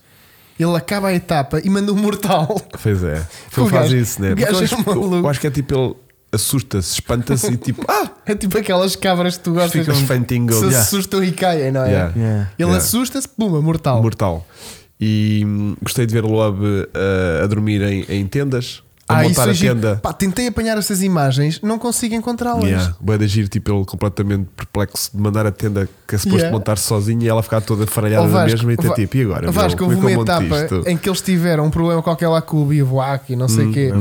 Ele acaba a etapa e manda um mortal. *laughs*
Pois é. Ele
O
faz
gajo-
isso, né?
o
Porque
gajo
eu
é
acho que-
maluco.
Eu acho que é tipo ele assusta-se, espanta-se e
*laughs*
tipo, ah,
É tipo aquelas cabras que tu gostas
fica um fantingo.
que se
Yeah.
assustam e caem, não é?
Yeah.
Yeah.
Ele
Yeah.
assusta-se, puma, mortal.
Mortal. E hum, gostei de ver Loeb uh, a dormir em, em tendas, a
Ah, isso
montar
é
a
giro.
tenda.
Pá, tentei apanhar essas imagens, não consigo encontrá-las.
Yeah. Bué de agir, tipo, ele completamente perplexo de mandar a tenda que é suposto
Yeah.
montar sozinho e ela ficar toda faralhada
Ó,
na mesma e até
Oh, Va-
tipo, e agora?
Vasco,
meu,
houve
como é que
uma
eu monto
etapa
isto? Hum,
em que eles tiveram um problema qualquer lá com o bivouac e não sei o quê,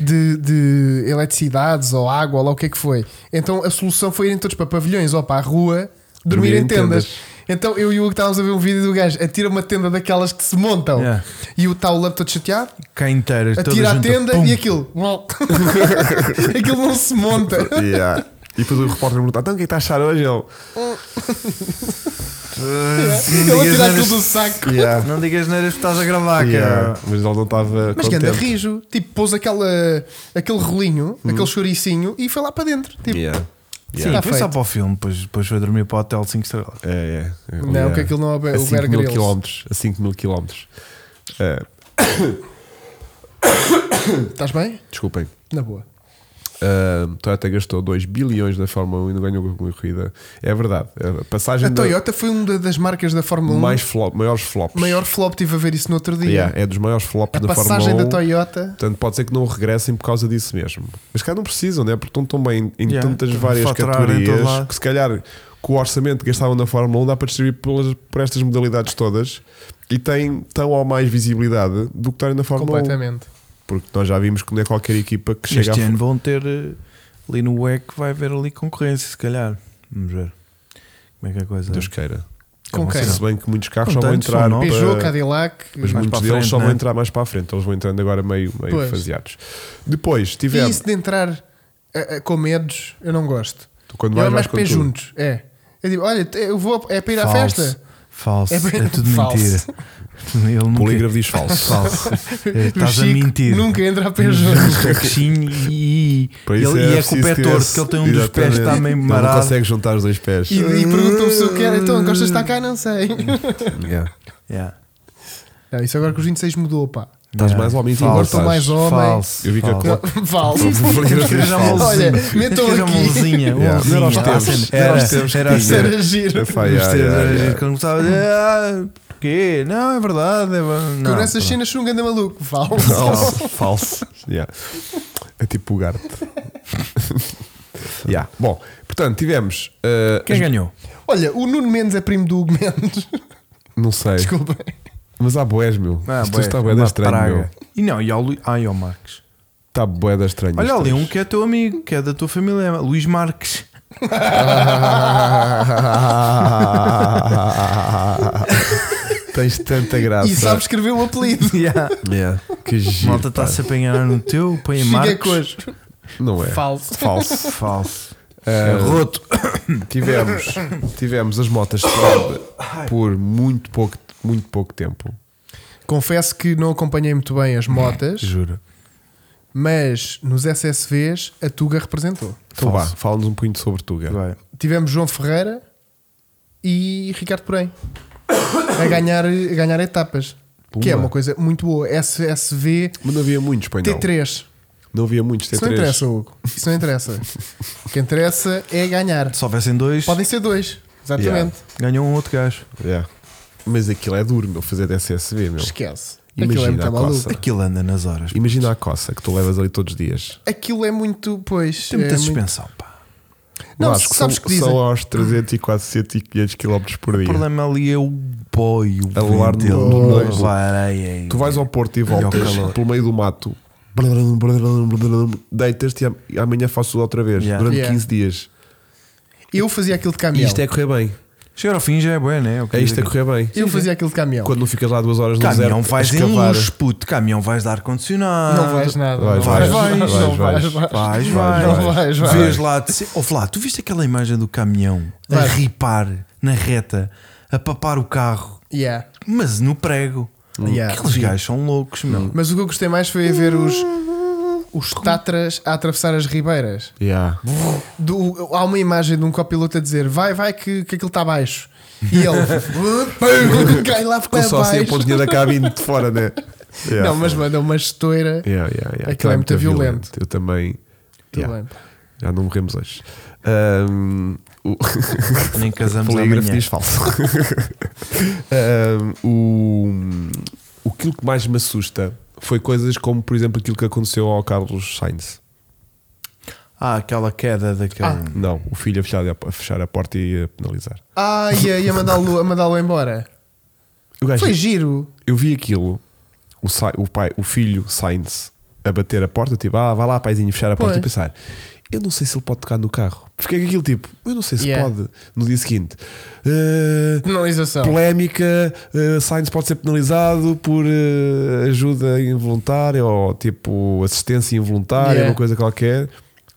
de, de eletricidades ou água ou lá o que é que foi. Então a solução foi irem todos para pavilhões ou para a rua dormir, em tendas. Então eu e o Hugo estávamos a ver um vídeo do gajo atira uma tenda daquelas que se montam
Yeah.
e o tal lab todo chateado,
Cá inteira. toda
atira a
junta,
tenda
pum.
e aquilo. *laughs* aquilo não se monta.
*laughs* Yeah. E depois o repórter pergunta: então o que é que está a achar hoje? Ele.
*laughs* Ele atira aquilo do saco.
Yeah.
Não digas neiras que estás a gravar,
Yeah.
cara.
Mas ele não estava.
Mas que anda rijo, tipo, pôs aquela, aquele rolinho, aquele chouricinho e foi lá para dentro. Tipo,
Yeah.
Sim,
Tá
foi
feito.
só para o filme, depois, depois foi dormir para o hotel 5 estrelas.
É, é.
não, que aquilo não é o Be-
a
o Bear
5 mil
Grylls.
quilómetros. A 5 mil quilómetros. É,
Estás bem?
desculpem.
Na boa.
Uh, Toyota gastou 2 bilhões na Fórmula 1 e não ganhou com a corrida. É verdade. A passagem
A
da-
Toyota foi uma das marcas da Fórmula 1.
mais flop, maiores flops.
Maior flop, tive a ver isso no outro dia.
Yeah, é dos maiores flops
A
da Fórmula 1.
passagem da Toyota.
Portanto, pode ser que não regressem por causa disso mesmo. Mas cá não precisam, né? Porque estão tão bem em
Yeah.
tantas várias
Faturaram em todo
categorias
lado.
que se calhar com o orçamento que gastavam na Fórmula 1 dá para distribuir pelas, por estas modalidades todas e têm tão ou mais visibilidade do que estarem na Fórmula 1.
Completamente.
Porque nós já vimos que não é qualquer equipa que chega
Este
à
ano vão ter eh, ali no WEC, vai haver ali concorrência, se calhar. Vamos ver. Como é que é a coisa.
Deus queira.
Com
bom
quem?
Se bem que muitos carros
Com
só vão
tantos, são
entrar.
nove.
para-
Peugeot, Cadillac.
Mas
Mais
muitos
para a
deles
frente,
só vão
né?
entrar mais para a frente, eles vão entrando agora meio, meio
Pois.
faseados. Depois
E
tivemos.
isso de entrar eh, eh, com medos, eu não gosto.
Tu quando
Eu é
vais,
mais
vais com
pé
tudo.
juntos. É. Eu digo, olha, eu vou, é para ir à
Falso.
festa.
Falso.
É
É,
bem-
tudo
falso.
mentira. Ele nunca...
Polígrafo diz
*laughs*
falso.
Falso.
*laughs*
É,
O
Estás a
Chico
mentir.
Nunca entra a *laughs* pé
*laughs*
juntos.
Um caixinho e, e,
Para
ele,
isso
e é com o
preciso
pé
ter
torto,
esse-
que ele tem um dos pés que
Exatamente.
está meio
Ele
marado.
Não consegue juntar os dois pés.
E, e perguntam-me se eu quero. Então, gostas de estar cá? Não sei.
Yeah.
Yeah.
Não, isso agora que os 26 mudou, pá.
Estás
Yeah.
mais homem
Falso.
Agora estou
*laughs*
mais homem.
Falso.
Eu vi que a
falso.
Claro.
*laughs* Vale.
Seja a
assim?
mãozinha.
Olha, metam
Seja a
aqui.
mãozinha.
Yeah.
mãozinha.
Não era os
Ah,
tempos.
sim,
Não era os
era-
tempos que
era assim. os
tinha.
Isso
tempos.
era giro.
Epá,
Os
yeah,
tempos
yeah,
era-
yeah.
Quando começava a dizer, ah, quê? Não, é verdade. É... ver- Não,
Com essas cenas sou um ganda maluco. Vale.
Falso. Falso. Yeah. É tipo o Garte. yeah. Bom, portanto, tivemos. uh,
Quem é ganhou?
Olha, o Nuno Mendes é primo do Hugo Mendes.
Não sei.
Desculpa.
Mas há boés, meu.
Ah,
Isto
bué,
está boé da
uma
estranho,
praga.
meu.
E não, e ao, Lu... Ai, ao Marques.
Está boé da estranho.
Olha
isto.
ali um que é teu amigo, que é da tua família, é Luís Marques.
*laughs* Tens tanta
*laughs*
graça.
E sabe escrever o apelido.
*laughs* Yeah.
Yeah. É, *laughs* Que giro.
Malta está a
pá.
se apanhar no teu, põe em
Fica
Marques.
com hoje.
Não é?
Falso.
Falso.
*laughs*
Falso. É
Ah,
Roto.
tivemos, tivemos as motas de prova por muito pouco, muito pouco tempo.
Confesso que não acompanhei muito bem as motas,
Juro.
mas nos SSVs a Tuga representou.
Então
Falso.
vá, fala-nos um pouquinho sobre Tuga.
Vai.
Tivemos João Ferreira e Ricardo Porém a ganhar, a ganhar etapas. Que é
Pumba.
uma coisa muito boa. SSV
Mas não havia muitos, pois não.
T3.
Não havia muitos T3.
Isso não interessa, Hugo. Isso não interessa. o que interessa é ganhar.
Se houvessem dois,
Podem ser dois, exatamente.
Yeah.
ganhou um outro gajo.
Yeah. Mas aquilo é duro, meu, fazer DCSB, meu.
Esquece. Aquilo é
Imagina
muito
a
maluco.
coça.
Aquilo anda nas horas. pá.
Imagina a coça que tu levas ali todos os dias.
Aquilo é muito. Pois.
Tem muita
é muito-
suspensão, pá.
Não,
Vasco,
sabes
são,
que dizem.
são aos 300 e 400 e 500 km por
O
dia.
problema ali é o boi, o
Alar
vento,
É no-
ele
no-
não
no-
vareia.
Tu vais ao Porto e
E ao
voltas
calor.
pelo meio do mato, brrrrum, brrrrum, brrrrum, deitas-te e am- e amanhã faço tudo outra vez,
Yeah.
durante
Yeah.
15 dias.
Eu fazia aquilo de
E
caminhão.
isto é correr bem.
Chegar ao fim já é bom, né? Eu
É
queria
isto é correr
dizer-
bem.
Eu fazia aquilo de caminhão.
Quando não ficas lá duas horas no
Caminhão
deserto,
vais
a
em
escavar.
luxo, puto. Caminhão vais dar ar-condicionado.
Não vais nada.
Vais,
não vais,
vais,
vais, não
vais,
vais, vais.
Vais,
Vais,
vais.
Não vais, vais.
Vês lá de cima. Ouve lá, tu viste aquela imagem do caminhão a
Vai.
ripar na reta, a papar o carro,
Yeah.
mas no prego.
Yeah.
Aqueles
Sim.
gajos são loucos, meu.
Mas o que eu gostei mais foi ver os. Os tatras a atravessar as ribeiras.
Yeah.
Do- há uma imagem de um copiloto a dizer vai, vai, que, que aquilo está baixo. E
*laughs*
ele cai lá
Com
para
só assim a
baixo.
pontinha da cabine de fora,
*laughs*
né? Yeah.
Não, mas manda uma estoura.
Yeah, yeah, yeah.
Aquilo é muito violento.
Eu também.
Tudo
Yeah.
bem.
Já não morremos hoje. Ahm, o
Nem casamos
polígrafo
amanhã.
diz falso. *laughs* Ahm, o, o aquilo que mais me assusta foi coisas como, por exemplo, aquilo que aconteceu ao Carlos Sainz.
Ah, aquela queda daquela.
Não, o filho a fechar a, a fechar a porta e a penalizar.
Ah, e a, e a mandá-lo a mandá-lo embora.
O gajo-
Foi giro.
eu vi aquilo, o, Sai- o pai, o filho Sainz a bater a porta, tipo, ah, vai lá, paizinho, fechar a porta
Pois.
e pensar. Eu não sei se ele pode tocar no carro. Fiquei com aquilo tipo, eu não sei se
Yeah.
pode. No dia seguinte, "Ah,
Penalização.
polémica, eh, Sainz pode ser penalizado por eh, ajuda involuntária ou tipo assistência involuntária,
Yeah.
uma coisa qualquer,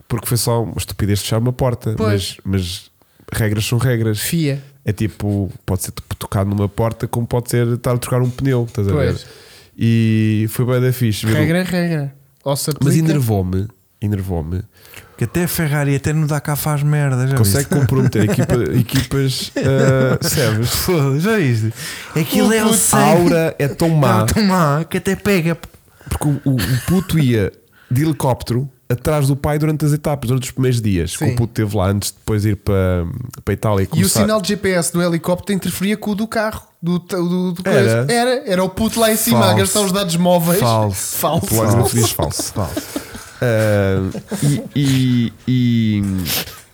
porque foi só uma estupidez fechar uma porta.
Pois.
Mas, mas regras são regras.
Fia.
É tipo, pode ser tipo, tocar numa porta, como pode ser estar a trocar um pneu, estás a ver?
Pois.
E foi bem da fixe. ver o-
Regra é regra. Ou se
Mas
aplica-
enervou-me, enervou-me
Que até a Ferrari, até no Dakar faz merda. Já
consegue
viste?
comprometer equipa- equipas uh, servas.
Foda, já viste? *laughs*
Oh,
Aquilo é o
A
sangue.
um aura é tão má
Não, tão má, que até pega.
Porque o, o- o puto ia de helicóptero atrás do pai durante as etapas, durante os primeiros dias. que
Sim.
O puto teve lá antes de depois ir para, para a Itália.
E o
começar-
sinal de GPS do helicóptero interferia com o do carro. Do, do, do
Era?
coisa. era, era o puto lá em cima
Falso.
a gastar os dados móveis.
Falso.
Falso.
O polígrafo diz
*laughs*
falso. Ah, e, e, e-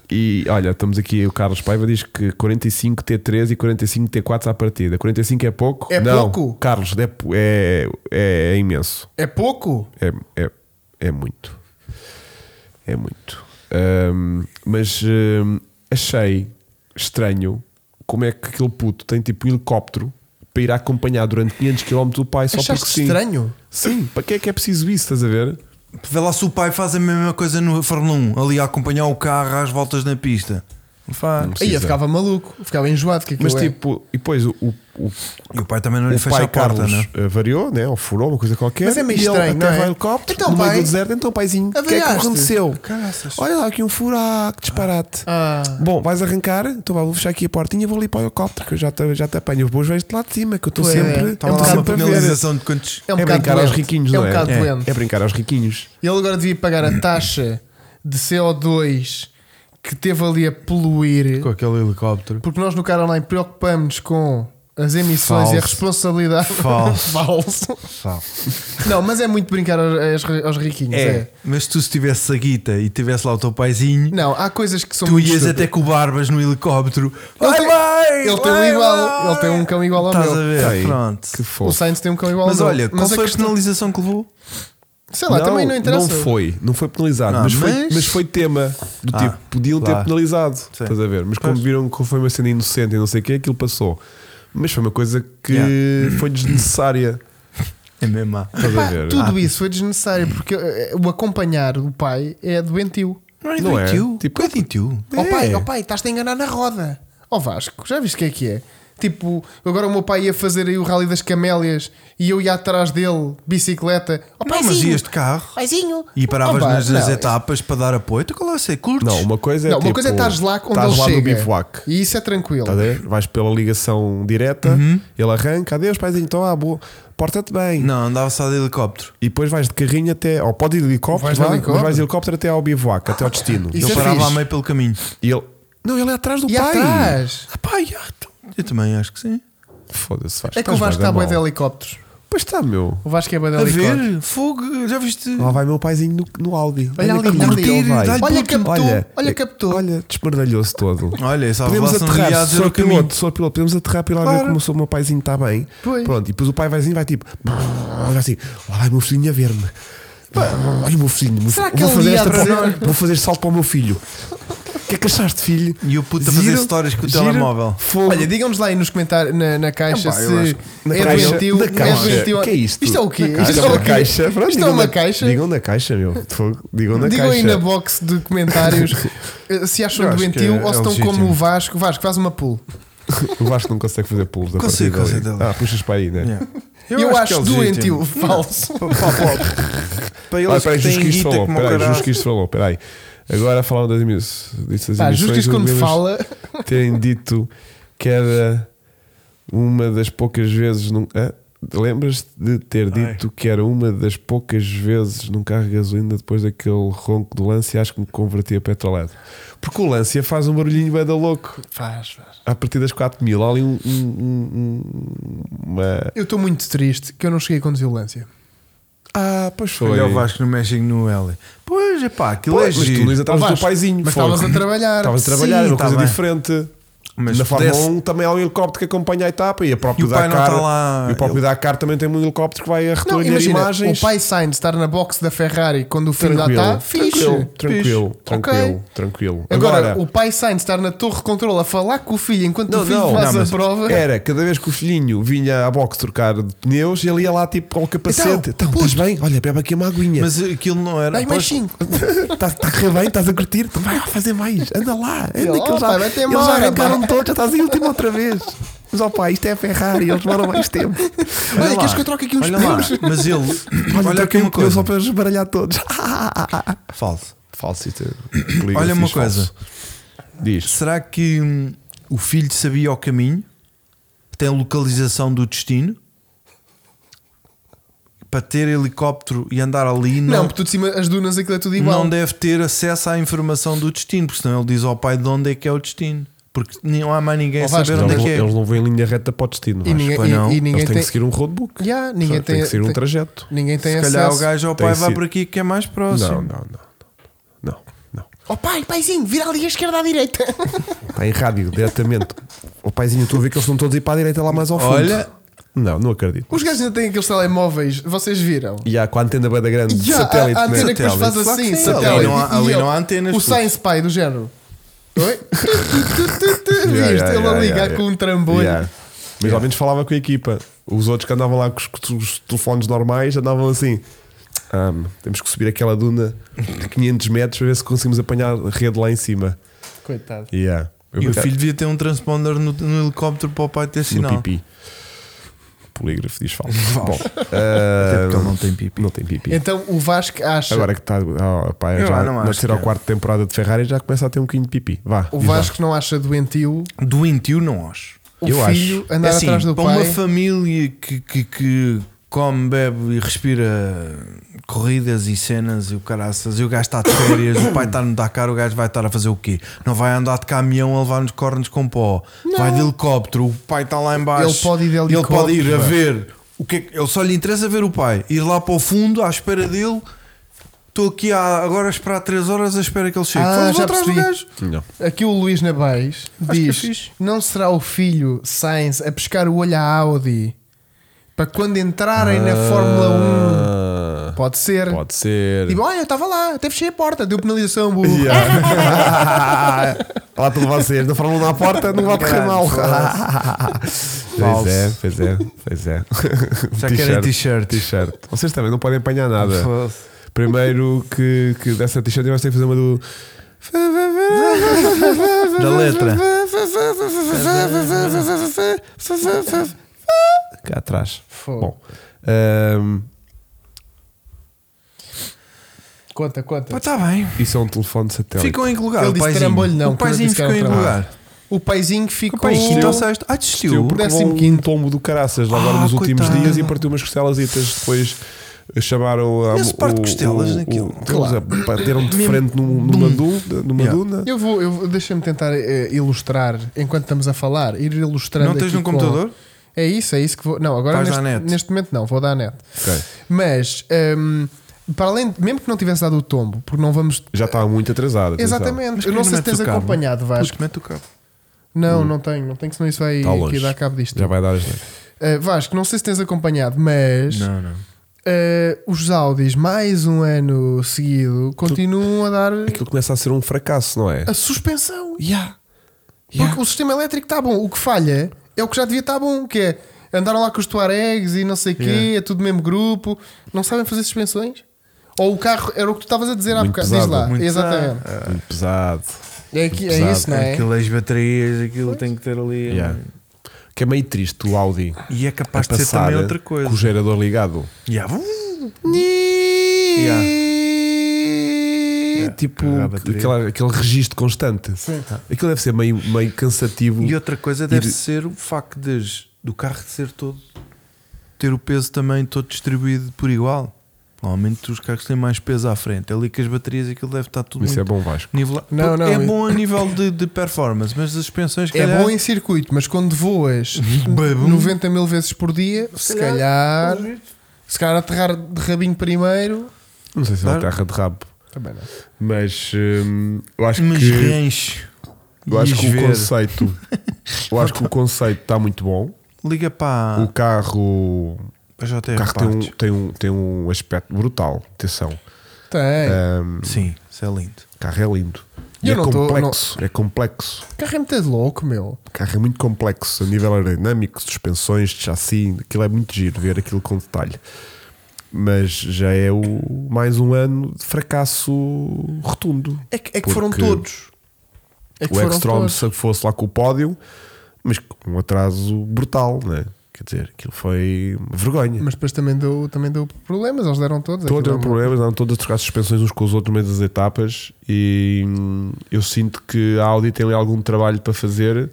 e, olha, estamos aqui. O Carlos Paiva diz que 45 T3 e 45 T4 à partida. 45 é pouco?
É
Não,
pouco?
Carlos, é, po- é, é, é imenso.
É pouco?
É, é, é muito. É muito. Ahm, mas ahm, achei estranho como é que aquele puto tem tipo um helicóptero para ir acompanhar durante 500 km o pai só
Achaste
porque sim.
estranho?
Sim, para que é que é preciso isso? Estás a ver?
Vê lá se o pai faz a mesma coisa no Fórmula 1, ali a acompanhar o carro às voltas na pista. Não faz.
Ah, Aí
Precisa.
eu ficava maluco, ficava enjoado. Que
Mas
aquilo é.
tipo, e depois o, o, o,
E o pai também não lhe
o
fecha a
pai
porta,
Carlos
né?
eh, variou, né? ou furou, uma coisa qualquer.
Mas é meio
e ele
estranho, não
aterra
é?
o helicóptero
Então,
no meio
pai,
do deserto. Então, paizinho, o que é que
avariaste?
aconteceu?
Caraças.
Olha lá aqui um furo, ah, que disparate.
Ah,
Bom, vais arrancar, então vá, vou fechar aqui a portinha, vou ali para o helicóptero, que eu já te, já te apanho. Depois vejo-te lá de cima, que eu estou
Pois é.
sempre.
É um
estou
Há uma
bocado
sempre a ver.
penalização de quantos.
é um
É
bocado
brincar aos
doente.
riquinhos,
É
não
um
é?
bocado
É.
doente.
É brincar aos riquinhos.
Ele agora devia pagar a taxa de CO2 que teve ali a poluir.
aquele helicóptero.
Porque nós no cara online preocupamos-nos com as emissões
Falso.
e a responsabilidade.
Falso.
*laughs* Falso. Não, mas é muito brincar aos, aos- aos riquinhos. É.
É, mas tu se tivesse a guita e tivesse lá o teu paizinho,
Não, há coisas que são
tu
muito
ias
estúpidas.
até com o Barbas no helicóptero.
Ele
Vai,
tem-
vai,
ele tem um
vai,
igual,
vai.
ele tem um cão igual ao
Estás
meu. Tá
a ver,
Tem.
É, pronto.
Que
O
fofo.
Sainz tem um cão igual ao
Mas
meu.
olha, qual
Mas a
foi a
questão-
penalização que levou?
Sei Ah, lá, também não interessa.
não foi, não foi penalizado,
Não,
mas, Foi,
mas-
mas foi tema do
Ah,
tipo, podiam ter
claro.
penalizado, estás a ver? Mas como viram que foi uma cena inocente e não sei o que, aquilo passou. Mas foi uma coisa que
Yeah.
foi desnecessária,
É mesmo. má.
estás a
Pá,
ver?
tudo isso foi desnecessário porque eh, o acompanhar o pai é doentio.
Não é?
doentio?
Tipo,
Coisa doentio.
Ó pai, ó pai, estás-te a enganar na roda. Ó Vasco, já viste o que é que é? Tipo, agora o meu pai ia fazer aí o Rally das Camélias e eu ia atrás dele, bicicleta. Ó
Não,
pai,
mas ias de carro.
paizinho.
E paravas
Ó, Ah, pá,
nas,
não,
nas etapas para dar apoio? Tu qual é sei? Curtes?
Não, uma coisa é
Não, uma
tipo,
coisa é estás lá onde
estás
ele
lá no
chega.
bivouac.
E isso é tranquilo.
Tá a ver? Vais pela ligação direta,
Uhum.
ele arranca, adeus, paizinho, então ah, boa, porta-te bem.
Não, andava só de helicóptero.
E depois vais de carrinho até, ou pode ir de helicóptero,
Vais de
vá, mas
helicóptero.
vais de helicóptero até ao bivouac, até ao destino.
Isso
Ele
é
parava
fixe.
a meio pelo caminho.
E ele, não, ele é atrás do
E
pai.
atrás.
Ah, pá, já, então. Eu também acho que sim.
Foda-se, faz.
É que o
estás
Vasco
bué
está
da
boa de
mal.
helicópteros.
Pois está, meu.
O Vasco é boa de
A
helicópteros.
ver, fogo, já viste?
Lá vai meu paizinho no, no Audi.
Olha ali,
que
olha
lindo que ele
ali.
vai.
Dá-lhe Olha, puto. captou, olha,
é-
captou.
Olha, desmardalhou-se
*laughs*
todo.
Olha, um essa
Podemos
um
revelação de
aterrar,
viagens
sou
era o caminho.
piloto, sou piloto, podemos aterrar para ir lá ver
Claro.
como o meu paizinho está bem.
Pois.
Pronto, e depois o pai vai tipo, vai assim, lá vai o meu filhinho a ver-me. Olha o meu filhinho, meu
Será
filho,
que
vou
ele
fazer,
ia
esta
adorar?
pro- vou fazer este salto para o meu filho. O que é que achaste, filho?
E o puto a fazer
Giro,
stories com o
giro,
telemóvel.
Fogo.
Olha, digam-nos lá aí nos comentários, na, na caixa,
Ah, pá, eu
se
acho-
Na
é
caixa-
doentio.
na
é
caixa.
doentio.
Que é isto?
Isto é o quê?
Na
Isto é o
uma
quê?
caixa. Pronto,
Isto é
digam
uma
na-
caixa?
Digam na caixa, meu. Fogo, Digam na
Digam aí
caixa.
na box
*laughs*
de comentários eh, se acham
Eu acho que
doentio
é-
ou se
é
estão como
legítimo.
o Vasco. Vasco, faz uma pull.
O Vasco não consegue fazer pulos da
Consigo,
partida ali.
consigo, dá lá.
Ah, puxas para
É.
aí, né?
Yeah.
Eu, acho,
que é
doentio,
legítimo.
*laughs* falso.
Pá, pá, pá. Para
Ah,
eles
peraí, justo
que têm
que isto
guita
falou.
como o
Peraí,
caralho.
justo que isto falou. Peraí. Agora falaram das emissões. das
Pá,
emissões,
Justus
os
quando
membros
fala.
Terem dito que era uma das poucas vezes. Num... Hã? Lembras-te de ter
Ai.
dito que era uma das poucas vezes num carro de gasolina depois daquele ronco do Lancia? Acho que me converti a petrolado. Porque o Lancia faz um barulhinho bem da louco.
Faz, faz.
A partir das 4 mil, há ali um, um- um- um- uma.
Eu estou muito triste que eu não cheguei com violência.
Ah, pois foi.
Olha o Vasco no México no L. Pois é pá, aquilo é
Pois, mas tu não
giro.
ias atrás
Oh,
do teu
Vasco,
paizinho.
Mas
fogo.
estavas a trabalhar.
Estavas a trabalhar,
Sim,
era uma
tá
coisa
bem.
diferente.
Mas
Na Fórmula
pudesse-
1 também há um helicóptero que acompanha a etapa e a própria
E o pai não
Dakar.
está lá.
E o próprio Dakar também tem um helicóptero que vai a
Não,
recolher
imagina,
imagens.
o pai Sainz estar na box da Ferrari quando o filho lá
tranquilo,
está, fixe.
tranquilo, tranquilo,
Fixe.
tranquilo,
Ok.
tranquilo.
Agora, o pai Sainz estar na torre de controle a falar com o filho enquanto o filho faz
não,
a
mas é,
prova.
Era, cada vez que o filhinho vinha à box trocar de pneus, ele ia lá tipo ao capacete. Então,
Então,
estás bem? Olha, bebe aqui uma aguinha.
Mas aquilo não era.
Tá
Dá-lhe mais
Pois,
Então,
cinco.
Estás *laughs* tá a correr bem, estás a curtir, então vai lá fazer mais, anda lá,
Ele,
anda que
ó,
eles já,
pai, vai ter
eles
uma
já
hora,
arrancaram
pá.
todos, já estás em último outra vez. Mas ó pá, isto é a Ferrari, eles demoram mais tempo.
Olha,
lá.
queres que eu troque aqui uns
Olha lá,
pneus? *coughs*
mas ele.
Olha,
Olha aqui
um
uma coisa.
só para esbaralhar *coughs* todos.
Falso.
Falso, isto é-
Olha uma
diz falso.
coisa.
Diz.
Será que hum, o filho sabia o caminho? Tem localização do destino? Para ter helicóptero e andar ali,
Não,
não,
porque tudo de cima, as dunas aquilo é tudo igual.
não deve ter acesso à informação do destino, porque senão ele diz ao pai de onde é que é o destino. Porque não há mais ninguém a
Oh, Vasco,
saber onde é que é.
não vêm em linha reta para o destino,
e
Vasco.
ninguém,
pois
e-
não.
e
Eles
ninguém tem,
um roadbook.
Yeah, ninguém tem- tem-
um trajeto.
ninguém tem
Se
acesso.
calhar o gajo ao
Tem
pai vai
sido.
por aqui que é mais próximo.
não, não, não. Não, não.
Oh pai, paizinho, vira ali à esquerda à direita.
Está em rádio, diretamente. O paizinho, estou a ver que eles estão todos a ir para a direita lá mais ao fundo.
Olha.
Não, não acredito.
Os gajos ainda têm aqueles telemóveis, vocês viram?
E há com a antena bem da grande, de
Yeah,
satélite,
a, a
né?
antena que depois faz
Satélite. Claro
assim,
que sim.
satélite.
Ali não há-
E
ali
ele-
não há antenas,
O
puto.
Science Pai do género. Oi? Viste?
Yeah, yeah,
Ele a
yeah,
ligar
yeah.
com um trambolho.
Yeah. Mas ao menos falava com a equipa. Os outros que andavam lá com os, com os telefones normais andavam assim. "Ah, temos que subir aquela duna de 500 metros para ver se conseguimos apanhar a rede lá em cima.
Coitado.
Yeah. Eu
E
por
o
acaso-
filho devia ter um transponder no, no helicóptero para o pai ter
no
sinal.
pipi. Polígrafo diz falso.
Falso.
Bom,
Até
ah,
porque ele não tem pipi.
não tem pipi.
Então o Vasco acha.
Agora que está oh, pá,
Eu
já
não
na
acho
terceira
que é.
ou quarta temporada de Ferrari já começa a ter um bocadinho de pipi. Vá.
o
diz lá.
Vasco não acha doentio
Doentio não acho.
o
Eu
filho andar
É assim,
atrás do
para
pai.
uma família que, que, que come, bebe e respira corridas e cenas e o caraças, e o gajo está de férias, o pai está no Dakar, o gajo vai estar a fazer o quê? Não vai andar de caminhão a levar nos cornos com pó, vai de helicóptero, o pai está lá em baixo,
Ele pode ir de
e ele pode ir a
helicóptero.
ver o que é que- ele só lhe interessa ver o pai, ir lá para o fundo à espera dele. Estou aqui a- agora é a esperar 3 horas à espera que ele chegue.
Ah,
Fomos
já
atrás do
percebi.
gajo.
Não.
Aqui o Luís Nabais
que é
diz:
fixe.
Não será o filho Sainz a pescar o olho à Audi para quando entrarem na
É um.
Fórmula 1? Pode ser.
Ah. Pode ser. *laughs*
Tipo, olha, eu estava lá, até fechei a porta, deu penalização, burro.
Yeah. *laughs* Lá tudo vocês, na Fórmula 1 à porta, não vai correr mal. pois
Falso.
é, pois é, pois *laughs* é.
Já querem
T-shirt. T-shirt. Vocês também não podem apanhar
É.
nada. Primeiro que, que dessa t-shirt eu vais ter que fazer uma do.
Da letra.
Cá atrás.
Fogo.
Bom. ehm, ahm,
Conta, conta.
Está tá bem.
isso é um telefone satélite.
Ficou em que lugar?
Ele
o
disse
paizinho?
trambolho, não,
O
que eu
paizinho
disse que era
ficou em que
um
lugar?
O paizinho ficou.
O pai quinto ou sexto? Ah,
Partiu,
desistiu.
porque
Décimo
levou um
quinto.
tombo do caraças lá agora
Ah,
nos últimos
coitado.
dias e partiu umas costelas depois chamaram a
Esse par de costelas naquilo.
Claro. Bateram um de frente num- numa, duna, numa
um. Yeah.
duna.
Eu vou, eu, vou- deixa-me tentar eh, ilustrar enquanto estamos a falar, ir ilustrando.
Não tens
aqui
no
com-
computador?
É isso, é isso que vou. Não, agora
Vais
neste,
dar net.
neste momento não, vou dar a net.
Ok.
Mas, hum, para além, de- mesmo que não tivesse dado o tombo, porque não vamos.
Já estava muito atrasado. atenção.
Exatamente,
Mas
eu não
quem
sei se
mete o
é
tens
cabo?
acompanhado, Vasco.
Puto, mete o cabo.
Não, não tenho, não tenho, senão isso vai
hum. Tá longe.
aqui dar cabo disto.
Já vai dar as.
Uh, Vasco, não sei se tens acompanhado, mas
Não, não.
uh, os Audis, mais um ano seguido, continuam a dar
Aquilo começa a ser um fracasso, não é?
Ah,
a suspensão.
Yeah.
Porque o sistema elétrico está bom, o que falha é o que já devia estar bom, que é andaram lá com os tuaregs e não sei o quê, é tudo do mesmo grupo, não sabem fazer suspensões? Ou o carro, era o que tu estavas a dizer há
Muito
bocado,
pesado,
diz lá,
muito
exatamente.
Ah, Muito pesado.
É, aqui- é
pesado.
isso, não é?
Aquilo as baterias, aquilo tem que ter ali.
Yeah. Que é meio triste o Audi.
E é capaz
a
de ser
passar
também outra coisa.
Com o gerador ligado.
Yeah.
É, tipo
carregar a bateria.
aquela, aquele registro constante.
Sim.
Tá. Aquilo deve ser meio, meio cansativo.
E outra coisa deve
Ir-
ser o facto de, do carro de ser todo ter o peso também todo distribuído por igual. Normalmente os carros têm mais peso à frente. É ali que as baterias aquilo deve estar tudo
Isso é
muito
bom, Vasco.
nivelado.
Não, não,
é
eu-
bom a nível de, de performance, mas as suspensões
É bom em circuito, mas quando *laughs* voas 90 mil vezes por dia, se calhar, se calhar aterrar de rabinho primeiro,
Não sei se é uma
Claro.
terra de rabo.
também não.
Mas hum, eu acho
mas
que,
reenche.
eu acho
Ias
que o
ver.
conceito. Eu acho que o conceito está muito bom.
Liga para
O carro.
a JR
O carro tem um,
Ah. Partes.
tem, um, tem um aspecto brutal. Atenção.
Tem.
Hum,
Sim, isso é lindo.
o carro é lindo. E
Eu
é
não tô-
complexo. É complexo.
Carro é muito louco, meu.
O carro é muito complexo a nível aerodinâmico, suspensões, chassi, aquilo é muito giro ver aquilo com detalhe. Mas já é o mais um ano de fracasso rotundo.
É que, é que foram
Porque
todos. É que
o
foram
Extrom,
todos.
se fosse lá com o pódio, mas com um atraso brutal, né? Quer dizer, aquilo foi uma vergonha.
Mas depois também deu, também deu problemas, eles deram todos.
Estão a
aquilo
ter
é uma-
problemas, andam todos a trocar suspensões uns com os outros no meio das etapas e hum, eu sinto que a Audi tem ali algum trabalho para fazer,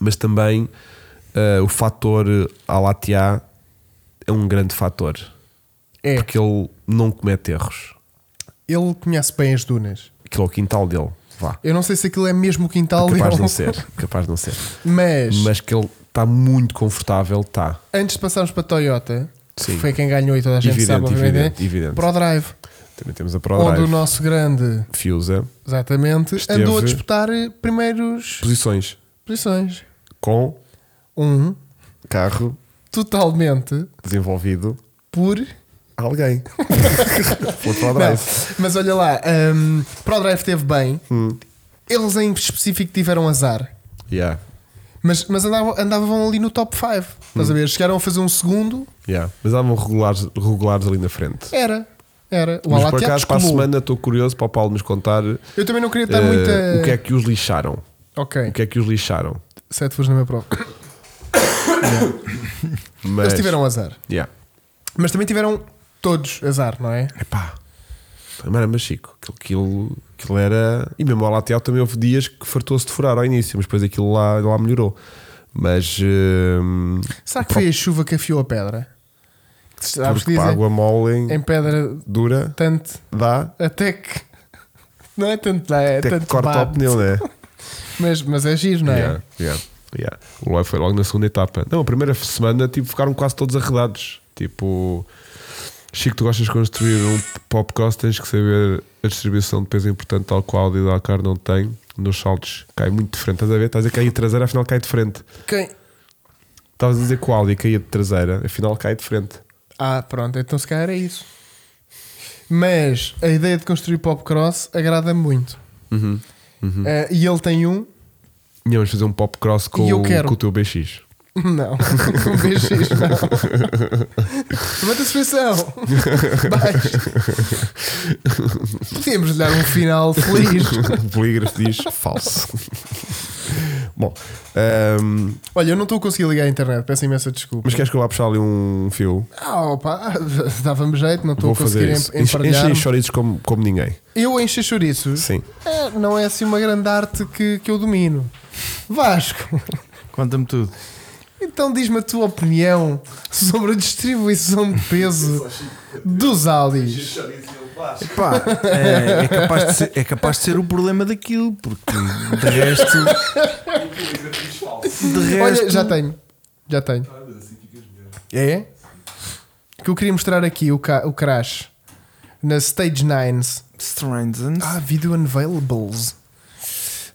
mas também ah, o fator Alatia é um grande fator
É,
porque ele não comete erros.
ele conhece bem as dunas.
Aquilo é o quintal dele, vá.
Eu não sei se aquilo é mesmo o quintal dele,
Capaz de não ser, capaz de não
*laughs*
ser.
Mas,
Mas que ele está muito confortável, está.
antes de passarmos para a Toyota,
Sim.
que foi quem ganhou e toda a gente
Evidente,
sabe,
evidente, evidente.
ProDrive,
Também temos a
onde o
ProDrive,
nosso grande,
Fiusa,
exatamente,
Esteve-
andou a disputar eh, primeiros
posições
posições.
com
Um,
carro
totalmente
desenvolvido
por.
alguém. Pelo
Não,
ProDrive.
*laughs* mas olha lá, hum, ProDrive teve bem,
Hum.
eles em específico tiveram azar.
Yeah,
Mas, mas andavam, andavam ali no top 5.
Hum.
Estás a ver? Chegaram a fazer um segundo,
yeah. Mas estavam regulares, regulares ali na frente.
era. Era. O
Mas por
Alatia
acaso, para a
descolou.
semana, estou curioso para o Paulo nos contar
Eu também não queria estar
eh,
muito.
o que é que os lixaram.
Ok,
O que é que os lixaram.
sete furos na
*coughs*
minha prova.
Mas,
Eles tiveram azar.
Yeah.
Mas também tiveram todos azar, não é?
Epá, mas Chico, aquilo, aquilo, aquilo era. E mesmo ao Lateal também houve dias que fartou-se de furar ao início, mas depois aquilo lá, lá melhorou. Mas. hum,
Será que foi a chuva que afiou a pedra? Sabes que
porque para
dizem?
água mole
Em pedra
dura,
tanto
dá,
até que. *laughs* Não é tanto dá, é
até que
tanto
corta
bate.
o pneu, né?
Mas, mas é giro, não é?
Yeah, yeah, yeah. O Loy foi logo na segunda etapa. Não, a primeira semana tipo, ficaram quase todos arredados. Tipo, Chico, tu gostas de construir um podcast, tens que saber a distribuição de peso importante, tal qual o Audi da Dakar não tem. Nos saltos cai muito de frente. Estás a ver? Estás a cair de traseira, afinal cai de frente.
Quem?
Estavas a dizer que o Audi caía de traseira, afinal cai de frente.
Ah, pronto, então se calhar é isso. Mas a ideia de construir popcross agrada-me muito.
Uhum.
Eh, e ele tem um. *laughs*
E vamos fazer um pop cross com,
E eu
o-
quero.
com o teu
*laughs*
BX.
Não, um
*laughs*
BX não. Uma *laughs* suspensão. Baixo. Podíamos lhe dar um final feliz.
o polígrafo diz
*laughs*
falso. Bom, ahm,
Olha, eu não estou a conseguir ligar a internet, peço imensa desculpa.
mas queres que eu vá puxar ali um fio?
Ah, opa, *laughs* dava-me jeito, não estou
Vou
a conseguir
fazer
em-
isso. Enche-
emparelhar.
Enchem chorizos como, como ninguém.
Eu encher chouriço
Sim.
é, não é assim uma grande arte que, que eu domino. Vasco.
Conta-me tudo.
Então diz-me a tua opinião sobre a distribuição de peso dos Audis.
Pá, é, é capaz de ser, é capaz de ser o problema daquilo, porque de resto. De resto É
Olha, já tenho. Já tenho. É? Que eu queria mostrar aqui o, ca- o Crash na Stage 9.
Strands.
Ah, Video Unavailables.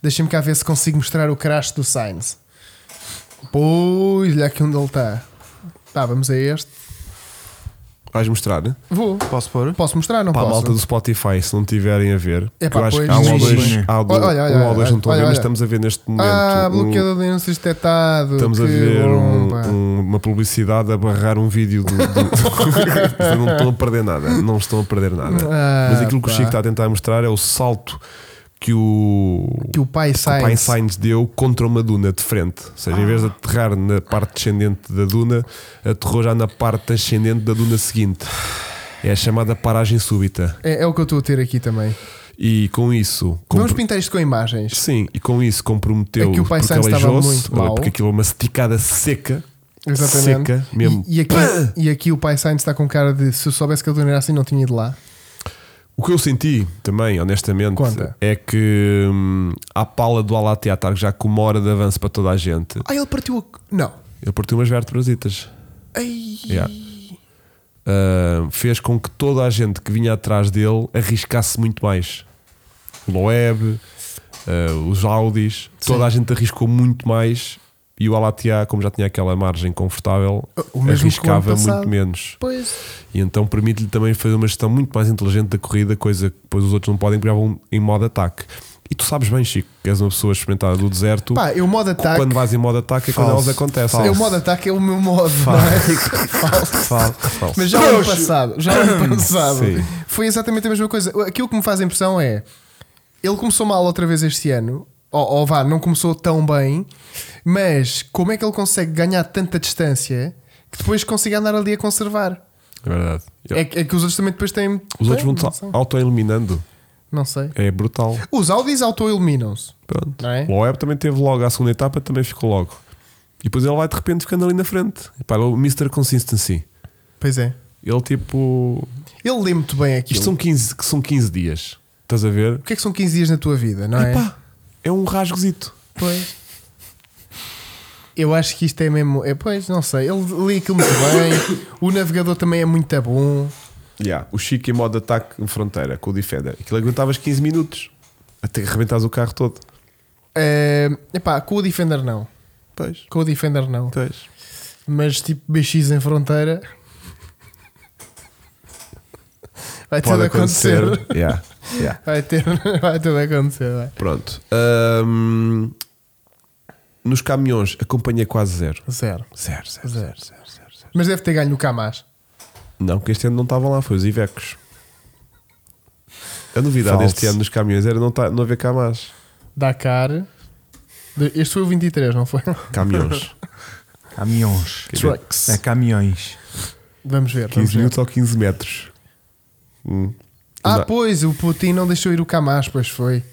Deixa-me cá ver se consigo mostrar o Crash do Sainz. Pois, olha aqui onde ele está. Tá, vamos a este.
Vais mostrar, né?
Vou.
Posso pôr?
Posso mostrar? Não
Para a
posso.
malta do Spotify, se não tiverem a ver,
É
que eu
pá,
acho que
pois,
há um ou
sim,
dois,
sim.
há do-
Olha, olha,
um ou dois não estão a ver, mas
olha, olha.
estamos a ver neste momento.
ah,
um-
bloqueador de anúncios detectado.
Estamos a
Que
ver um-
bom, pá.
um- uma publicidade a barrar um vídeo do. *laughs* do- Portanto, não estão a perder nada, não estão a perder nada.
Ah,
Mas aquilo que o
pá.
Chico está a tentar mostrar é o salto que o.
que o pai
o Pai
Sainz.
Sainz deu contra uma duna de frente. Ou seja, em
Ah.
vez de aterrar na parte descendente da duna, aterrou já na parte ascendente da duna seguinte. É a chamada paragem súbita.
É, é o que eu estou a ter aqui também.
E com isso.
Vamos
compro-
pintar isto com imagens.
Sim, e com isso comprometeu
É que o Pai
porque
Sainz estava
aleijou-se,
muito
olha,
mal.
porque aquilo é uma esticada seca.
Exatamente.
Seca, mesmo. Ah!
E, e aqui,
Pá!
e aqui o pai Sainz está com cara de se eu soubesse que a dona era assim, não tinha ido lá.
O que eu senti também, honestamente,
Conta.
é que hum, a pala do Alatea está já com uma hora de avanço para toda a gente.
Ah, ele partiu a. Não.
Ele partiu umas vértebrasitas.
Ai.
Yeah. Ah, fez com que toda a gente que vinha atrás dele arriscasse muito mais. O Loeb, ah, os Audis, toda a gente arriscou muito mais. E o Alatia, como já tinha aquela margem confortável,
O mesmo que o ano
arriscava
passado.
muito menos.
Pois.
E então permite-lhe também fazer uma gestão muito mais inteligente da corrida, coisa que depois os outros não podem, porque já vão em modo ataque. E tu sabes bem, Chico, que és uma pessoa experimentada do deserto.
Pá, eu modo ataque.
quando vais em modo ataque é quando
Falso.
elas acontecem.
Eu modo ataque é o meu modo. não é?
Fala.
Falso.
Mas já o ano passado, já o ano passado
Sim.
foi exatamente a mesma coisa. Aquilo que me faz a impressão é ele começou mal outra vez este ano, ou, ou vá, não começou tão bem, mas como é que ele consegue ganhar tanta distância que depois consiga andar ali a conservar?
É verdade.
É, que- é que os outros também depois têm.
Os outros
têm,
vão-te auto-eliminando.
não sei. Não sei.
É brutal.
Os Audis auto-iluminam-se.
Pronto.
Não é?
O Web também teve logo a segunda etapa, também ficou logo. E depois ele vai de repente ficando ali na frente. Epá, ele é o Mr. Consistency.
Pois é.
Ele tipo.
Ele lê muito bem aquilo.
Isto são 15, que são 15 dias. Estás a ver?
O que é que são 15 dias na tua vida, não é?
Epá, é um rasgozito.
Pois. Eu acho que isto é mesmo. É, pois, não sei. Ele lê aquilo muito bem. O navegador também é muito bom.
Yeah, o Chico em modo ataque em fronteira com o Defender. Aquilo aguentavas 15 minutos até arrebentares o carro todo.
É, epá, com o Defender não.
Pois.
Com o Defender não.
Pois.
Mas tipo BX em fronteira. Vai tudo
Pode
acontecer.
acontecer. *laughs* Yeah, yeah.
Vai, ter, *laughs* vai tudo acontecer. Vai.
Pronto. Ahm, nos caminhões, acompanha quase zero.
Zero.
Zero, zero,
Zero.
zero, zero, zero, zero.
Mas deve ter ganho o Kamaz.
Não, porque este ano não estavam lá, foi os Ivecos. A novidade
Falso.
deste ano nos caminhões era não, tá, não haver cá mais.
Dakar. De- Este foi o 23, não foi?
*laughs*
Caminhões.
Caminhões.
Quer dizer,
Trucks.
É caminhões.
Vamos ver. Vamos
15
ver.
minutos ou 15 metros. Hum.
Ah,
Não.
pois, o Putin não deixou ir o Kamaz, pois foi.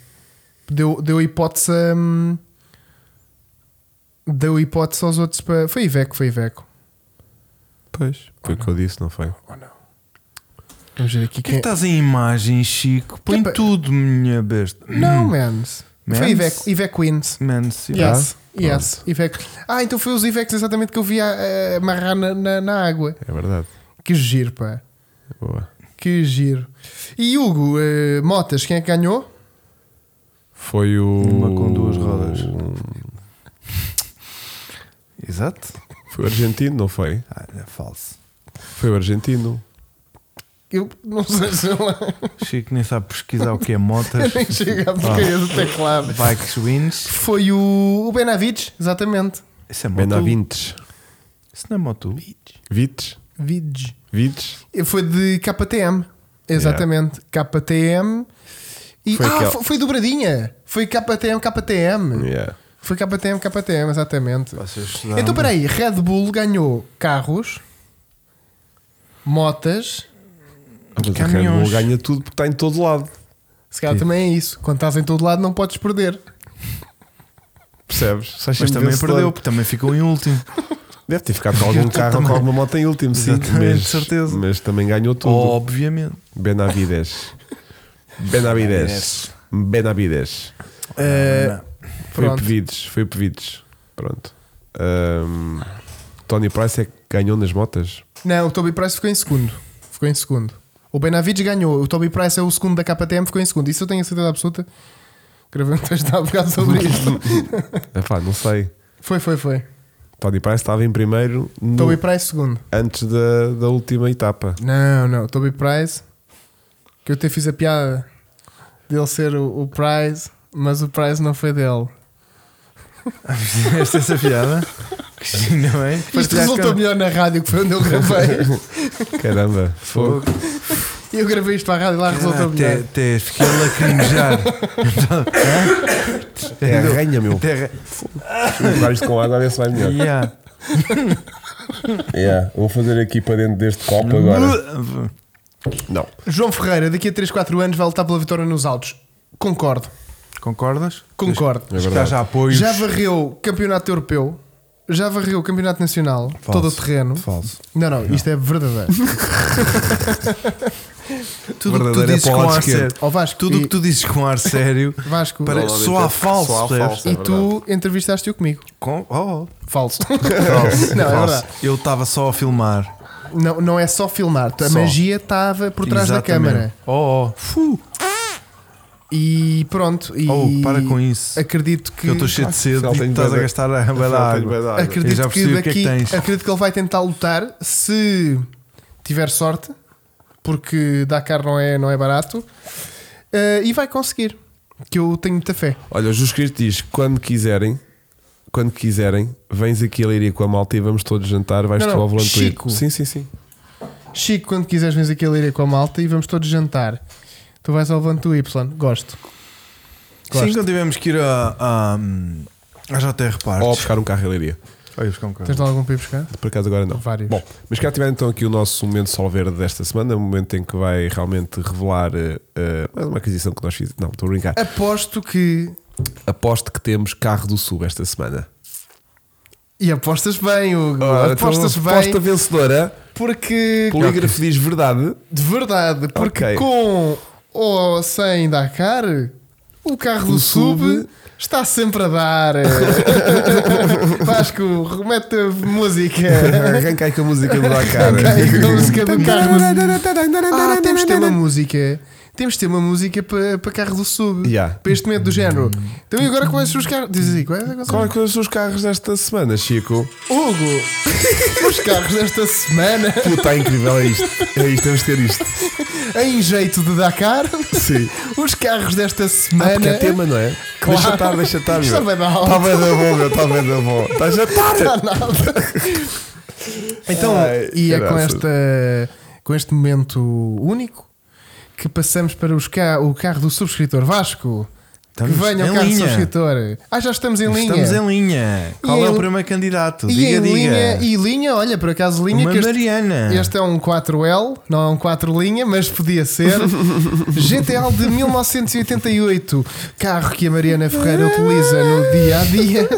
Deu, deu hipótese a. hum, Deu hipótese aos outros para. Foi Iveco, foi Iveco.
Pois. Foi o que eu disse, não foi? É
Ou não? Vamos ver aqui
Por que é que
quem.
estás em imagens, Chico? Põe
Epa.
tudo, minha besta.
Não, mans. Foi
Mans?
Iveco, Iveco Wins.
Man, se-
Yes, yes, Iveco. Ah, então foi os Ivecos exatamente que eu vi a- a amarrar na, na, na água.
É verdade.
Que giro, pá.
Boa.
Que giro. E Hugo, eh, Motas, quem é que ganhou?
Foi o.
Uma com duas rodas. Exato.
Foi o argentino, não foi?
Ah, é falso.
Foi o argentino.
Eu não sei se eu *laughs*
Chico nem sabe pesquisar o que é motas.
nem cheguei à porcaria
Ah.
do teclado.
Bikes wins.
Foi o, o Benavides, exatamente.
Isso é moto.
Benavintes.
Isso não é moto.
Vites?
Vides.
Vites?
Foi de KTM, exatamente. KTM. E,
Foi
ah,
aquele-
foi, foi dobradinha. Foi KTM,
Hum.
KTM.
Yeah.
Foi KTM, KTM, exatamente.
Vocês estudaram
Então peraí, Red Bull ganhou carros, motas.
Ah, Mas a Red
Caminhões.
Bull ganha tudo porque está em todo lado.
Se calhar também é isso. Quando estás em todo lado, não podes perder.
Percebes? Sais
Mas
sempre
também
vencedor.
perdeu, porque também ficou em último.
Deve ter ficado com algum carro ou com
Também.
alguma moto em último, sim.
Exatamente,
Mas,
de certeza. Oh.
mas também ganhou tudo.
Obviamente.
Benavides. Benavides. Benavides.
Eh,
Não.
Foi
Pronto.
pedidos. Foi pedidos. Pronto. Ahm, Tony Price é que ganhou nas
*laughs*
motas.
Não, o Toby Price ficou em segundo. Ficou em segundo. O Benavides ganhou. O Toby Price é o segundo da KTM, ficou em segundo. Isso eu tenho a certeza absoluta. Gravei um texto há bocado
*laughs*
sobre isto.
Epá, não sei.
foi, foi, foi.
Tony Price estava em primeiro no-
Então
Toby Price segundo.
antes da, da última etapa.
Não, não. Toby Price. Que eu até fiz a piada dele ser o, o Price, mas o Price não foi dele.
*laughs* Fizeste essa piada? Que giro, não é?
Isto
Partilhaste
resultou melhor na rádio que foi onde eu *laughs* gravei.
Caramba, fogo.
Eu gravei isto para a rádio e lá
com-
resultou
até,
melhor.
Ah, até fiquei a lacrimejar.
É arranha, meu. É.
Até-
Jogar isto com água a ver se vai melhor.
Yeah.
Yeah, Vou fazer aqui para dentro deste copo Não.
João Ferreira, daqui a 3, 4 anos vai lutar pela vitória nos autos. Concordo,
Concordas?
concordo.
É verdade.
Estás já apoio.
Já varreu campeonato europeu, já varreu campeonato nacional, todo o terreno.
Falso.
Não, não, isto é *laughs* verdadeiro.
Tudo o que tu
Verdadeiro é
dizes
para o
com
lado
ar
esquerdo.
sério.
Ó Vasco,
Tudo o
e,
que tu dizes com ar sério.
Vasco,
Para-
e
é- Só há falso,
Só há
percebes?
falso, é verdade.
tu entrevistaste-o comigo.
Com... Oh,
Falso. *laughs*
falso.
Não, é
falso.
verdade.
Eu estava só a filmar.
Não, não é só filmar, a
Só.
magia estava por trás da
Exatamente.
câmara.
Oh, oh. Fu.
E pronto. E
Oh, para com isso.
Acredito que.
Que eu estou cheio de sede
Afinal,
e
tenho
estás a
bué de-
gastar a
Afinal,
bela
tenho bué de
água.
água.
Eu já
Acredito que
percebi o que é
daqui
que tens.
acredito que ele vai tentar lutar se tiver sorte, porque Dakar não é, não é barato, eh, e vai conseguir. Que eu tenho muita fé.
Olha, o Jesus Cristo diz: quando quiserem, quando quiserem, vens aqui a Leiria com a malta e vamos todos jantar. Vais
Não,
tu
não,
ao volante
Chico.
comigo. Sim, sim, sim.
Chico, quando quiseres, vens aqui a Leiria com a malta e vamos todos jantar. Tu vais ao volante do Y, gosto.
Sim, quando tivemos que ir a, a, a JR Partes.
Ou a buscar um carro a Leiria.
Olha, os cão, cara.
Tens lá algum para ir buscar?
Por acaso agora não.
Vários.
Bom, mas cá tiver então aqui o nosso momento sol verde desta semana, o momento em que vai realmente revelar eh, eh, mais uma aquisição que nós fizemos. Não, estou a brincar.
É. Aposto que.
Aposto que temos carro do Sul esta semana.
E apostas bem, Hugo.
Ora, então,
apostas bem.
aposta
*laughs*
vencedora.
Porque.
Polígrafo diz
*laughs*
verdade.
De verdade, porque
Ok.
com ou sem Dakar, o carro do
O
sub,
sub
está sempre a dar. eh,
*laughs*
Vasco, remete a música.
Arranca aí com a música do Dakar.
Ok, a música do carro. Ah, temos de ter uma música. Temos de ter uma música para, para carro do sub.
Yeah.
Para este momento do género. Então e agora quais são os carros? Diz aí, quais, quais
Qual
são?
é que foram os seus carros desta semana, Chico?
Hugo, os carros desta semana
Puta, é incrível, é isto. É isto, temos de ter isto.
em jeito de Dakar.
Sim.
Os carros desta
Ah,
semana.
porque é tema, não é?
Claro.
Deixa estar, deixa estar, meu.
Está bem da alta.
Está bem da bom, meu. Está bem da bom. Está já tá estar.
Está nada. Então,
Ai,
e é com,
graças.
esta, com este momento único que passamos para os ca- o carro do subscritor Vasco.
Estamos
que venha
em
o carro do
linha.
subscritor. Ah, já estamos em linha.
Estamos em linha. Qual
E
é
em-
o primeiro candidato?
E
diga,
em
diga.
linha, e linha, olha, por acaso linha
Uma
que este,
Mariana.
este é um 4L, não é um 4 linha, mas podia
*laughs*
ser. GTL de 1988, carro que a Mariana Ferreira utiliza no dia a dia.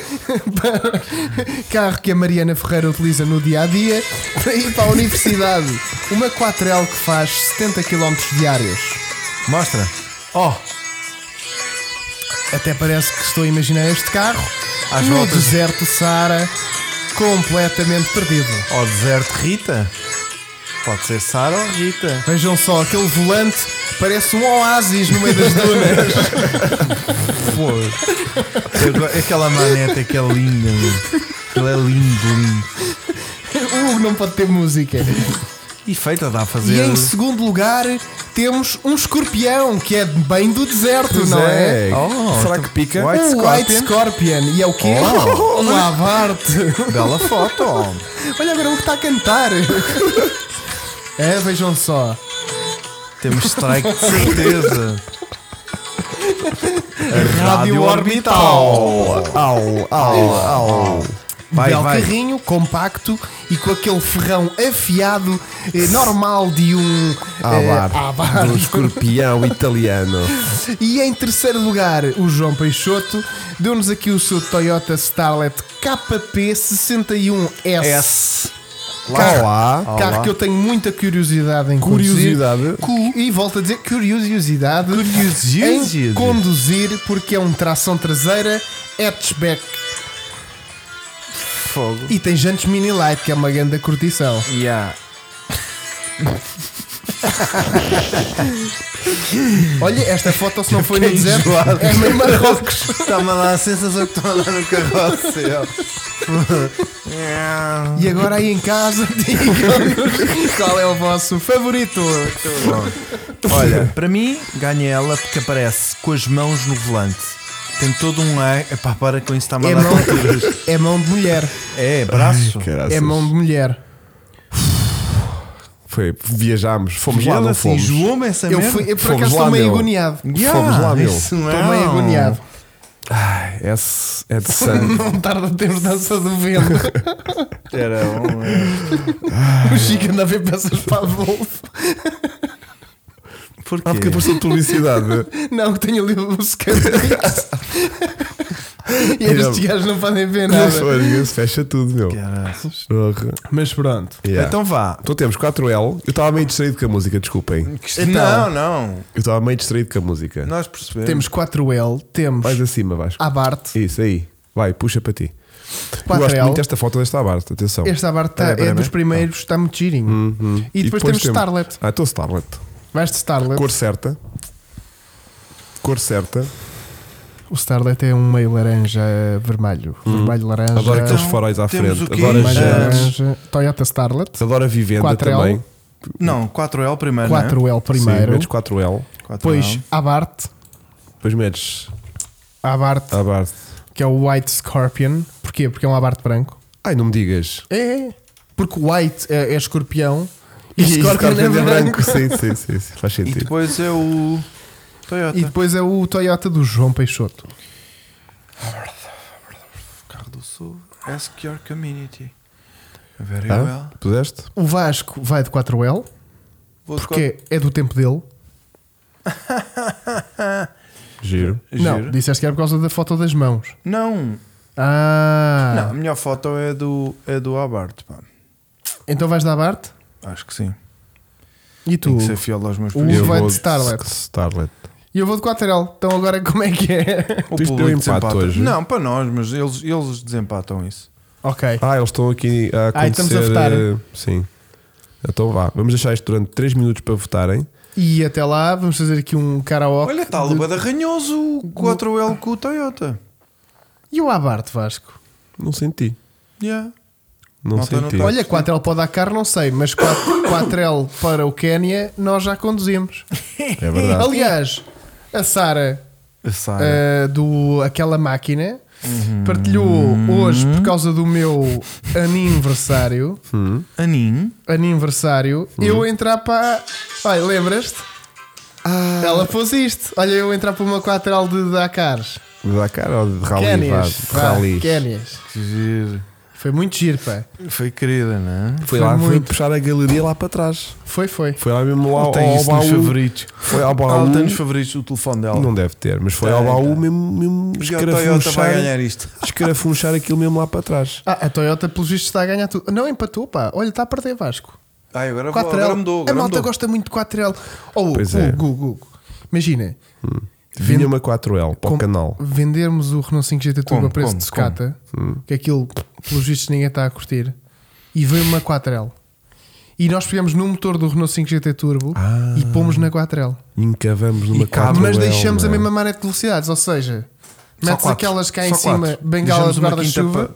*laughs* carro que a Mariana Ferreira utiliza no dia a dia para ir para a universidade. Uma 4L que faz 70 km diários.
Mostra. Oh,
Até parece que estou a imaginar este carro
Às
no
voltas.
deserto Saara, completamente perdido.
oh deserto Rita. Pode ser Sara ou Rita.
Vejam só, aquele volante parece um oásis no meio das dunas.
Pô. Eu go- Aquela maneta que é linda. meu. Aquilo é lindo, lindo.
O Hugo Uh, não pode ter música.
E feita dá a
E é
fazer.
em segundo lugar, temos um escorpião, que é bem do deserto, não é?
Oh,
Será que pica?
White
Um White Scorpion. E é o quê?
Oh.
Um lavarte.
Bela foto.
Olha agora o que está a cantar. *laughs* É, vejam só.
Temos strike de certeza.
Rádio
Orbital. Au, au, au. Vai,
Bel
vai.
carrinho, compacto e com aquele ferrão afiado, eh, normal de um eh, Abarth.
Um escorpião italiano.
E em terceiro lugar, o João Peixoto deu-nos aqui o seu Toyota Starlet KP61S.
S.
Carro,
Olá.
um carro
Olá.
que eu tenho muita curiosidade em
Curiosidade.
conduzir. Cu- e volto a dizer curiosidade.
Curiosidade.
Em conduzir, porque é um tração traseira hatchback.
Fogo.
E tem Jantes Mini Light, que é uma grande curtição.
Yeah.
Olha, esta foto, se
*laughs*
não foi no
Fiquei
deserto,
enjoado.
é mesmo Marrocos.
Está-me a dar a sensação que estou a andar no carrossel.
E agora aí em casa, *laughs* digam qual é o vosso favorito.
*laughs* Olha, para mim, ganha ela porque aparece com as mãos no volante. Tem todo um ar. Epá, para com isso, está-me
É
a dar
mão,
tonturas.
*laughs* é mão de mulher.
É, braço.
Caraças.
É mão de mulher.
Foi, viajámos, fomos
E
lá,
ela
não
assim,
fomos.
enjoou-me essa
É
Eu,
merda.
fui, eu por
Fomos
acaso
lá,
estou meio
meu.
agoniado.
Fomos lá, meu.
isso não. é um-
Estou meio agoniado. *laughs*
Ai, esse é de sangue.
Não tarda a ter dança do
*laughs*
vento.
Era um, é.
O Chico anda a ver peças para a Wolf.
Porquê?
Ah, porque apareceu publicidade.
Não, tenho ali
*laughs*
o Scandrix. e estes gajos não podem ver
Não
nada.
foi, isso fecha tudo, meu.
Caraças.
Porra.
Mas pronto.
Yeah. Então,
Então vá.
temos 4L. Eu estava meio distraído com a música, desculpem.
Não, não.
Eu estava meio distraído com a música.
Nós percebemos.
Temos 4L, temos
Mais acima,
Ah.
Vasco.
Abarte,
Isso aí. Vai, puxa para ti. Eu gosto
4L.
muito desta foto desta abarta, atenção.
Este Abarte tá-
Peraí, peraí,
é dos
peraí.
primeiros, está muito girinho.
Uhum.
E, depois temos Starlet.
Ah, então Starlet.
Vais de Starlet.
Cor certa. Cor certa.
O Starlet é um meio laranja vermelho.
Uhum.
Vermelho laranja.
Adoro
vermelho
aqueles faróis à
temos
frente.
o quê?
Adoro as
Mais
jantes.
laranja. Toyota Starlet.
Adoro a vivenda
4L.
também.
Não, 4L primeiro. né?
4L
Sim,
primeiro.
metes 4L.
Não é?
depois Abarte.
Depois metes
Abarte,
a Bart.
que é o White Scorpion. Porquê? Porque é um Abarte branco.
Ai, não me digas.
É. Porque White é, é escorpião e,
Ih,
Scorpion é
Scorpion
branco.
Sim, sim, sim, sim. Faz
E
sentido.
depois é o Toyota.
E depois é o Toyota do João Peixoto.
Carro do Sul. Ask your community.
é
Very
Ah,
well.
puseste?
O Vasco vai de 4L,
Vou de
porque é do tempo dele.
Giro.
quatro-
Não,
Giro.
disseste que era por causa da foto das mãos.
Não.
Ah,
Não, a melhor foto é do, é do Abarth, pá.
então vais dar Bart
Acho que sim.
e tu.
Tem que ser fiel aos meus
O
princípios.
vai
vou
de Starlet.
Starlet.
E eu vou de 4L, então agora como é que
*laughs*
é?
O
Isto deu
público
empate
desempata.
hoje.
Não, para nós, mas eles, eles desempatam isso.
ok,
Ah, eles estão aqui a acontecer.
Ah, estamos a votar.
eh, Sim. Então vá, vamos deixar isto durante 3 minutos para votarem.
e até lá vamos fazer aqui um karaoke.
Olha, tá está
de-
o da ranhoso o 4L com o Toyota.
E o Abarte Vasco?
Não senti.
Yeah.
Não,
Malta, não
senti.
tá-
Olha, 4L para o Dakar, não sei, mas *coughs* 4, 4L para o Quénia nós já conduzimos.
É verdade. Ah,
Aliás, a Sara
Sabe.
é?
eh, do Aquela Máquina
Uhum.
partilhou hoje, por causa do meu aniversário,
Anin.
aniversário
Uhum.
eu entrar para. Olha, lembras-te?
Ah.
Ela pôs isto. Olha, eu entrar para uma 4L de Dakars.
De Dakar ou de Rally? vá,
Quénias.
de
Vá,
Rally.
Quénias.
Que giro.
Foi muito giro, pá.
Foi querida, não é?
Foi
Foi
lá, foi
muito.
puxar a galeria lá para trás.
Foi, foi.
Foi lá mesmo lá ao,
Tem
ao
isso nos
baú. um?
favoritos.
Foi ao baú.
Ela tem nos favoritos Tá, o telefone dela.
Não deve ter, mas foi
Tem,
ao baú
tem.
mesmo, mesmo
E a
um
Toyota vai
escarafunchar,
ganhar isto.
escarafunchar aquilo mesmo lá para trás.
Ah, a Toyota, pelos vistos, está a ganhar tudo. Não empatou, pá. Olha, está a perder Vasco.
Ai, agora, vou,
4L.
agora mudou.
a
Agora
É malta
mudou.
gosta muito de 4L. Ou
Pois é.
Hugo, Hugo, Hugo. Imagina,
Vinha uma 4L para o
com-
canal.
vendermos o Renault 5 GT Turbo
Como,
a preço
como,
de sucata,
Hum.
que é aquilo, pelos vistos, ninguém está a curtir, e veio uma 4L. E nós pegamos no motor do Renault 5 GT Turbo
Ah.
e pomos na 4L.
E encavamos numa
E cabe,
4L.
mas deixamos a
não é?
mesma manete de velocidades, ou seja,
Só
metes
quatro.
aquelas cá em
Só quatro.
cima, bengalas
Deixamos uma
guarda-chuva.
quinta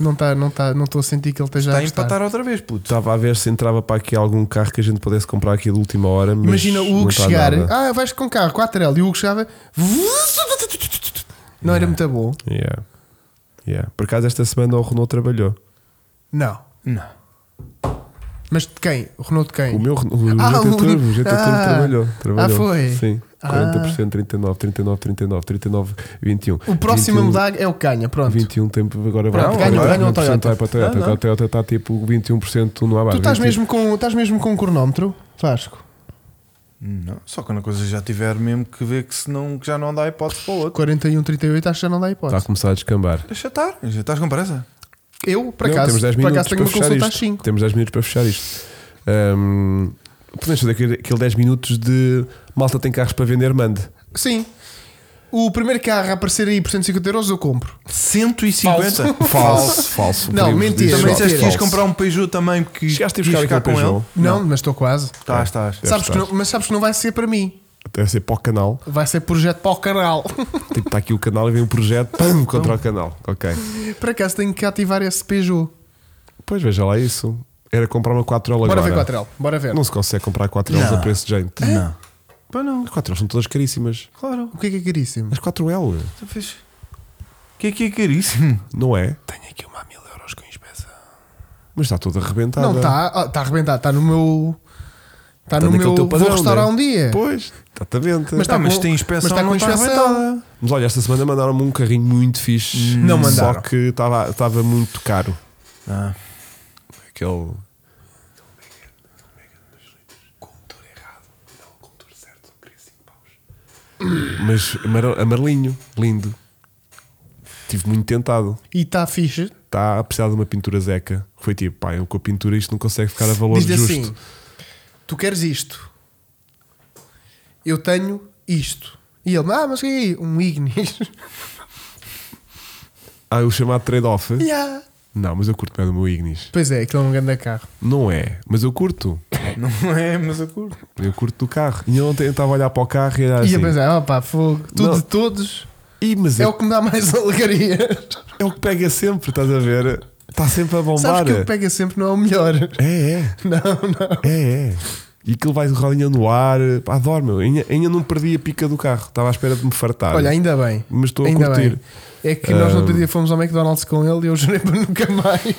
Não está, não está, não estou a sentir que ele esteja
Está
a
a
gostar.
empatar outra vez, puto.
Estava a ver se entrava para aqui algum carro que a gente pudesse comprar aqui de última hora. Mas
Imagina o
não
Hugo
está
chegar,
nada.
ah, vais com carro 4L e o Hugo chegava. Não era muito bom.
Yeah. Yeah. Por acaso, esta semana o Renault trabalhou.
Não.
Não.
Mas de quem? O Renault de quem?
O meu Renault- o
Ah,
GT
o-
Turbo, o GT Turbo
ah.
trabalhou, trabalhou.
Ah, foi?
Sim.
Ah.
40%, 39, 39, 39, 39, 21.
O
21,
próximo a mudar é o Canha, pronto.
21 tempo agora vai.
Pronto,
agora
ganhou- ganhou o
21%
Toyota.
vai para a Toyota.
Ah, não.
Agora a Toyota está tipo 21% no abaixo.
tu estás mesmo, com, estás mesmo com um cronómetro, Vasco?
Não, só quando a coisa já tiver mesmo que ver que, senão, que já não dá hipótese para o outro.
41, 38, acho que já não dá
Está tá a
hipótese.
começar a descambar.
Deixa estar. Já estás com pressa?
Eu, por
Não,
acaso,
temos 10
por
minutos
acaso tenho
para
uma
fechar
consulta às
isto.
5.
Temos 10 minutos para fechar isto. Hum,
*laughs*
podemos fazer aquele, aquele 10 minutos de malta tem carros para vender, mande.
Sim. o primeiro carro a aparecer aí por 150 euros, eu compro.
150?
Falso, falso.
Não,
Rodrigo,
mentira.
diz
Também
só.
disseste que ias
Falso.
comprar um Peugeot também porque
Chegaste a ir
ias
buscar
ficar
aquele Peugeot? É.
Não, mas estou quase.
Estás, Tá, estás.
Sabes que
estás.
não- mas sabes que não vai ser para mim.
Deve ser para o canal.
Vai ser projeto para o canal.
Tipo, está aqui o canal e vem um projeto pam, contra o canal. Ok.
Por acaso tenho que ativar esse Peugeot.
Pois veja lá isso. Era comprar uma 4L agora.
Bora ver 4L. Bora ver.
Não se consegue comprar 4Ls a
Não.
preço de gente.
Não.
Pá, não.
As 4Ls são todas caríssimas.
Claro.
O que é que é caríssimo?
As 4L,
Tu fez- Tá, Que é que é caríssimo?
não é?
Tenho aqui uma a mil euros com inspeção.
Mas está toda arrebentada.
Não, está tá arrebentado. Está no meu. Está no
Tá naquele
meu.
é teu padrão,
vou restaurar
né?
um dia.
Pois, exatamente.
Mas
Mas,
tá
Tá, mas
com-
tem inspeção,
mas tá com
não está
inspeção.
arrebentada.
olha, esta semana mandaram-me um carrinho muito fixe.
Hum. Não mandaram.
Só que estava estava muito caro.
Ah.
Aquele. Mas amar- amarelinho, lindo. Tive muito tentado.
E está fixe.
Está a precisar de uma pintura zeca. Foi tipo, pá, eu com a pintura isto não consegue ficar a valor
Diz-lhe
justo.
assim: Tu queres isto? Eu tenho isto. E ele, ah, mas o que é aí? Um Ignis.
Ah, o chamado trade-off?
yeah.
Não, mas eu curto bem o meu Ignis.
Pois é, aquilo é um grande carro.
Não é, mas eu curto.
Não é, mas eu curto.
Eu curto do carro. E eu ontem estava a olhar para o carro e era
E
assim.
a pensar, opá, fogo, tudo
Não.
de todos
Ih, mas
é
é,
o que me dá mais *laughs* alegria.
é o que pega sempre, estás a ver? Está sempre a
Sabes
bombar.
que o que pega sempre não é o melhor. *laughs*
É, é.
Não, não.
É, é. E aquilo vai de rodinha no ar. Pá, adoro, meu. Ainda, ainda não perdi a pica do carro. Estava à espera de me fartar.
Olha, ainda bem.
Mas estou a
ainda
curtir.
bem. É que nós no outro
Ah.
dia fomos ao McDonald's com ele e eu jurei para nunca mais.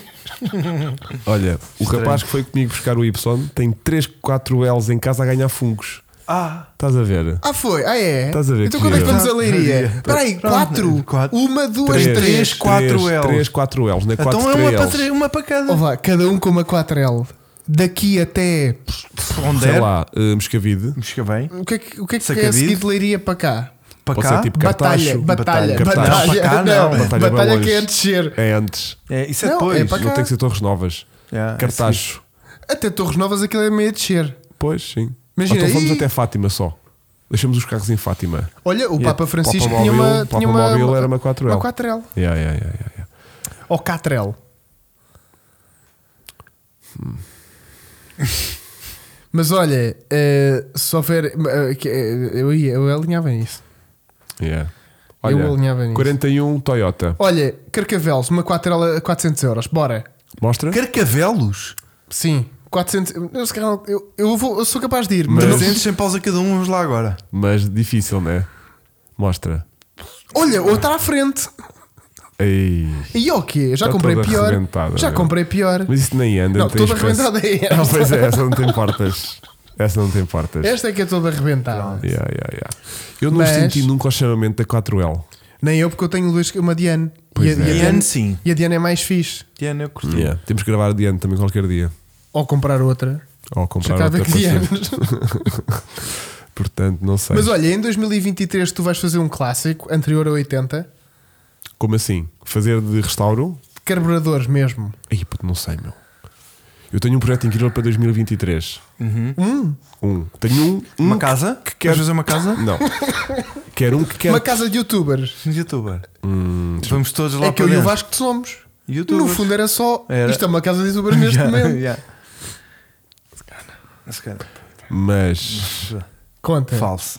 Olha, o
Estranho.
rapaz que foi comigo buscar o Y tem 3, 4 L's em casa a ganhar fungos.
Ah,
Estás a ver?
*laughs* Ah, foi? Ah, é?
Estás a ver,
Então quando é que
querido?
vamos a Leiria?
Pronto.
Espera aí, quatro?
Quatro.
Uma, duas,
Três.
três.
Três. quatro Ls.
3, 4 L's. Não é 4,
então é uma para,
3
três, uma para cada.
Ó vá, cada um com uma 4L. Daqui até.
Onde
Sei
é?
lá, eh, Moscavide.
Mas que bem.
O que é que, o que, é, que é a
Sacabido?
seguir de Leiria para cá?
Para
Pode
cá.
ser tipo
Batalha,
Cartaxo.
batalha,
Cartaxo.
batalha.
Não, para cá
Não,
não.
batalha,
Batalha bem longe.
que é a descer.
É antes.
É, isso é
Não,
depois.
é para
Não
cá.
tem que ser Torres Novas.
Yeah, é
Cartaxo.
Até Torres Novas aquilo é meio a descer.
Pois, sim.
Imagina,
então vamos
e-
até Fátima só. Deixamos os carros em Fátima.
Olha, o
E
Papa
a
Francisco
Papa
tinha
Móvel-
uma.
Papa
tinha uma,
Móvel era uma 4L.
Uma 4L.
Yeah, yeah, yeah, yeah, yeah.
Ou 4L. Hum. Mas olha, eh, se houver. eh, que, eh, eu, ia- eu alinhava nisso.
Yeah.
Eu alinhava nisso.
41 Toyota.
Olha, Carcavelos, uma 4L a 400 euros, bora.
Mostra?
Carcavelos?
Sim, 400. Eu, se calhar- eu, eu vou, eu sou capaz de ir,
Mas-
mas.
300 sem pausa cada um, vamos lá agora.
Mas difícil, né? Mostra.
Olha, outra à frente.
Ei.
E o quê? Já
Está
comprei
Tá toda
pior.
arrebentada,
Já
meu.
comprei pior.
Mas isso nem anda.
Não,
tem
toda
express-
arrebentada é
*laughs* Não,
esta.
pois é, essa não tem portas. Essa não tem portas.
Esta é que é toda arrebentada.
Yeah, yeah, yeah. Eu não
Mas-
senti nunca o chamamento da 4L.
Nem eu, porque eu tenho dois, uma Diane.
Pois é.
Diane, sim.
E a Diane é mais fixe.
Diana, eu curti.
Yeah. Temos que gravar adiante também qualquer dia.
Ou comprar outra.
Ou
Já
comprar
cabe
outra
é que
para
Diane.
sempre. Portanto, não sei.
*laughs* Mas olha, em 2023 tu vais fazer um clássico anterior a 80.
Como assim? Fazer de restauro?
de Carburadores mesmo.
Ai, puto, não sei, meu. Eu tenho um projeto incrível para 2023.
Uhum.
Um. Tenho um. um
Uma casa? Que
quero-
queres fazer uma casa?
Não. Quero um que quero.
Uma casa de youtubers.
Um Youtuber. Vamos todos lá
é que
para
eu e o
dentro.
Vasco somos.
Youtubers.
No fundo era só.
Era.
Isto é uma casa de youtubers
*laughs*
neste
*laughs* Yeah,
momento.
yeah. Se calhar.
Mas.
Conta.
Falso.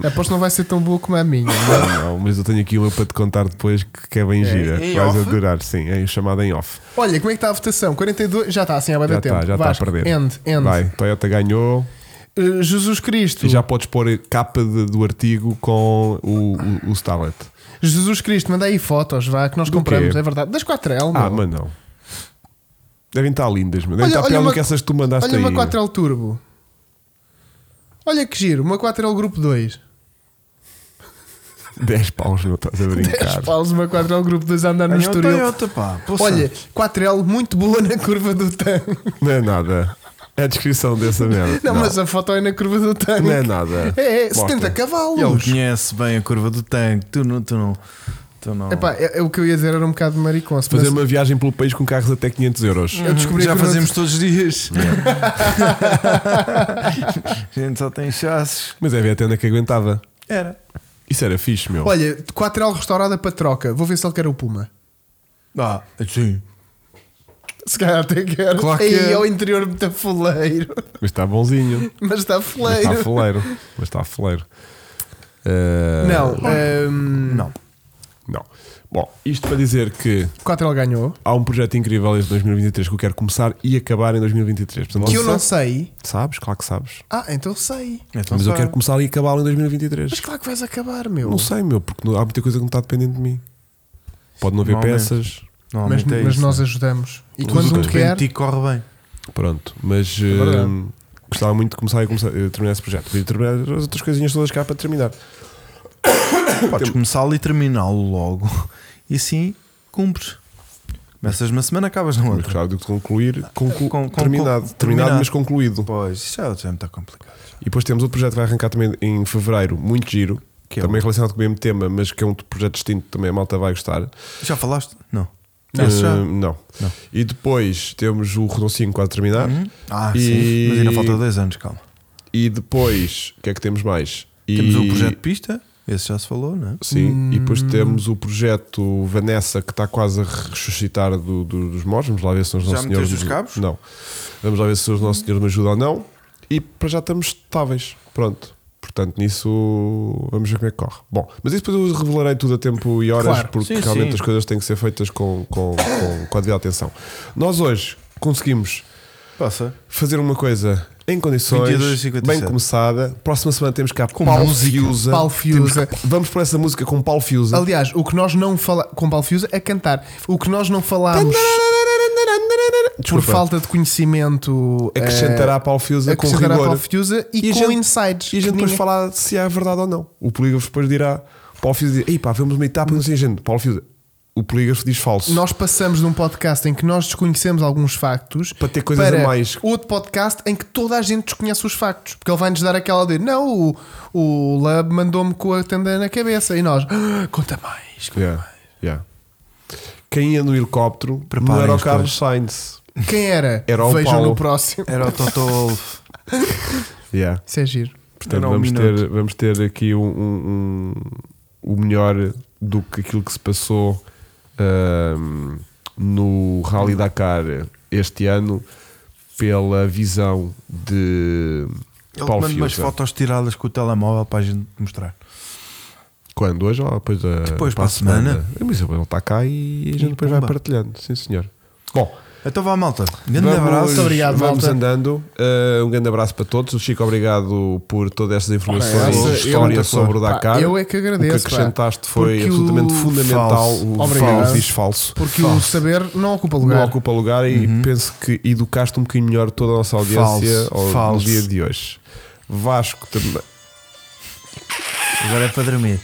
Aposto que não vai ser tão boa como a minha.
Não, mas eu tenho aqui uma para te contar depois que, que é bem gira.
em
Vais
off?
adorar, sim. É chamada em off.
Olha, como é que está a votação? 42. Já está, assim, há
Já
bastante tempo.
está, já está a
Vasco,
perder.
End, end.
Vai, Toyota ganhou
Uh, Jesus Cristo.
e já podes pôr capa de- do artigo com o, o, o Starlet.
Jesus Cristo, manda aí fotos, vá, que nós
Do
compramos,
quê?
é verdade. Das 4L,
Ah,
meu.
mas não. Devem estar lindas, mas devem
Olha-
estar
olha
pior
uma-
do que essas que tu mandaste
Olha
aí.
uma 4L Turbo. Olha que giro, uma 4L Grupo 2.
10 paus, não estás a
*laughs*
brincar.
Paulos, uma 4L Grupo 2 a andar no
Ganhou o
Estoril.
Toyota, Então, pá. Poça.
Olha, 4L muito boa na curva do tanque.
Não é nada. É a descrição dessa merda.
*laughs* Não, mas a foto é na curva do tanque.
Não é nada.
É, é,
Mostra.
70
Ele
cavalos.
conhece bem a curva do tanque. Tu não. Tu não. Tu não.
Epá, é, é o que eu ia dizer era um bocado mariconso.
Fazer
mas Hum.
uma viagem pelo país com carros até 500 euros.
Eu descobri
Uhum. Já
a curva
fazemos
do-
todos os dias. *laughs* a gente só tem chassos.
Mas é a tenda que aguentava.
Era.
Isso era fixe, meu.
Olha, 4L restaurada para troca. Vou ver se ele quer o Puma.
Ah, sim.
Se calhar até quer.
Claro que
Aí
é.
ao interior muito fuleiro.
Mas está bonzinho.
*laughs* Mas está
Mas
fuleiro.
está foleiro. Mas está foleiro. Ah,
Não, ehm,
Não.
Não. Bom, isto para dizer que
4L ganhou.
há um projeto incrível este 2023 que eu quero começar e acabar em 2023. Portanto,
Que eu
lá-
não sei.
Sabes? Claro que sabes.
Ah, então sei.
Então
Mas eu
só-
quero começar e acabá-lo em 2023.
Mas claro que vais acabar, meu.
Não sei, meu, porque não- há muita coisa que não está dependente de mim. Pode não haver
Normalmente.
peças.
Mas,
Normalmente é
mas
isso,
nós
né?
ajudamos. E
Tudo
quando
o
tu
que é
quer.
Ti corre bem.
Pronto, mas
É verdade.
hum, gostava muito de começar e começar, eh, terminar esse projeto. Podia terminar as outras coisinhas todas cá para terminar.
Podes começá-lo e terminá-lo logo. E assim cumpres. Começas uma semana, acabas na
Mas
outra.
gostava de concluir conclu-
Com- com-
terminado,
com-
terminado,
terminado.
mas concluído.
Pois, isso já, já me está complicado.
E depois temos outro projeto que vai arrancar também em fevereiro, muito giro.
Que é
também relacionado com o mesmo tema, mas que é um projeto distinto, também a malta vai gostar.
Já falaste? Não. Uhum.
Eh,
Esse já?
não.
Não.
E depois temos o Redoncinho quase a terminar.
Uhum. Ah,
E-
sim. Mas ainda falta 10 anos, calma.
E depois, o que é que temos mais? E-
Temos o projeto Pista, esse já se falou, não é?
Sim, e depois temos o projeto Vanessa que está quase a ressuscitar do- do- dos mortos. Vamos lá ver se os
Já
nossos
meteste
senhores.
os cabos?
Não. Vamos lá ver se os nossos senhores me ajudam ou não. E para já estamos estáveis. Pronto. Portanto, nisso vamos ver como é que corre. Bom, mas isso depois eu revelarei tudo a tempo e horas,
Claro.
porque
Sim,
realmente
sim.
as coisas têm que ser feitas com, com, com, com a devida atenção. Nós hoje conseguimos
Passa.
fazer uma coisa em condições,
22,57.
bem começada. Próxima semana temos cá com
música.
Fiusa.
Paulo
Temos
Fiusa.
cá- Vamos por essa música com Paulo Fiusa.
Aliás, o que nós não falámos. Com Balfiusa a cantar. O que nós não falámos por
Desculpa.
falta de conhecimento. eh,
acrescentará Paulo Fiusa com
acrescentar a
rigor.
Balfiusa e,
E a
com
gente-
insights.
E a
que
gente depois
ninguém-
falar se é verdade ou não. O polígrafo depois dirá. Paulo Fiusa diz: Ei pá, vemos uma etapa, não sei, gente. Paulo Fiusa. O polígrafo diz falso.
Nós passamos de um podcast em que nós desconhecemos alguns factos
Para ter coisas
para
a mais.
Outro podcast em que toda a gente desconhece os factos, porque ele vai-nos dar aquela de não, o, o Lab mandou-me com a tenda na cabeça e nós "Ah, conta mais.
Yeah, yeah. Quem ia no helicóptero não
Preparem
era o
as
Carlos Sainz.
Quem era?
Era o
Vejam
Paulo.
no próximo.
Era o Toto Wolff.
Yeah.
Isso é giro.
Portanto,
Era um
vamos
minuto.
ter, vamos ter aqui um, um- um- o melhor do que aquilo que se passou ahm, no Rally Dakar este ano pela visão de
Ele
Paulo é.
manda umas
Fiusa.
fotos tiradas com o telemóvel para a gente mostrar.
Quando? Hoje ou depois da
Depois, para a semana.
Mas ele está cá e a gente
E
depois vai
pumba.
partilhando. Sim, senhor. Bom,
Então vá, malta. Grande
Vamos-
abraço.
Muito obrigado,
vamos
malta.
andando. Uh, um grande abraço para todos. O Chico, obrigado por todas estas informações
Essa-
e história
eu-
sobre o
pá,
Dakar.
eu é que
o
agradeço,
que acrescentaste foi
Porque
absolutamente
o
fundamental.
falso.
O
Obrigado.
falso diz falso.
Porque o
Falso.
saber não ocupa lugar.
Não ocupa lugar e
Uhum.
penso que educaste um bocadinho melhor toda a nossa audiência
Falso.
ao- no
Falso.
dia de hoje. Vasco também.
Agora é para dormir.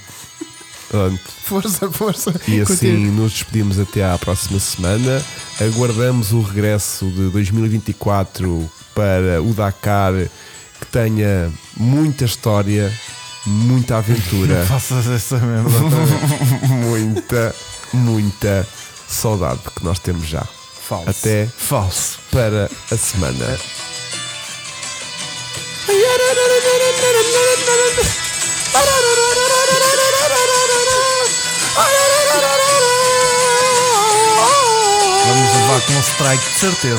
Pronto.
Força, força.
E
Continua.
assim nos despedimos até à próxima semana. Aguardamos o regresso de 2024 para o Dakar, que tenha muita história, muita
*laughs*
aventura,
Faças essa merda. *laughs*
muita, muita saudade que nós temos já.
Falso.
Até
Falso.
para a semana.
Vamos levar com um strike de certeza.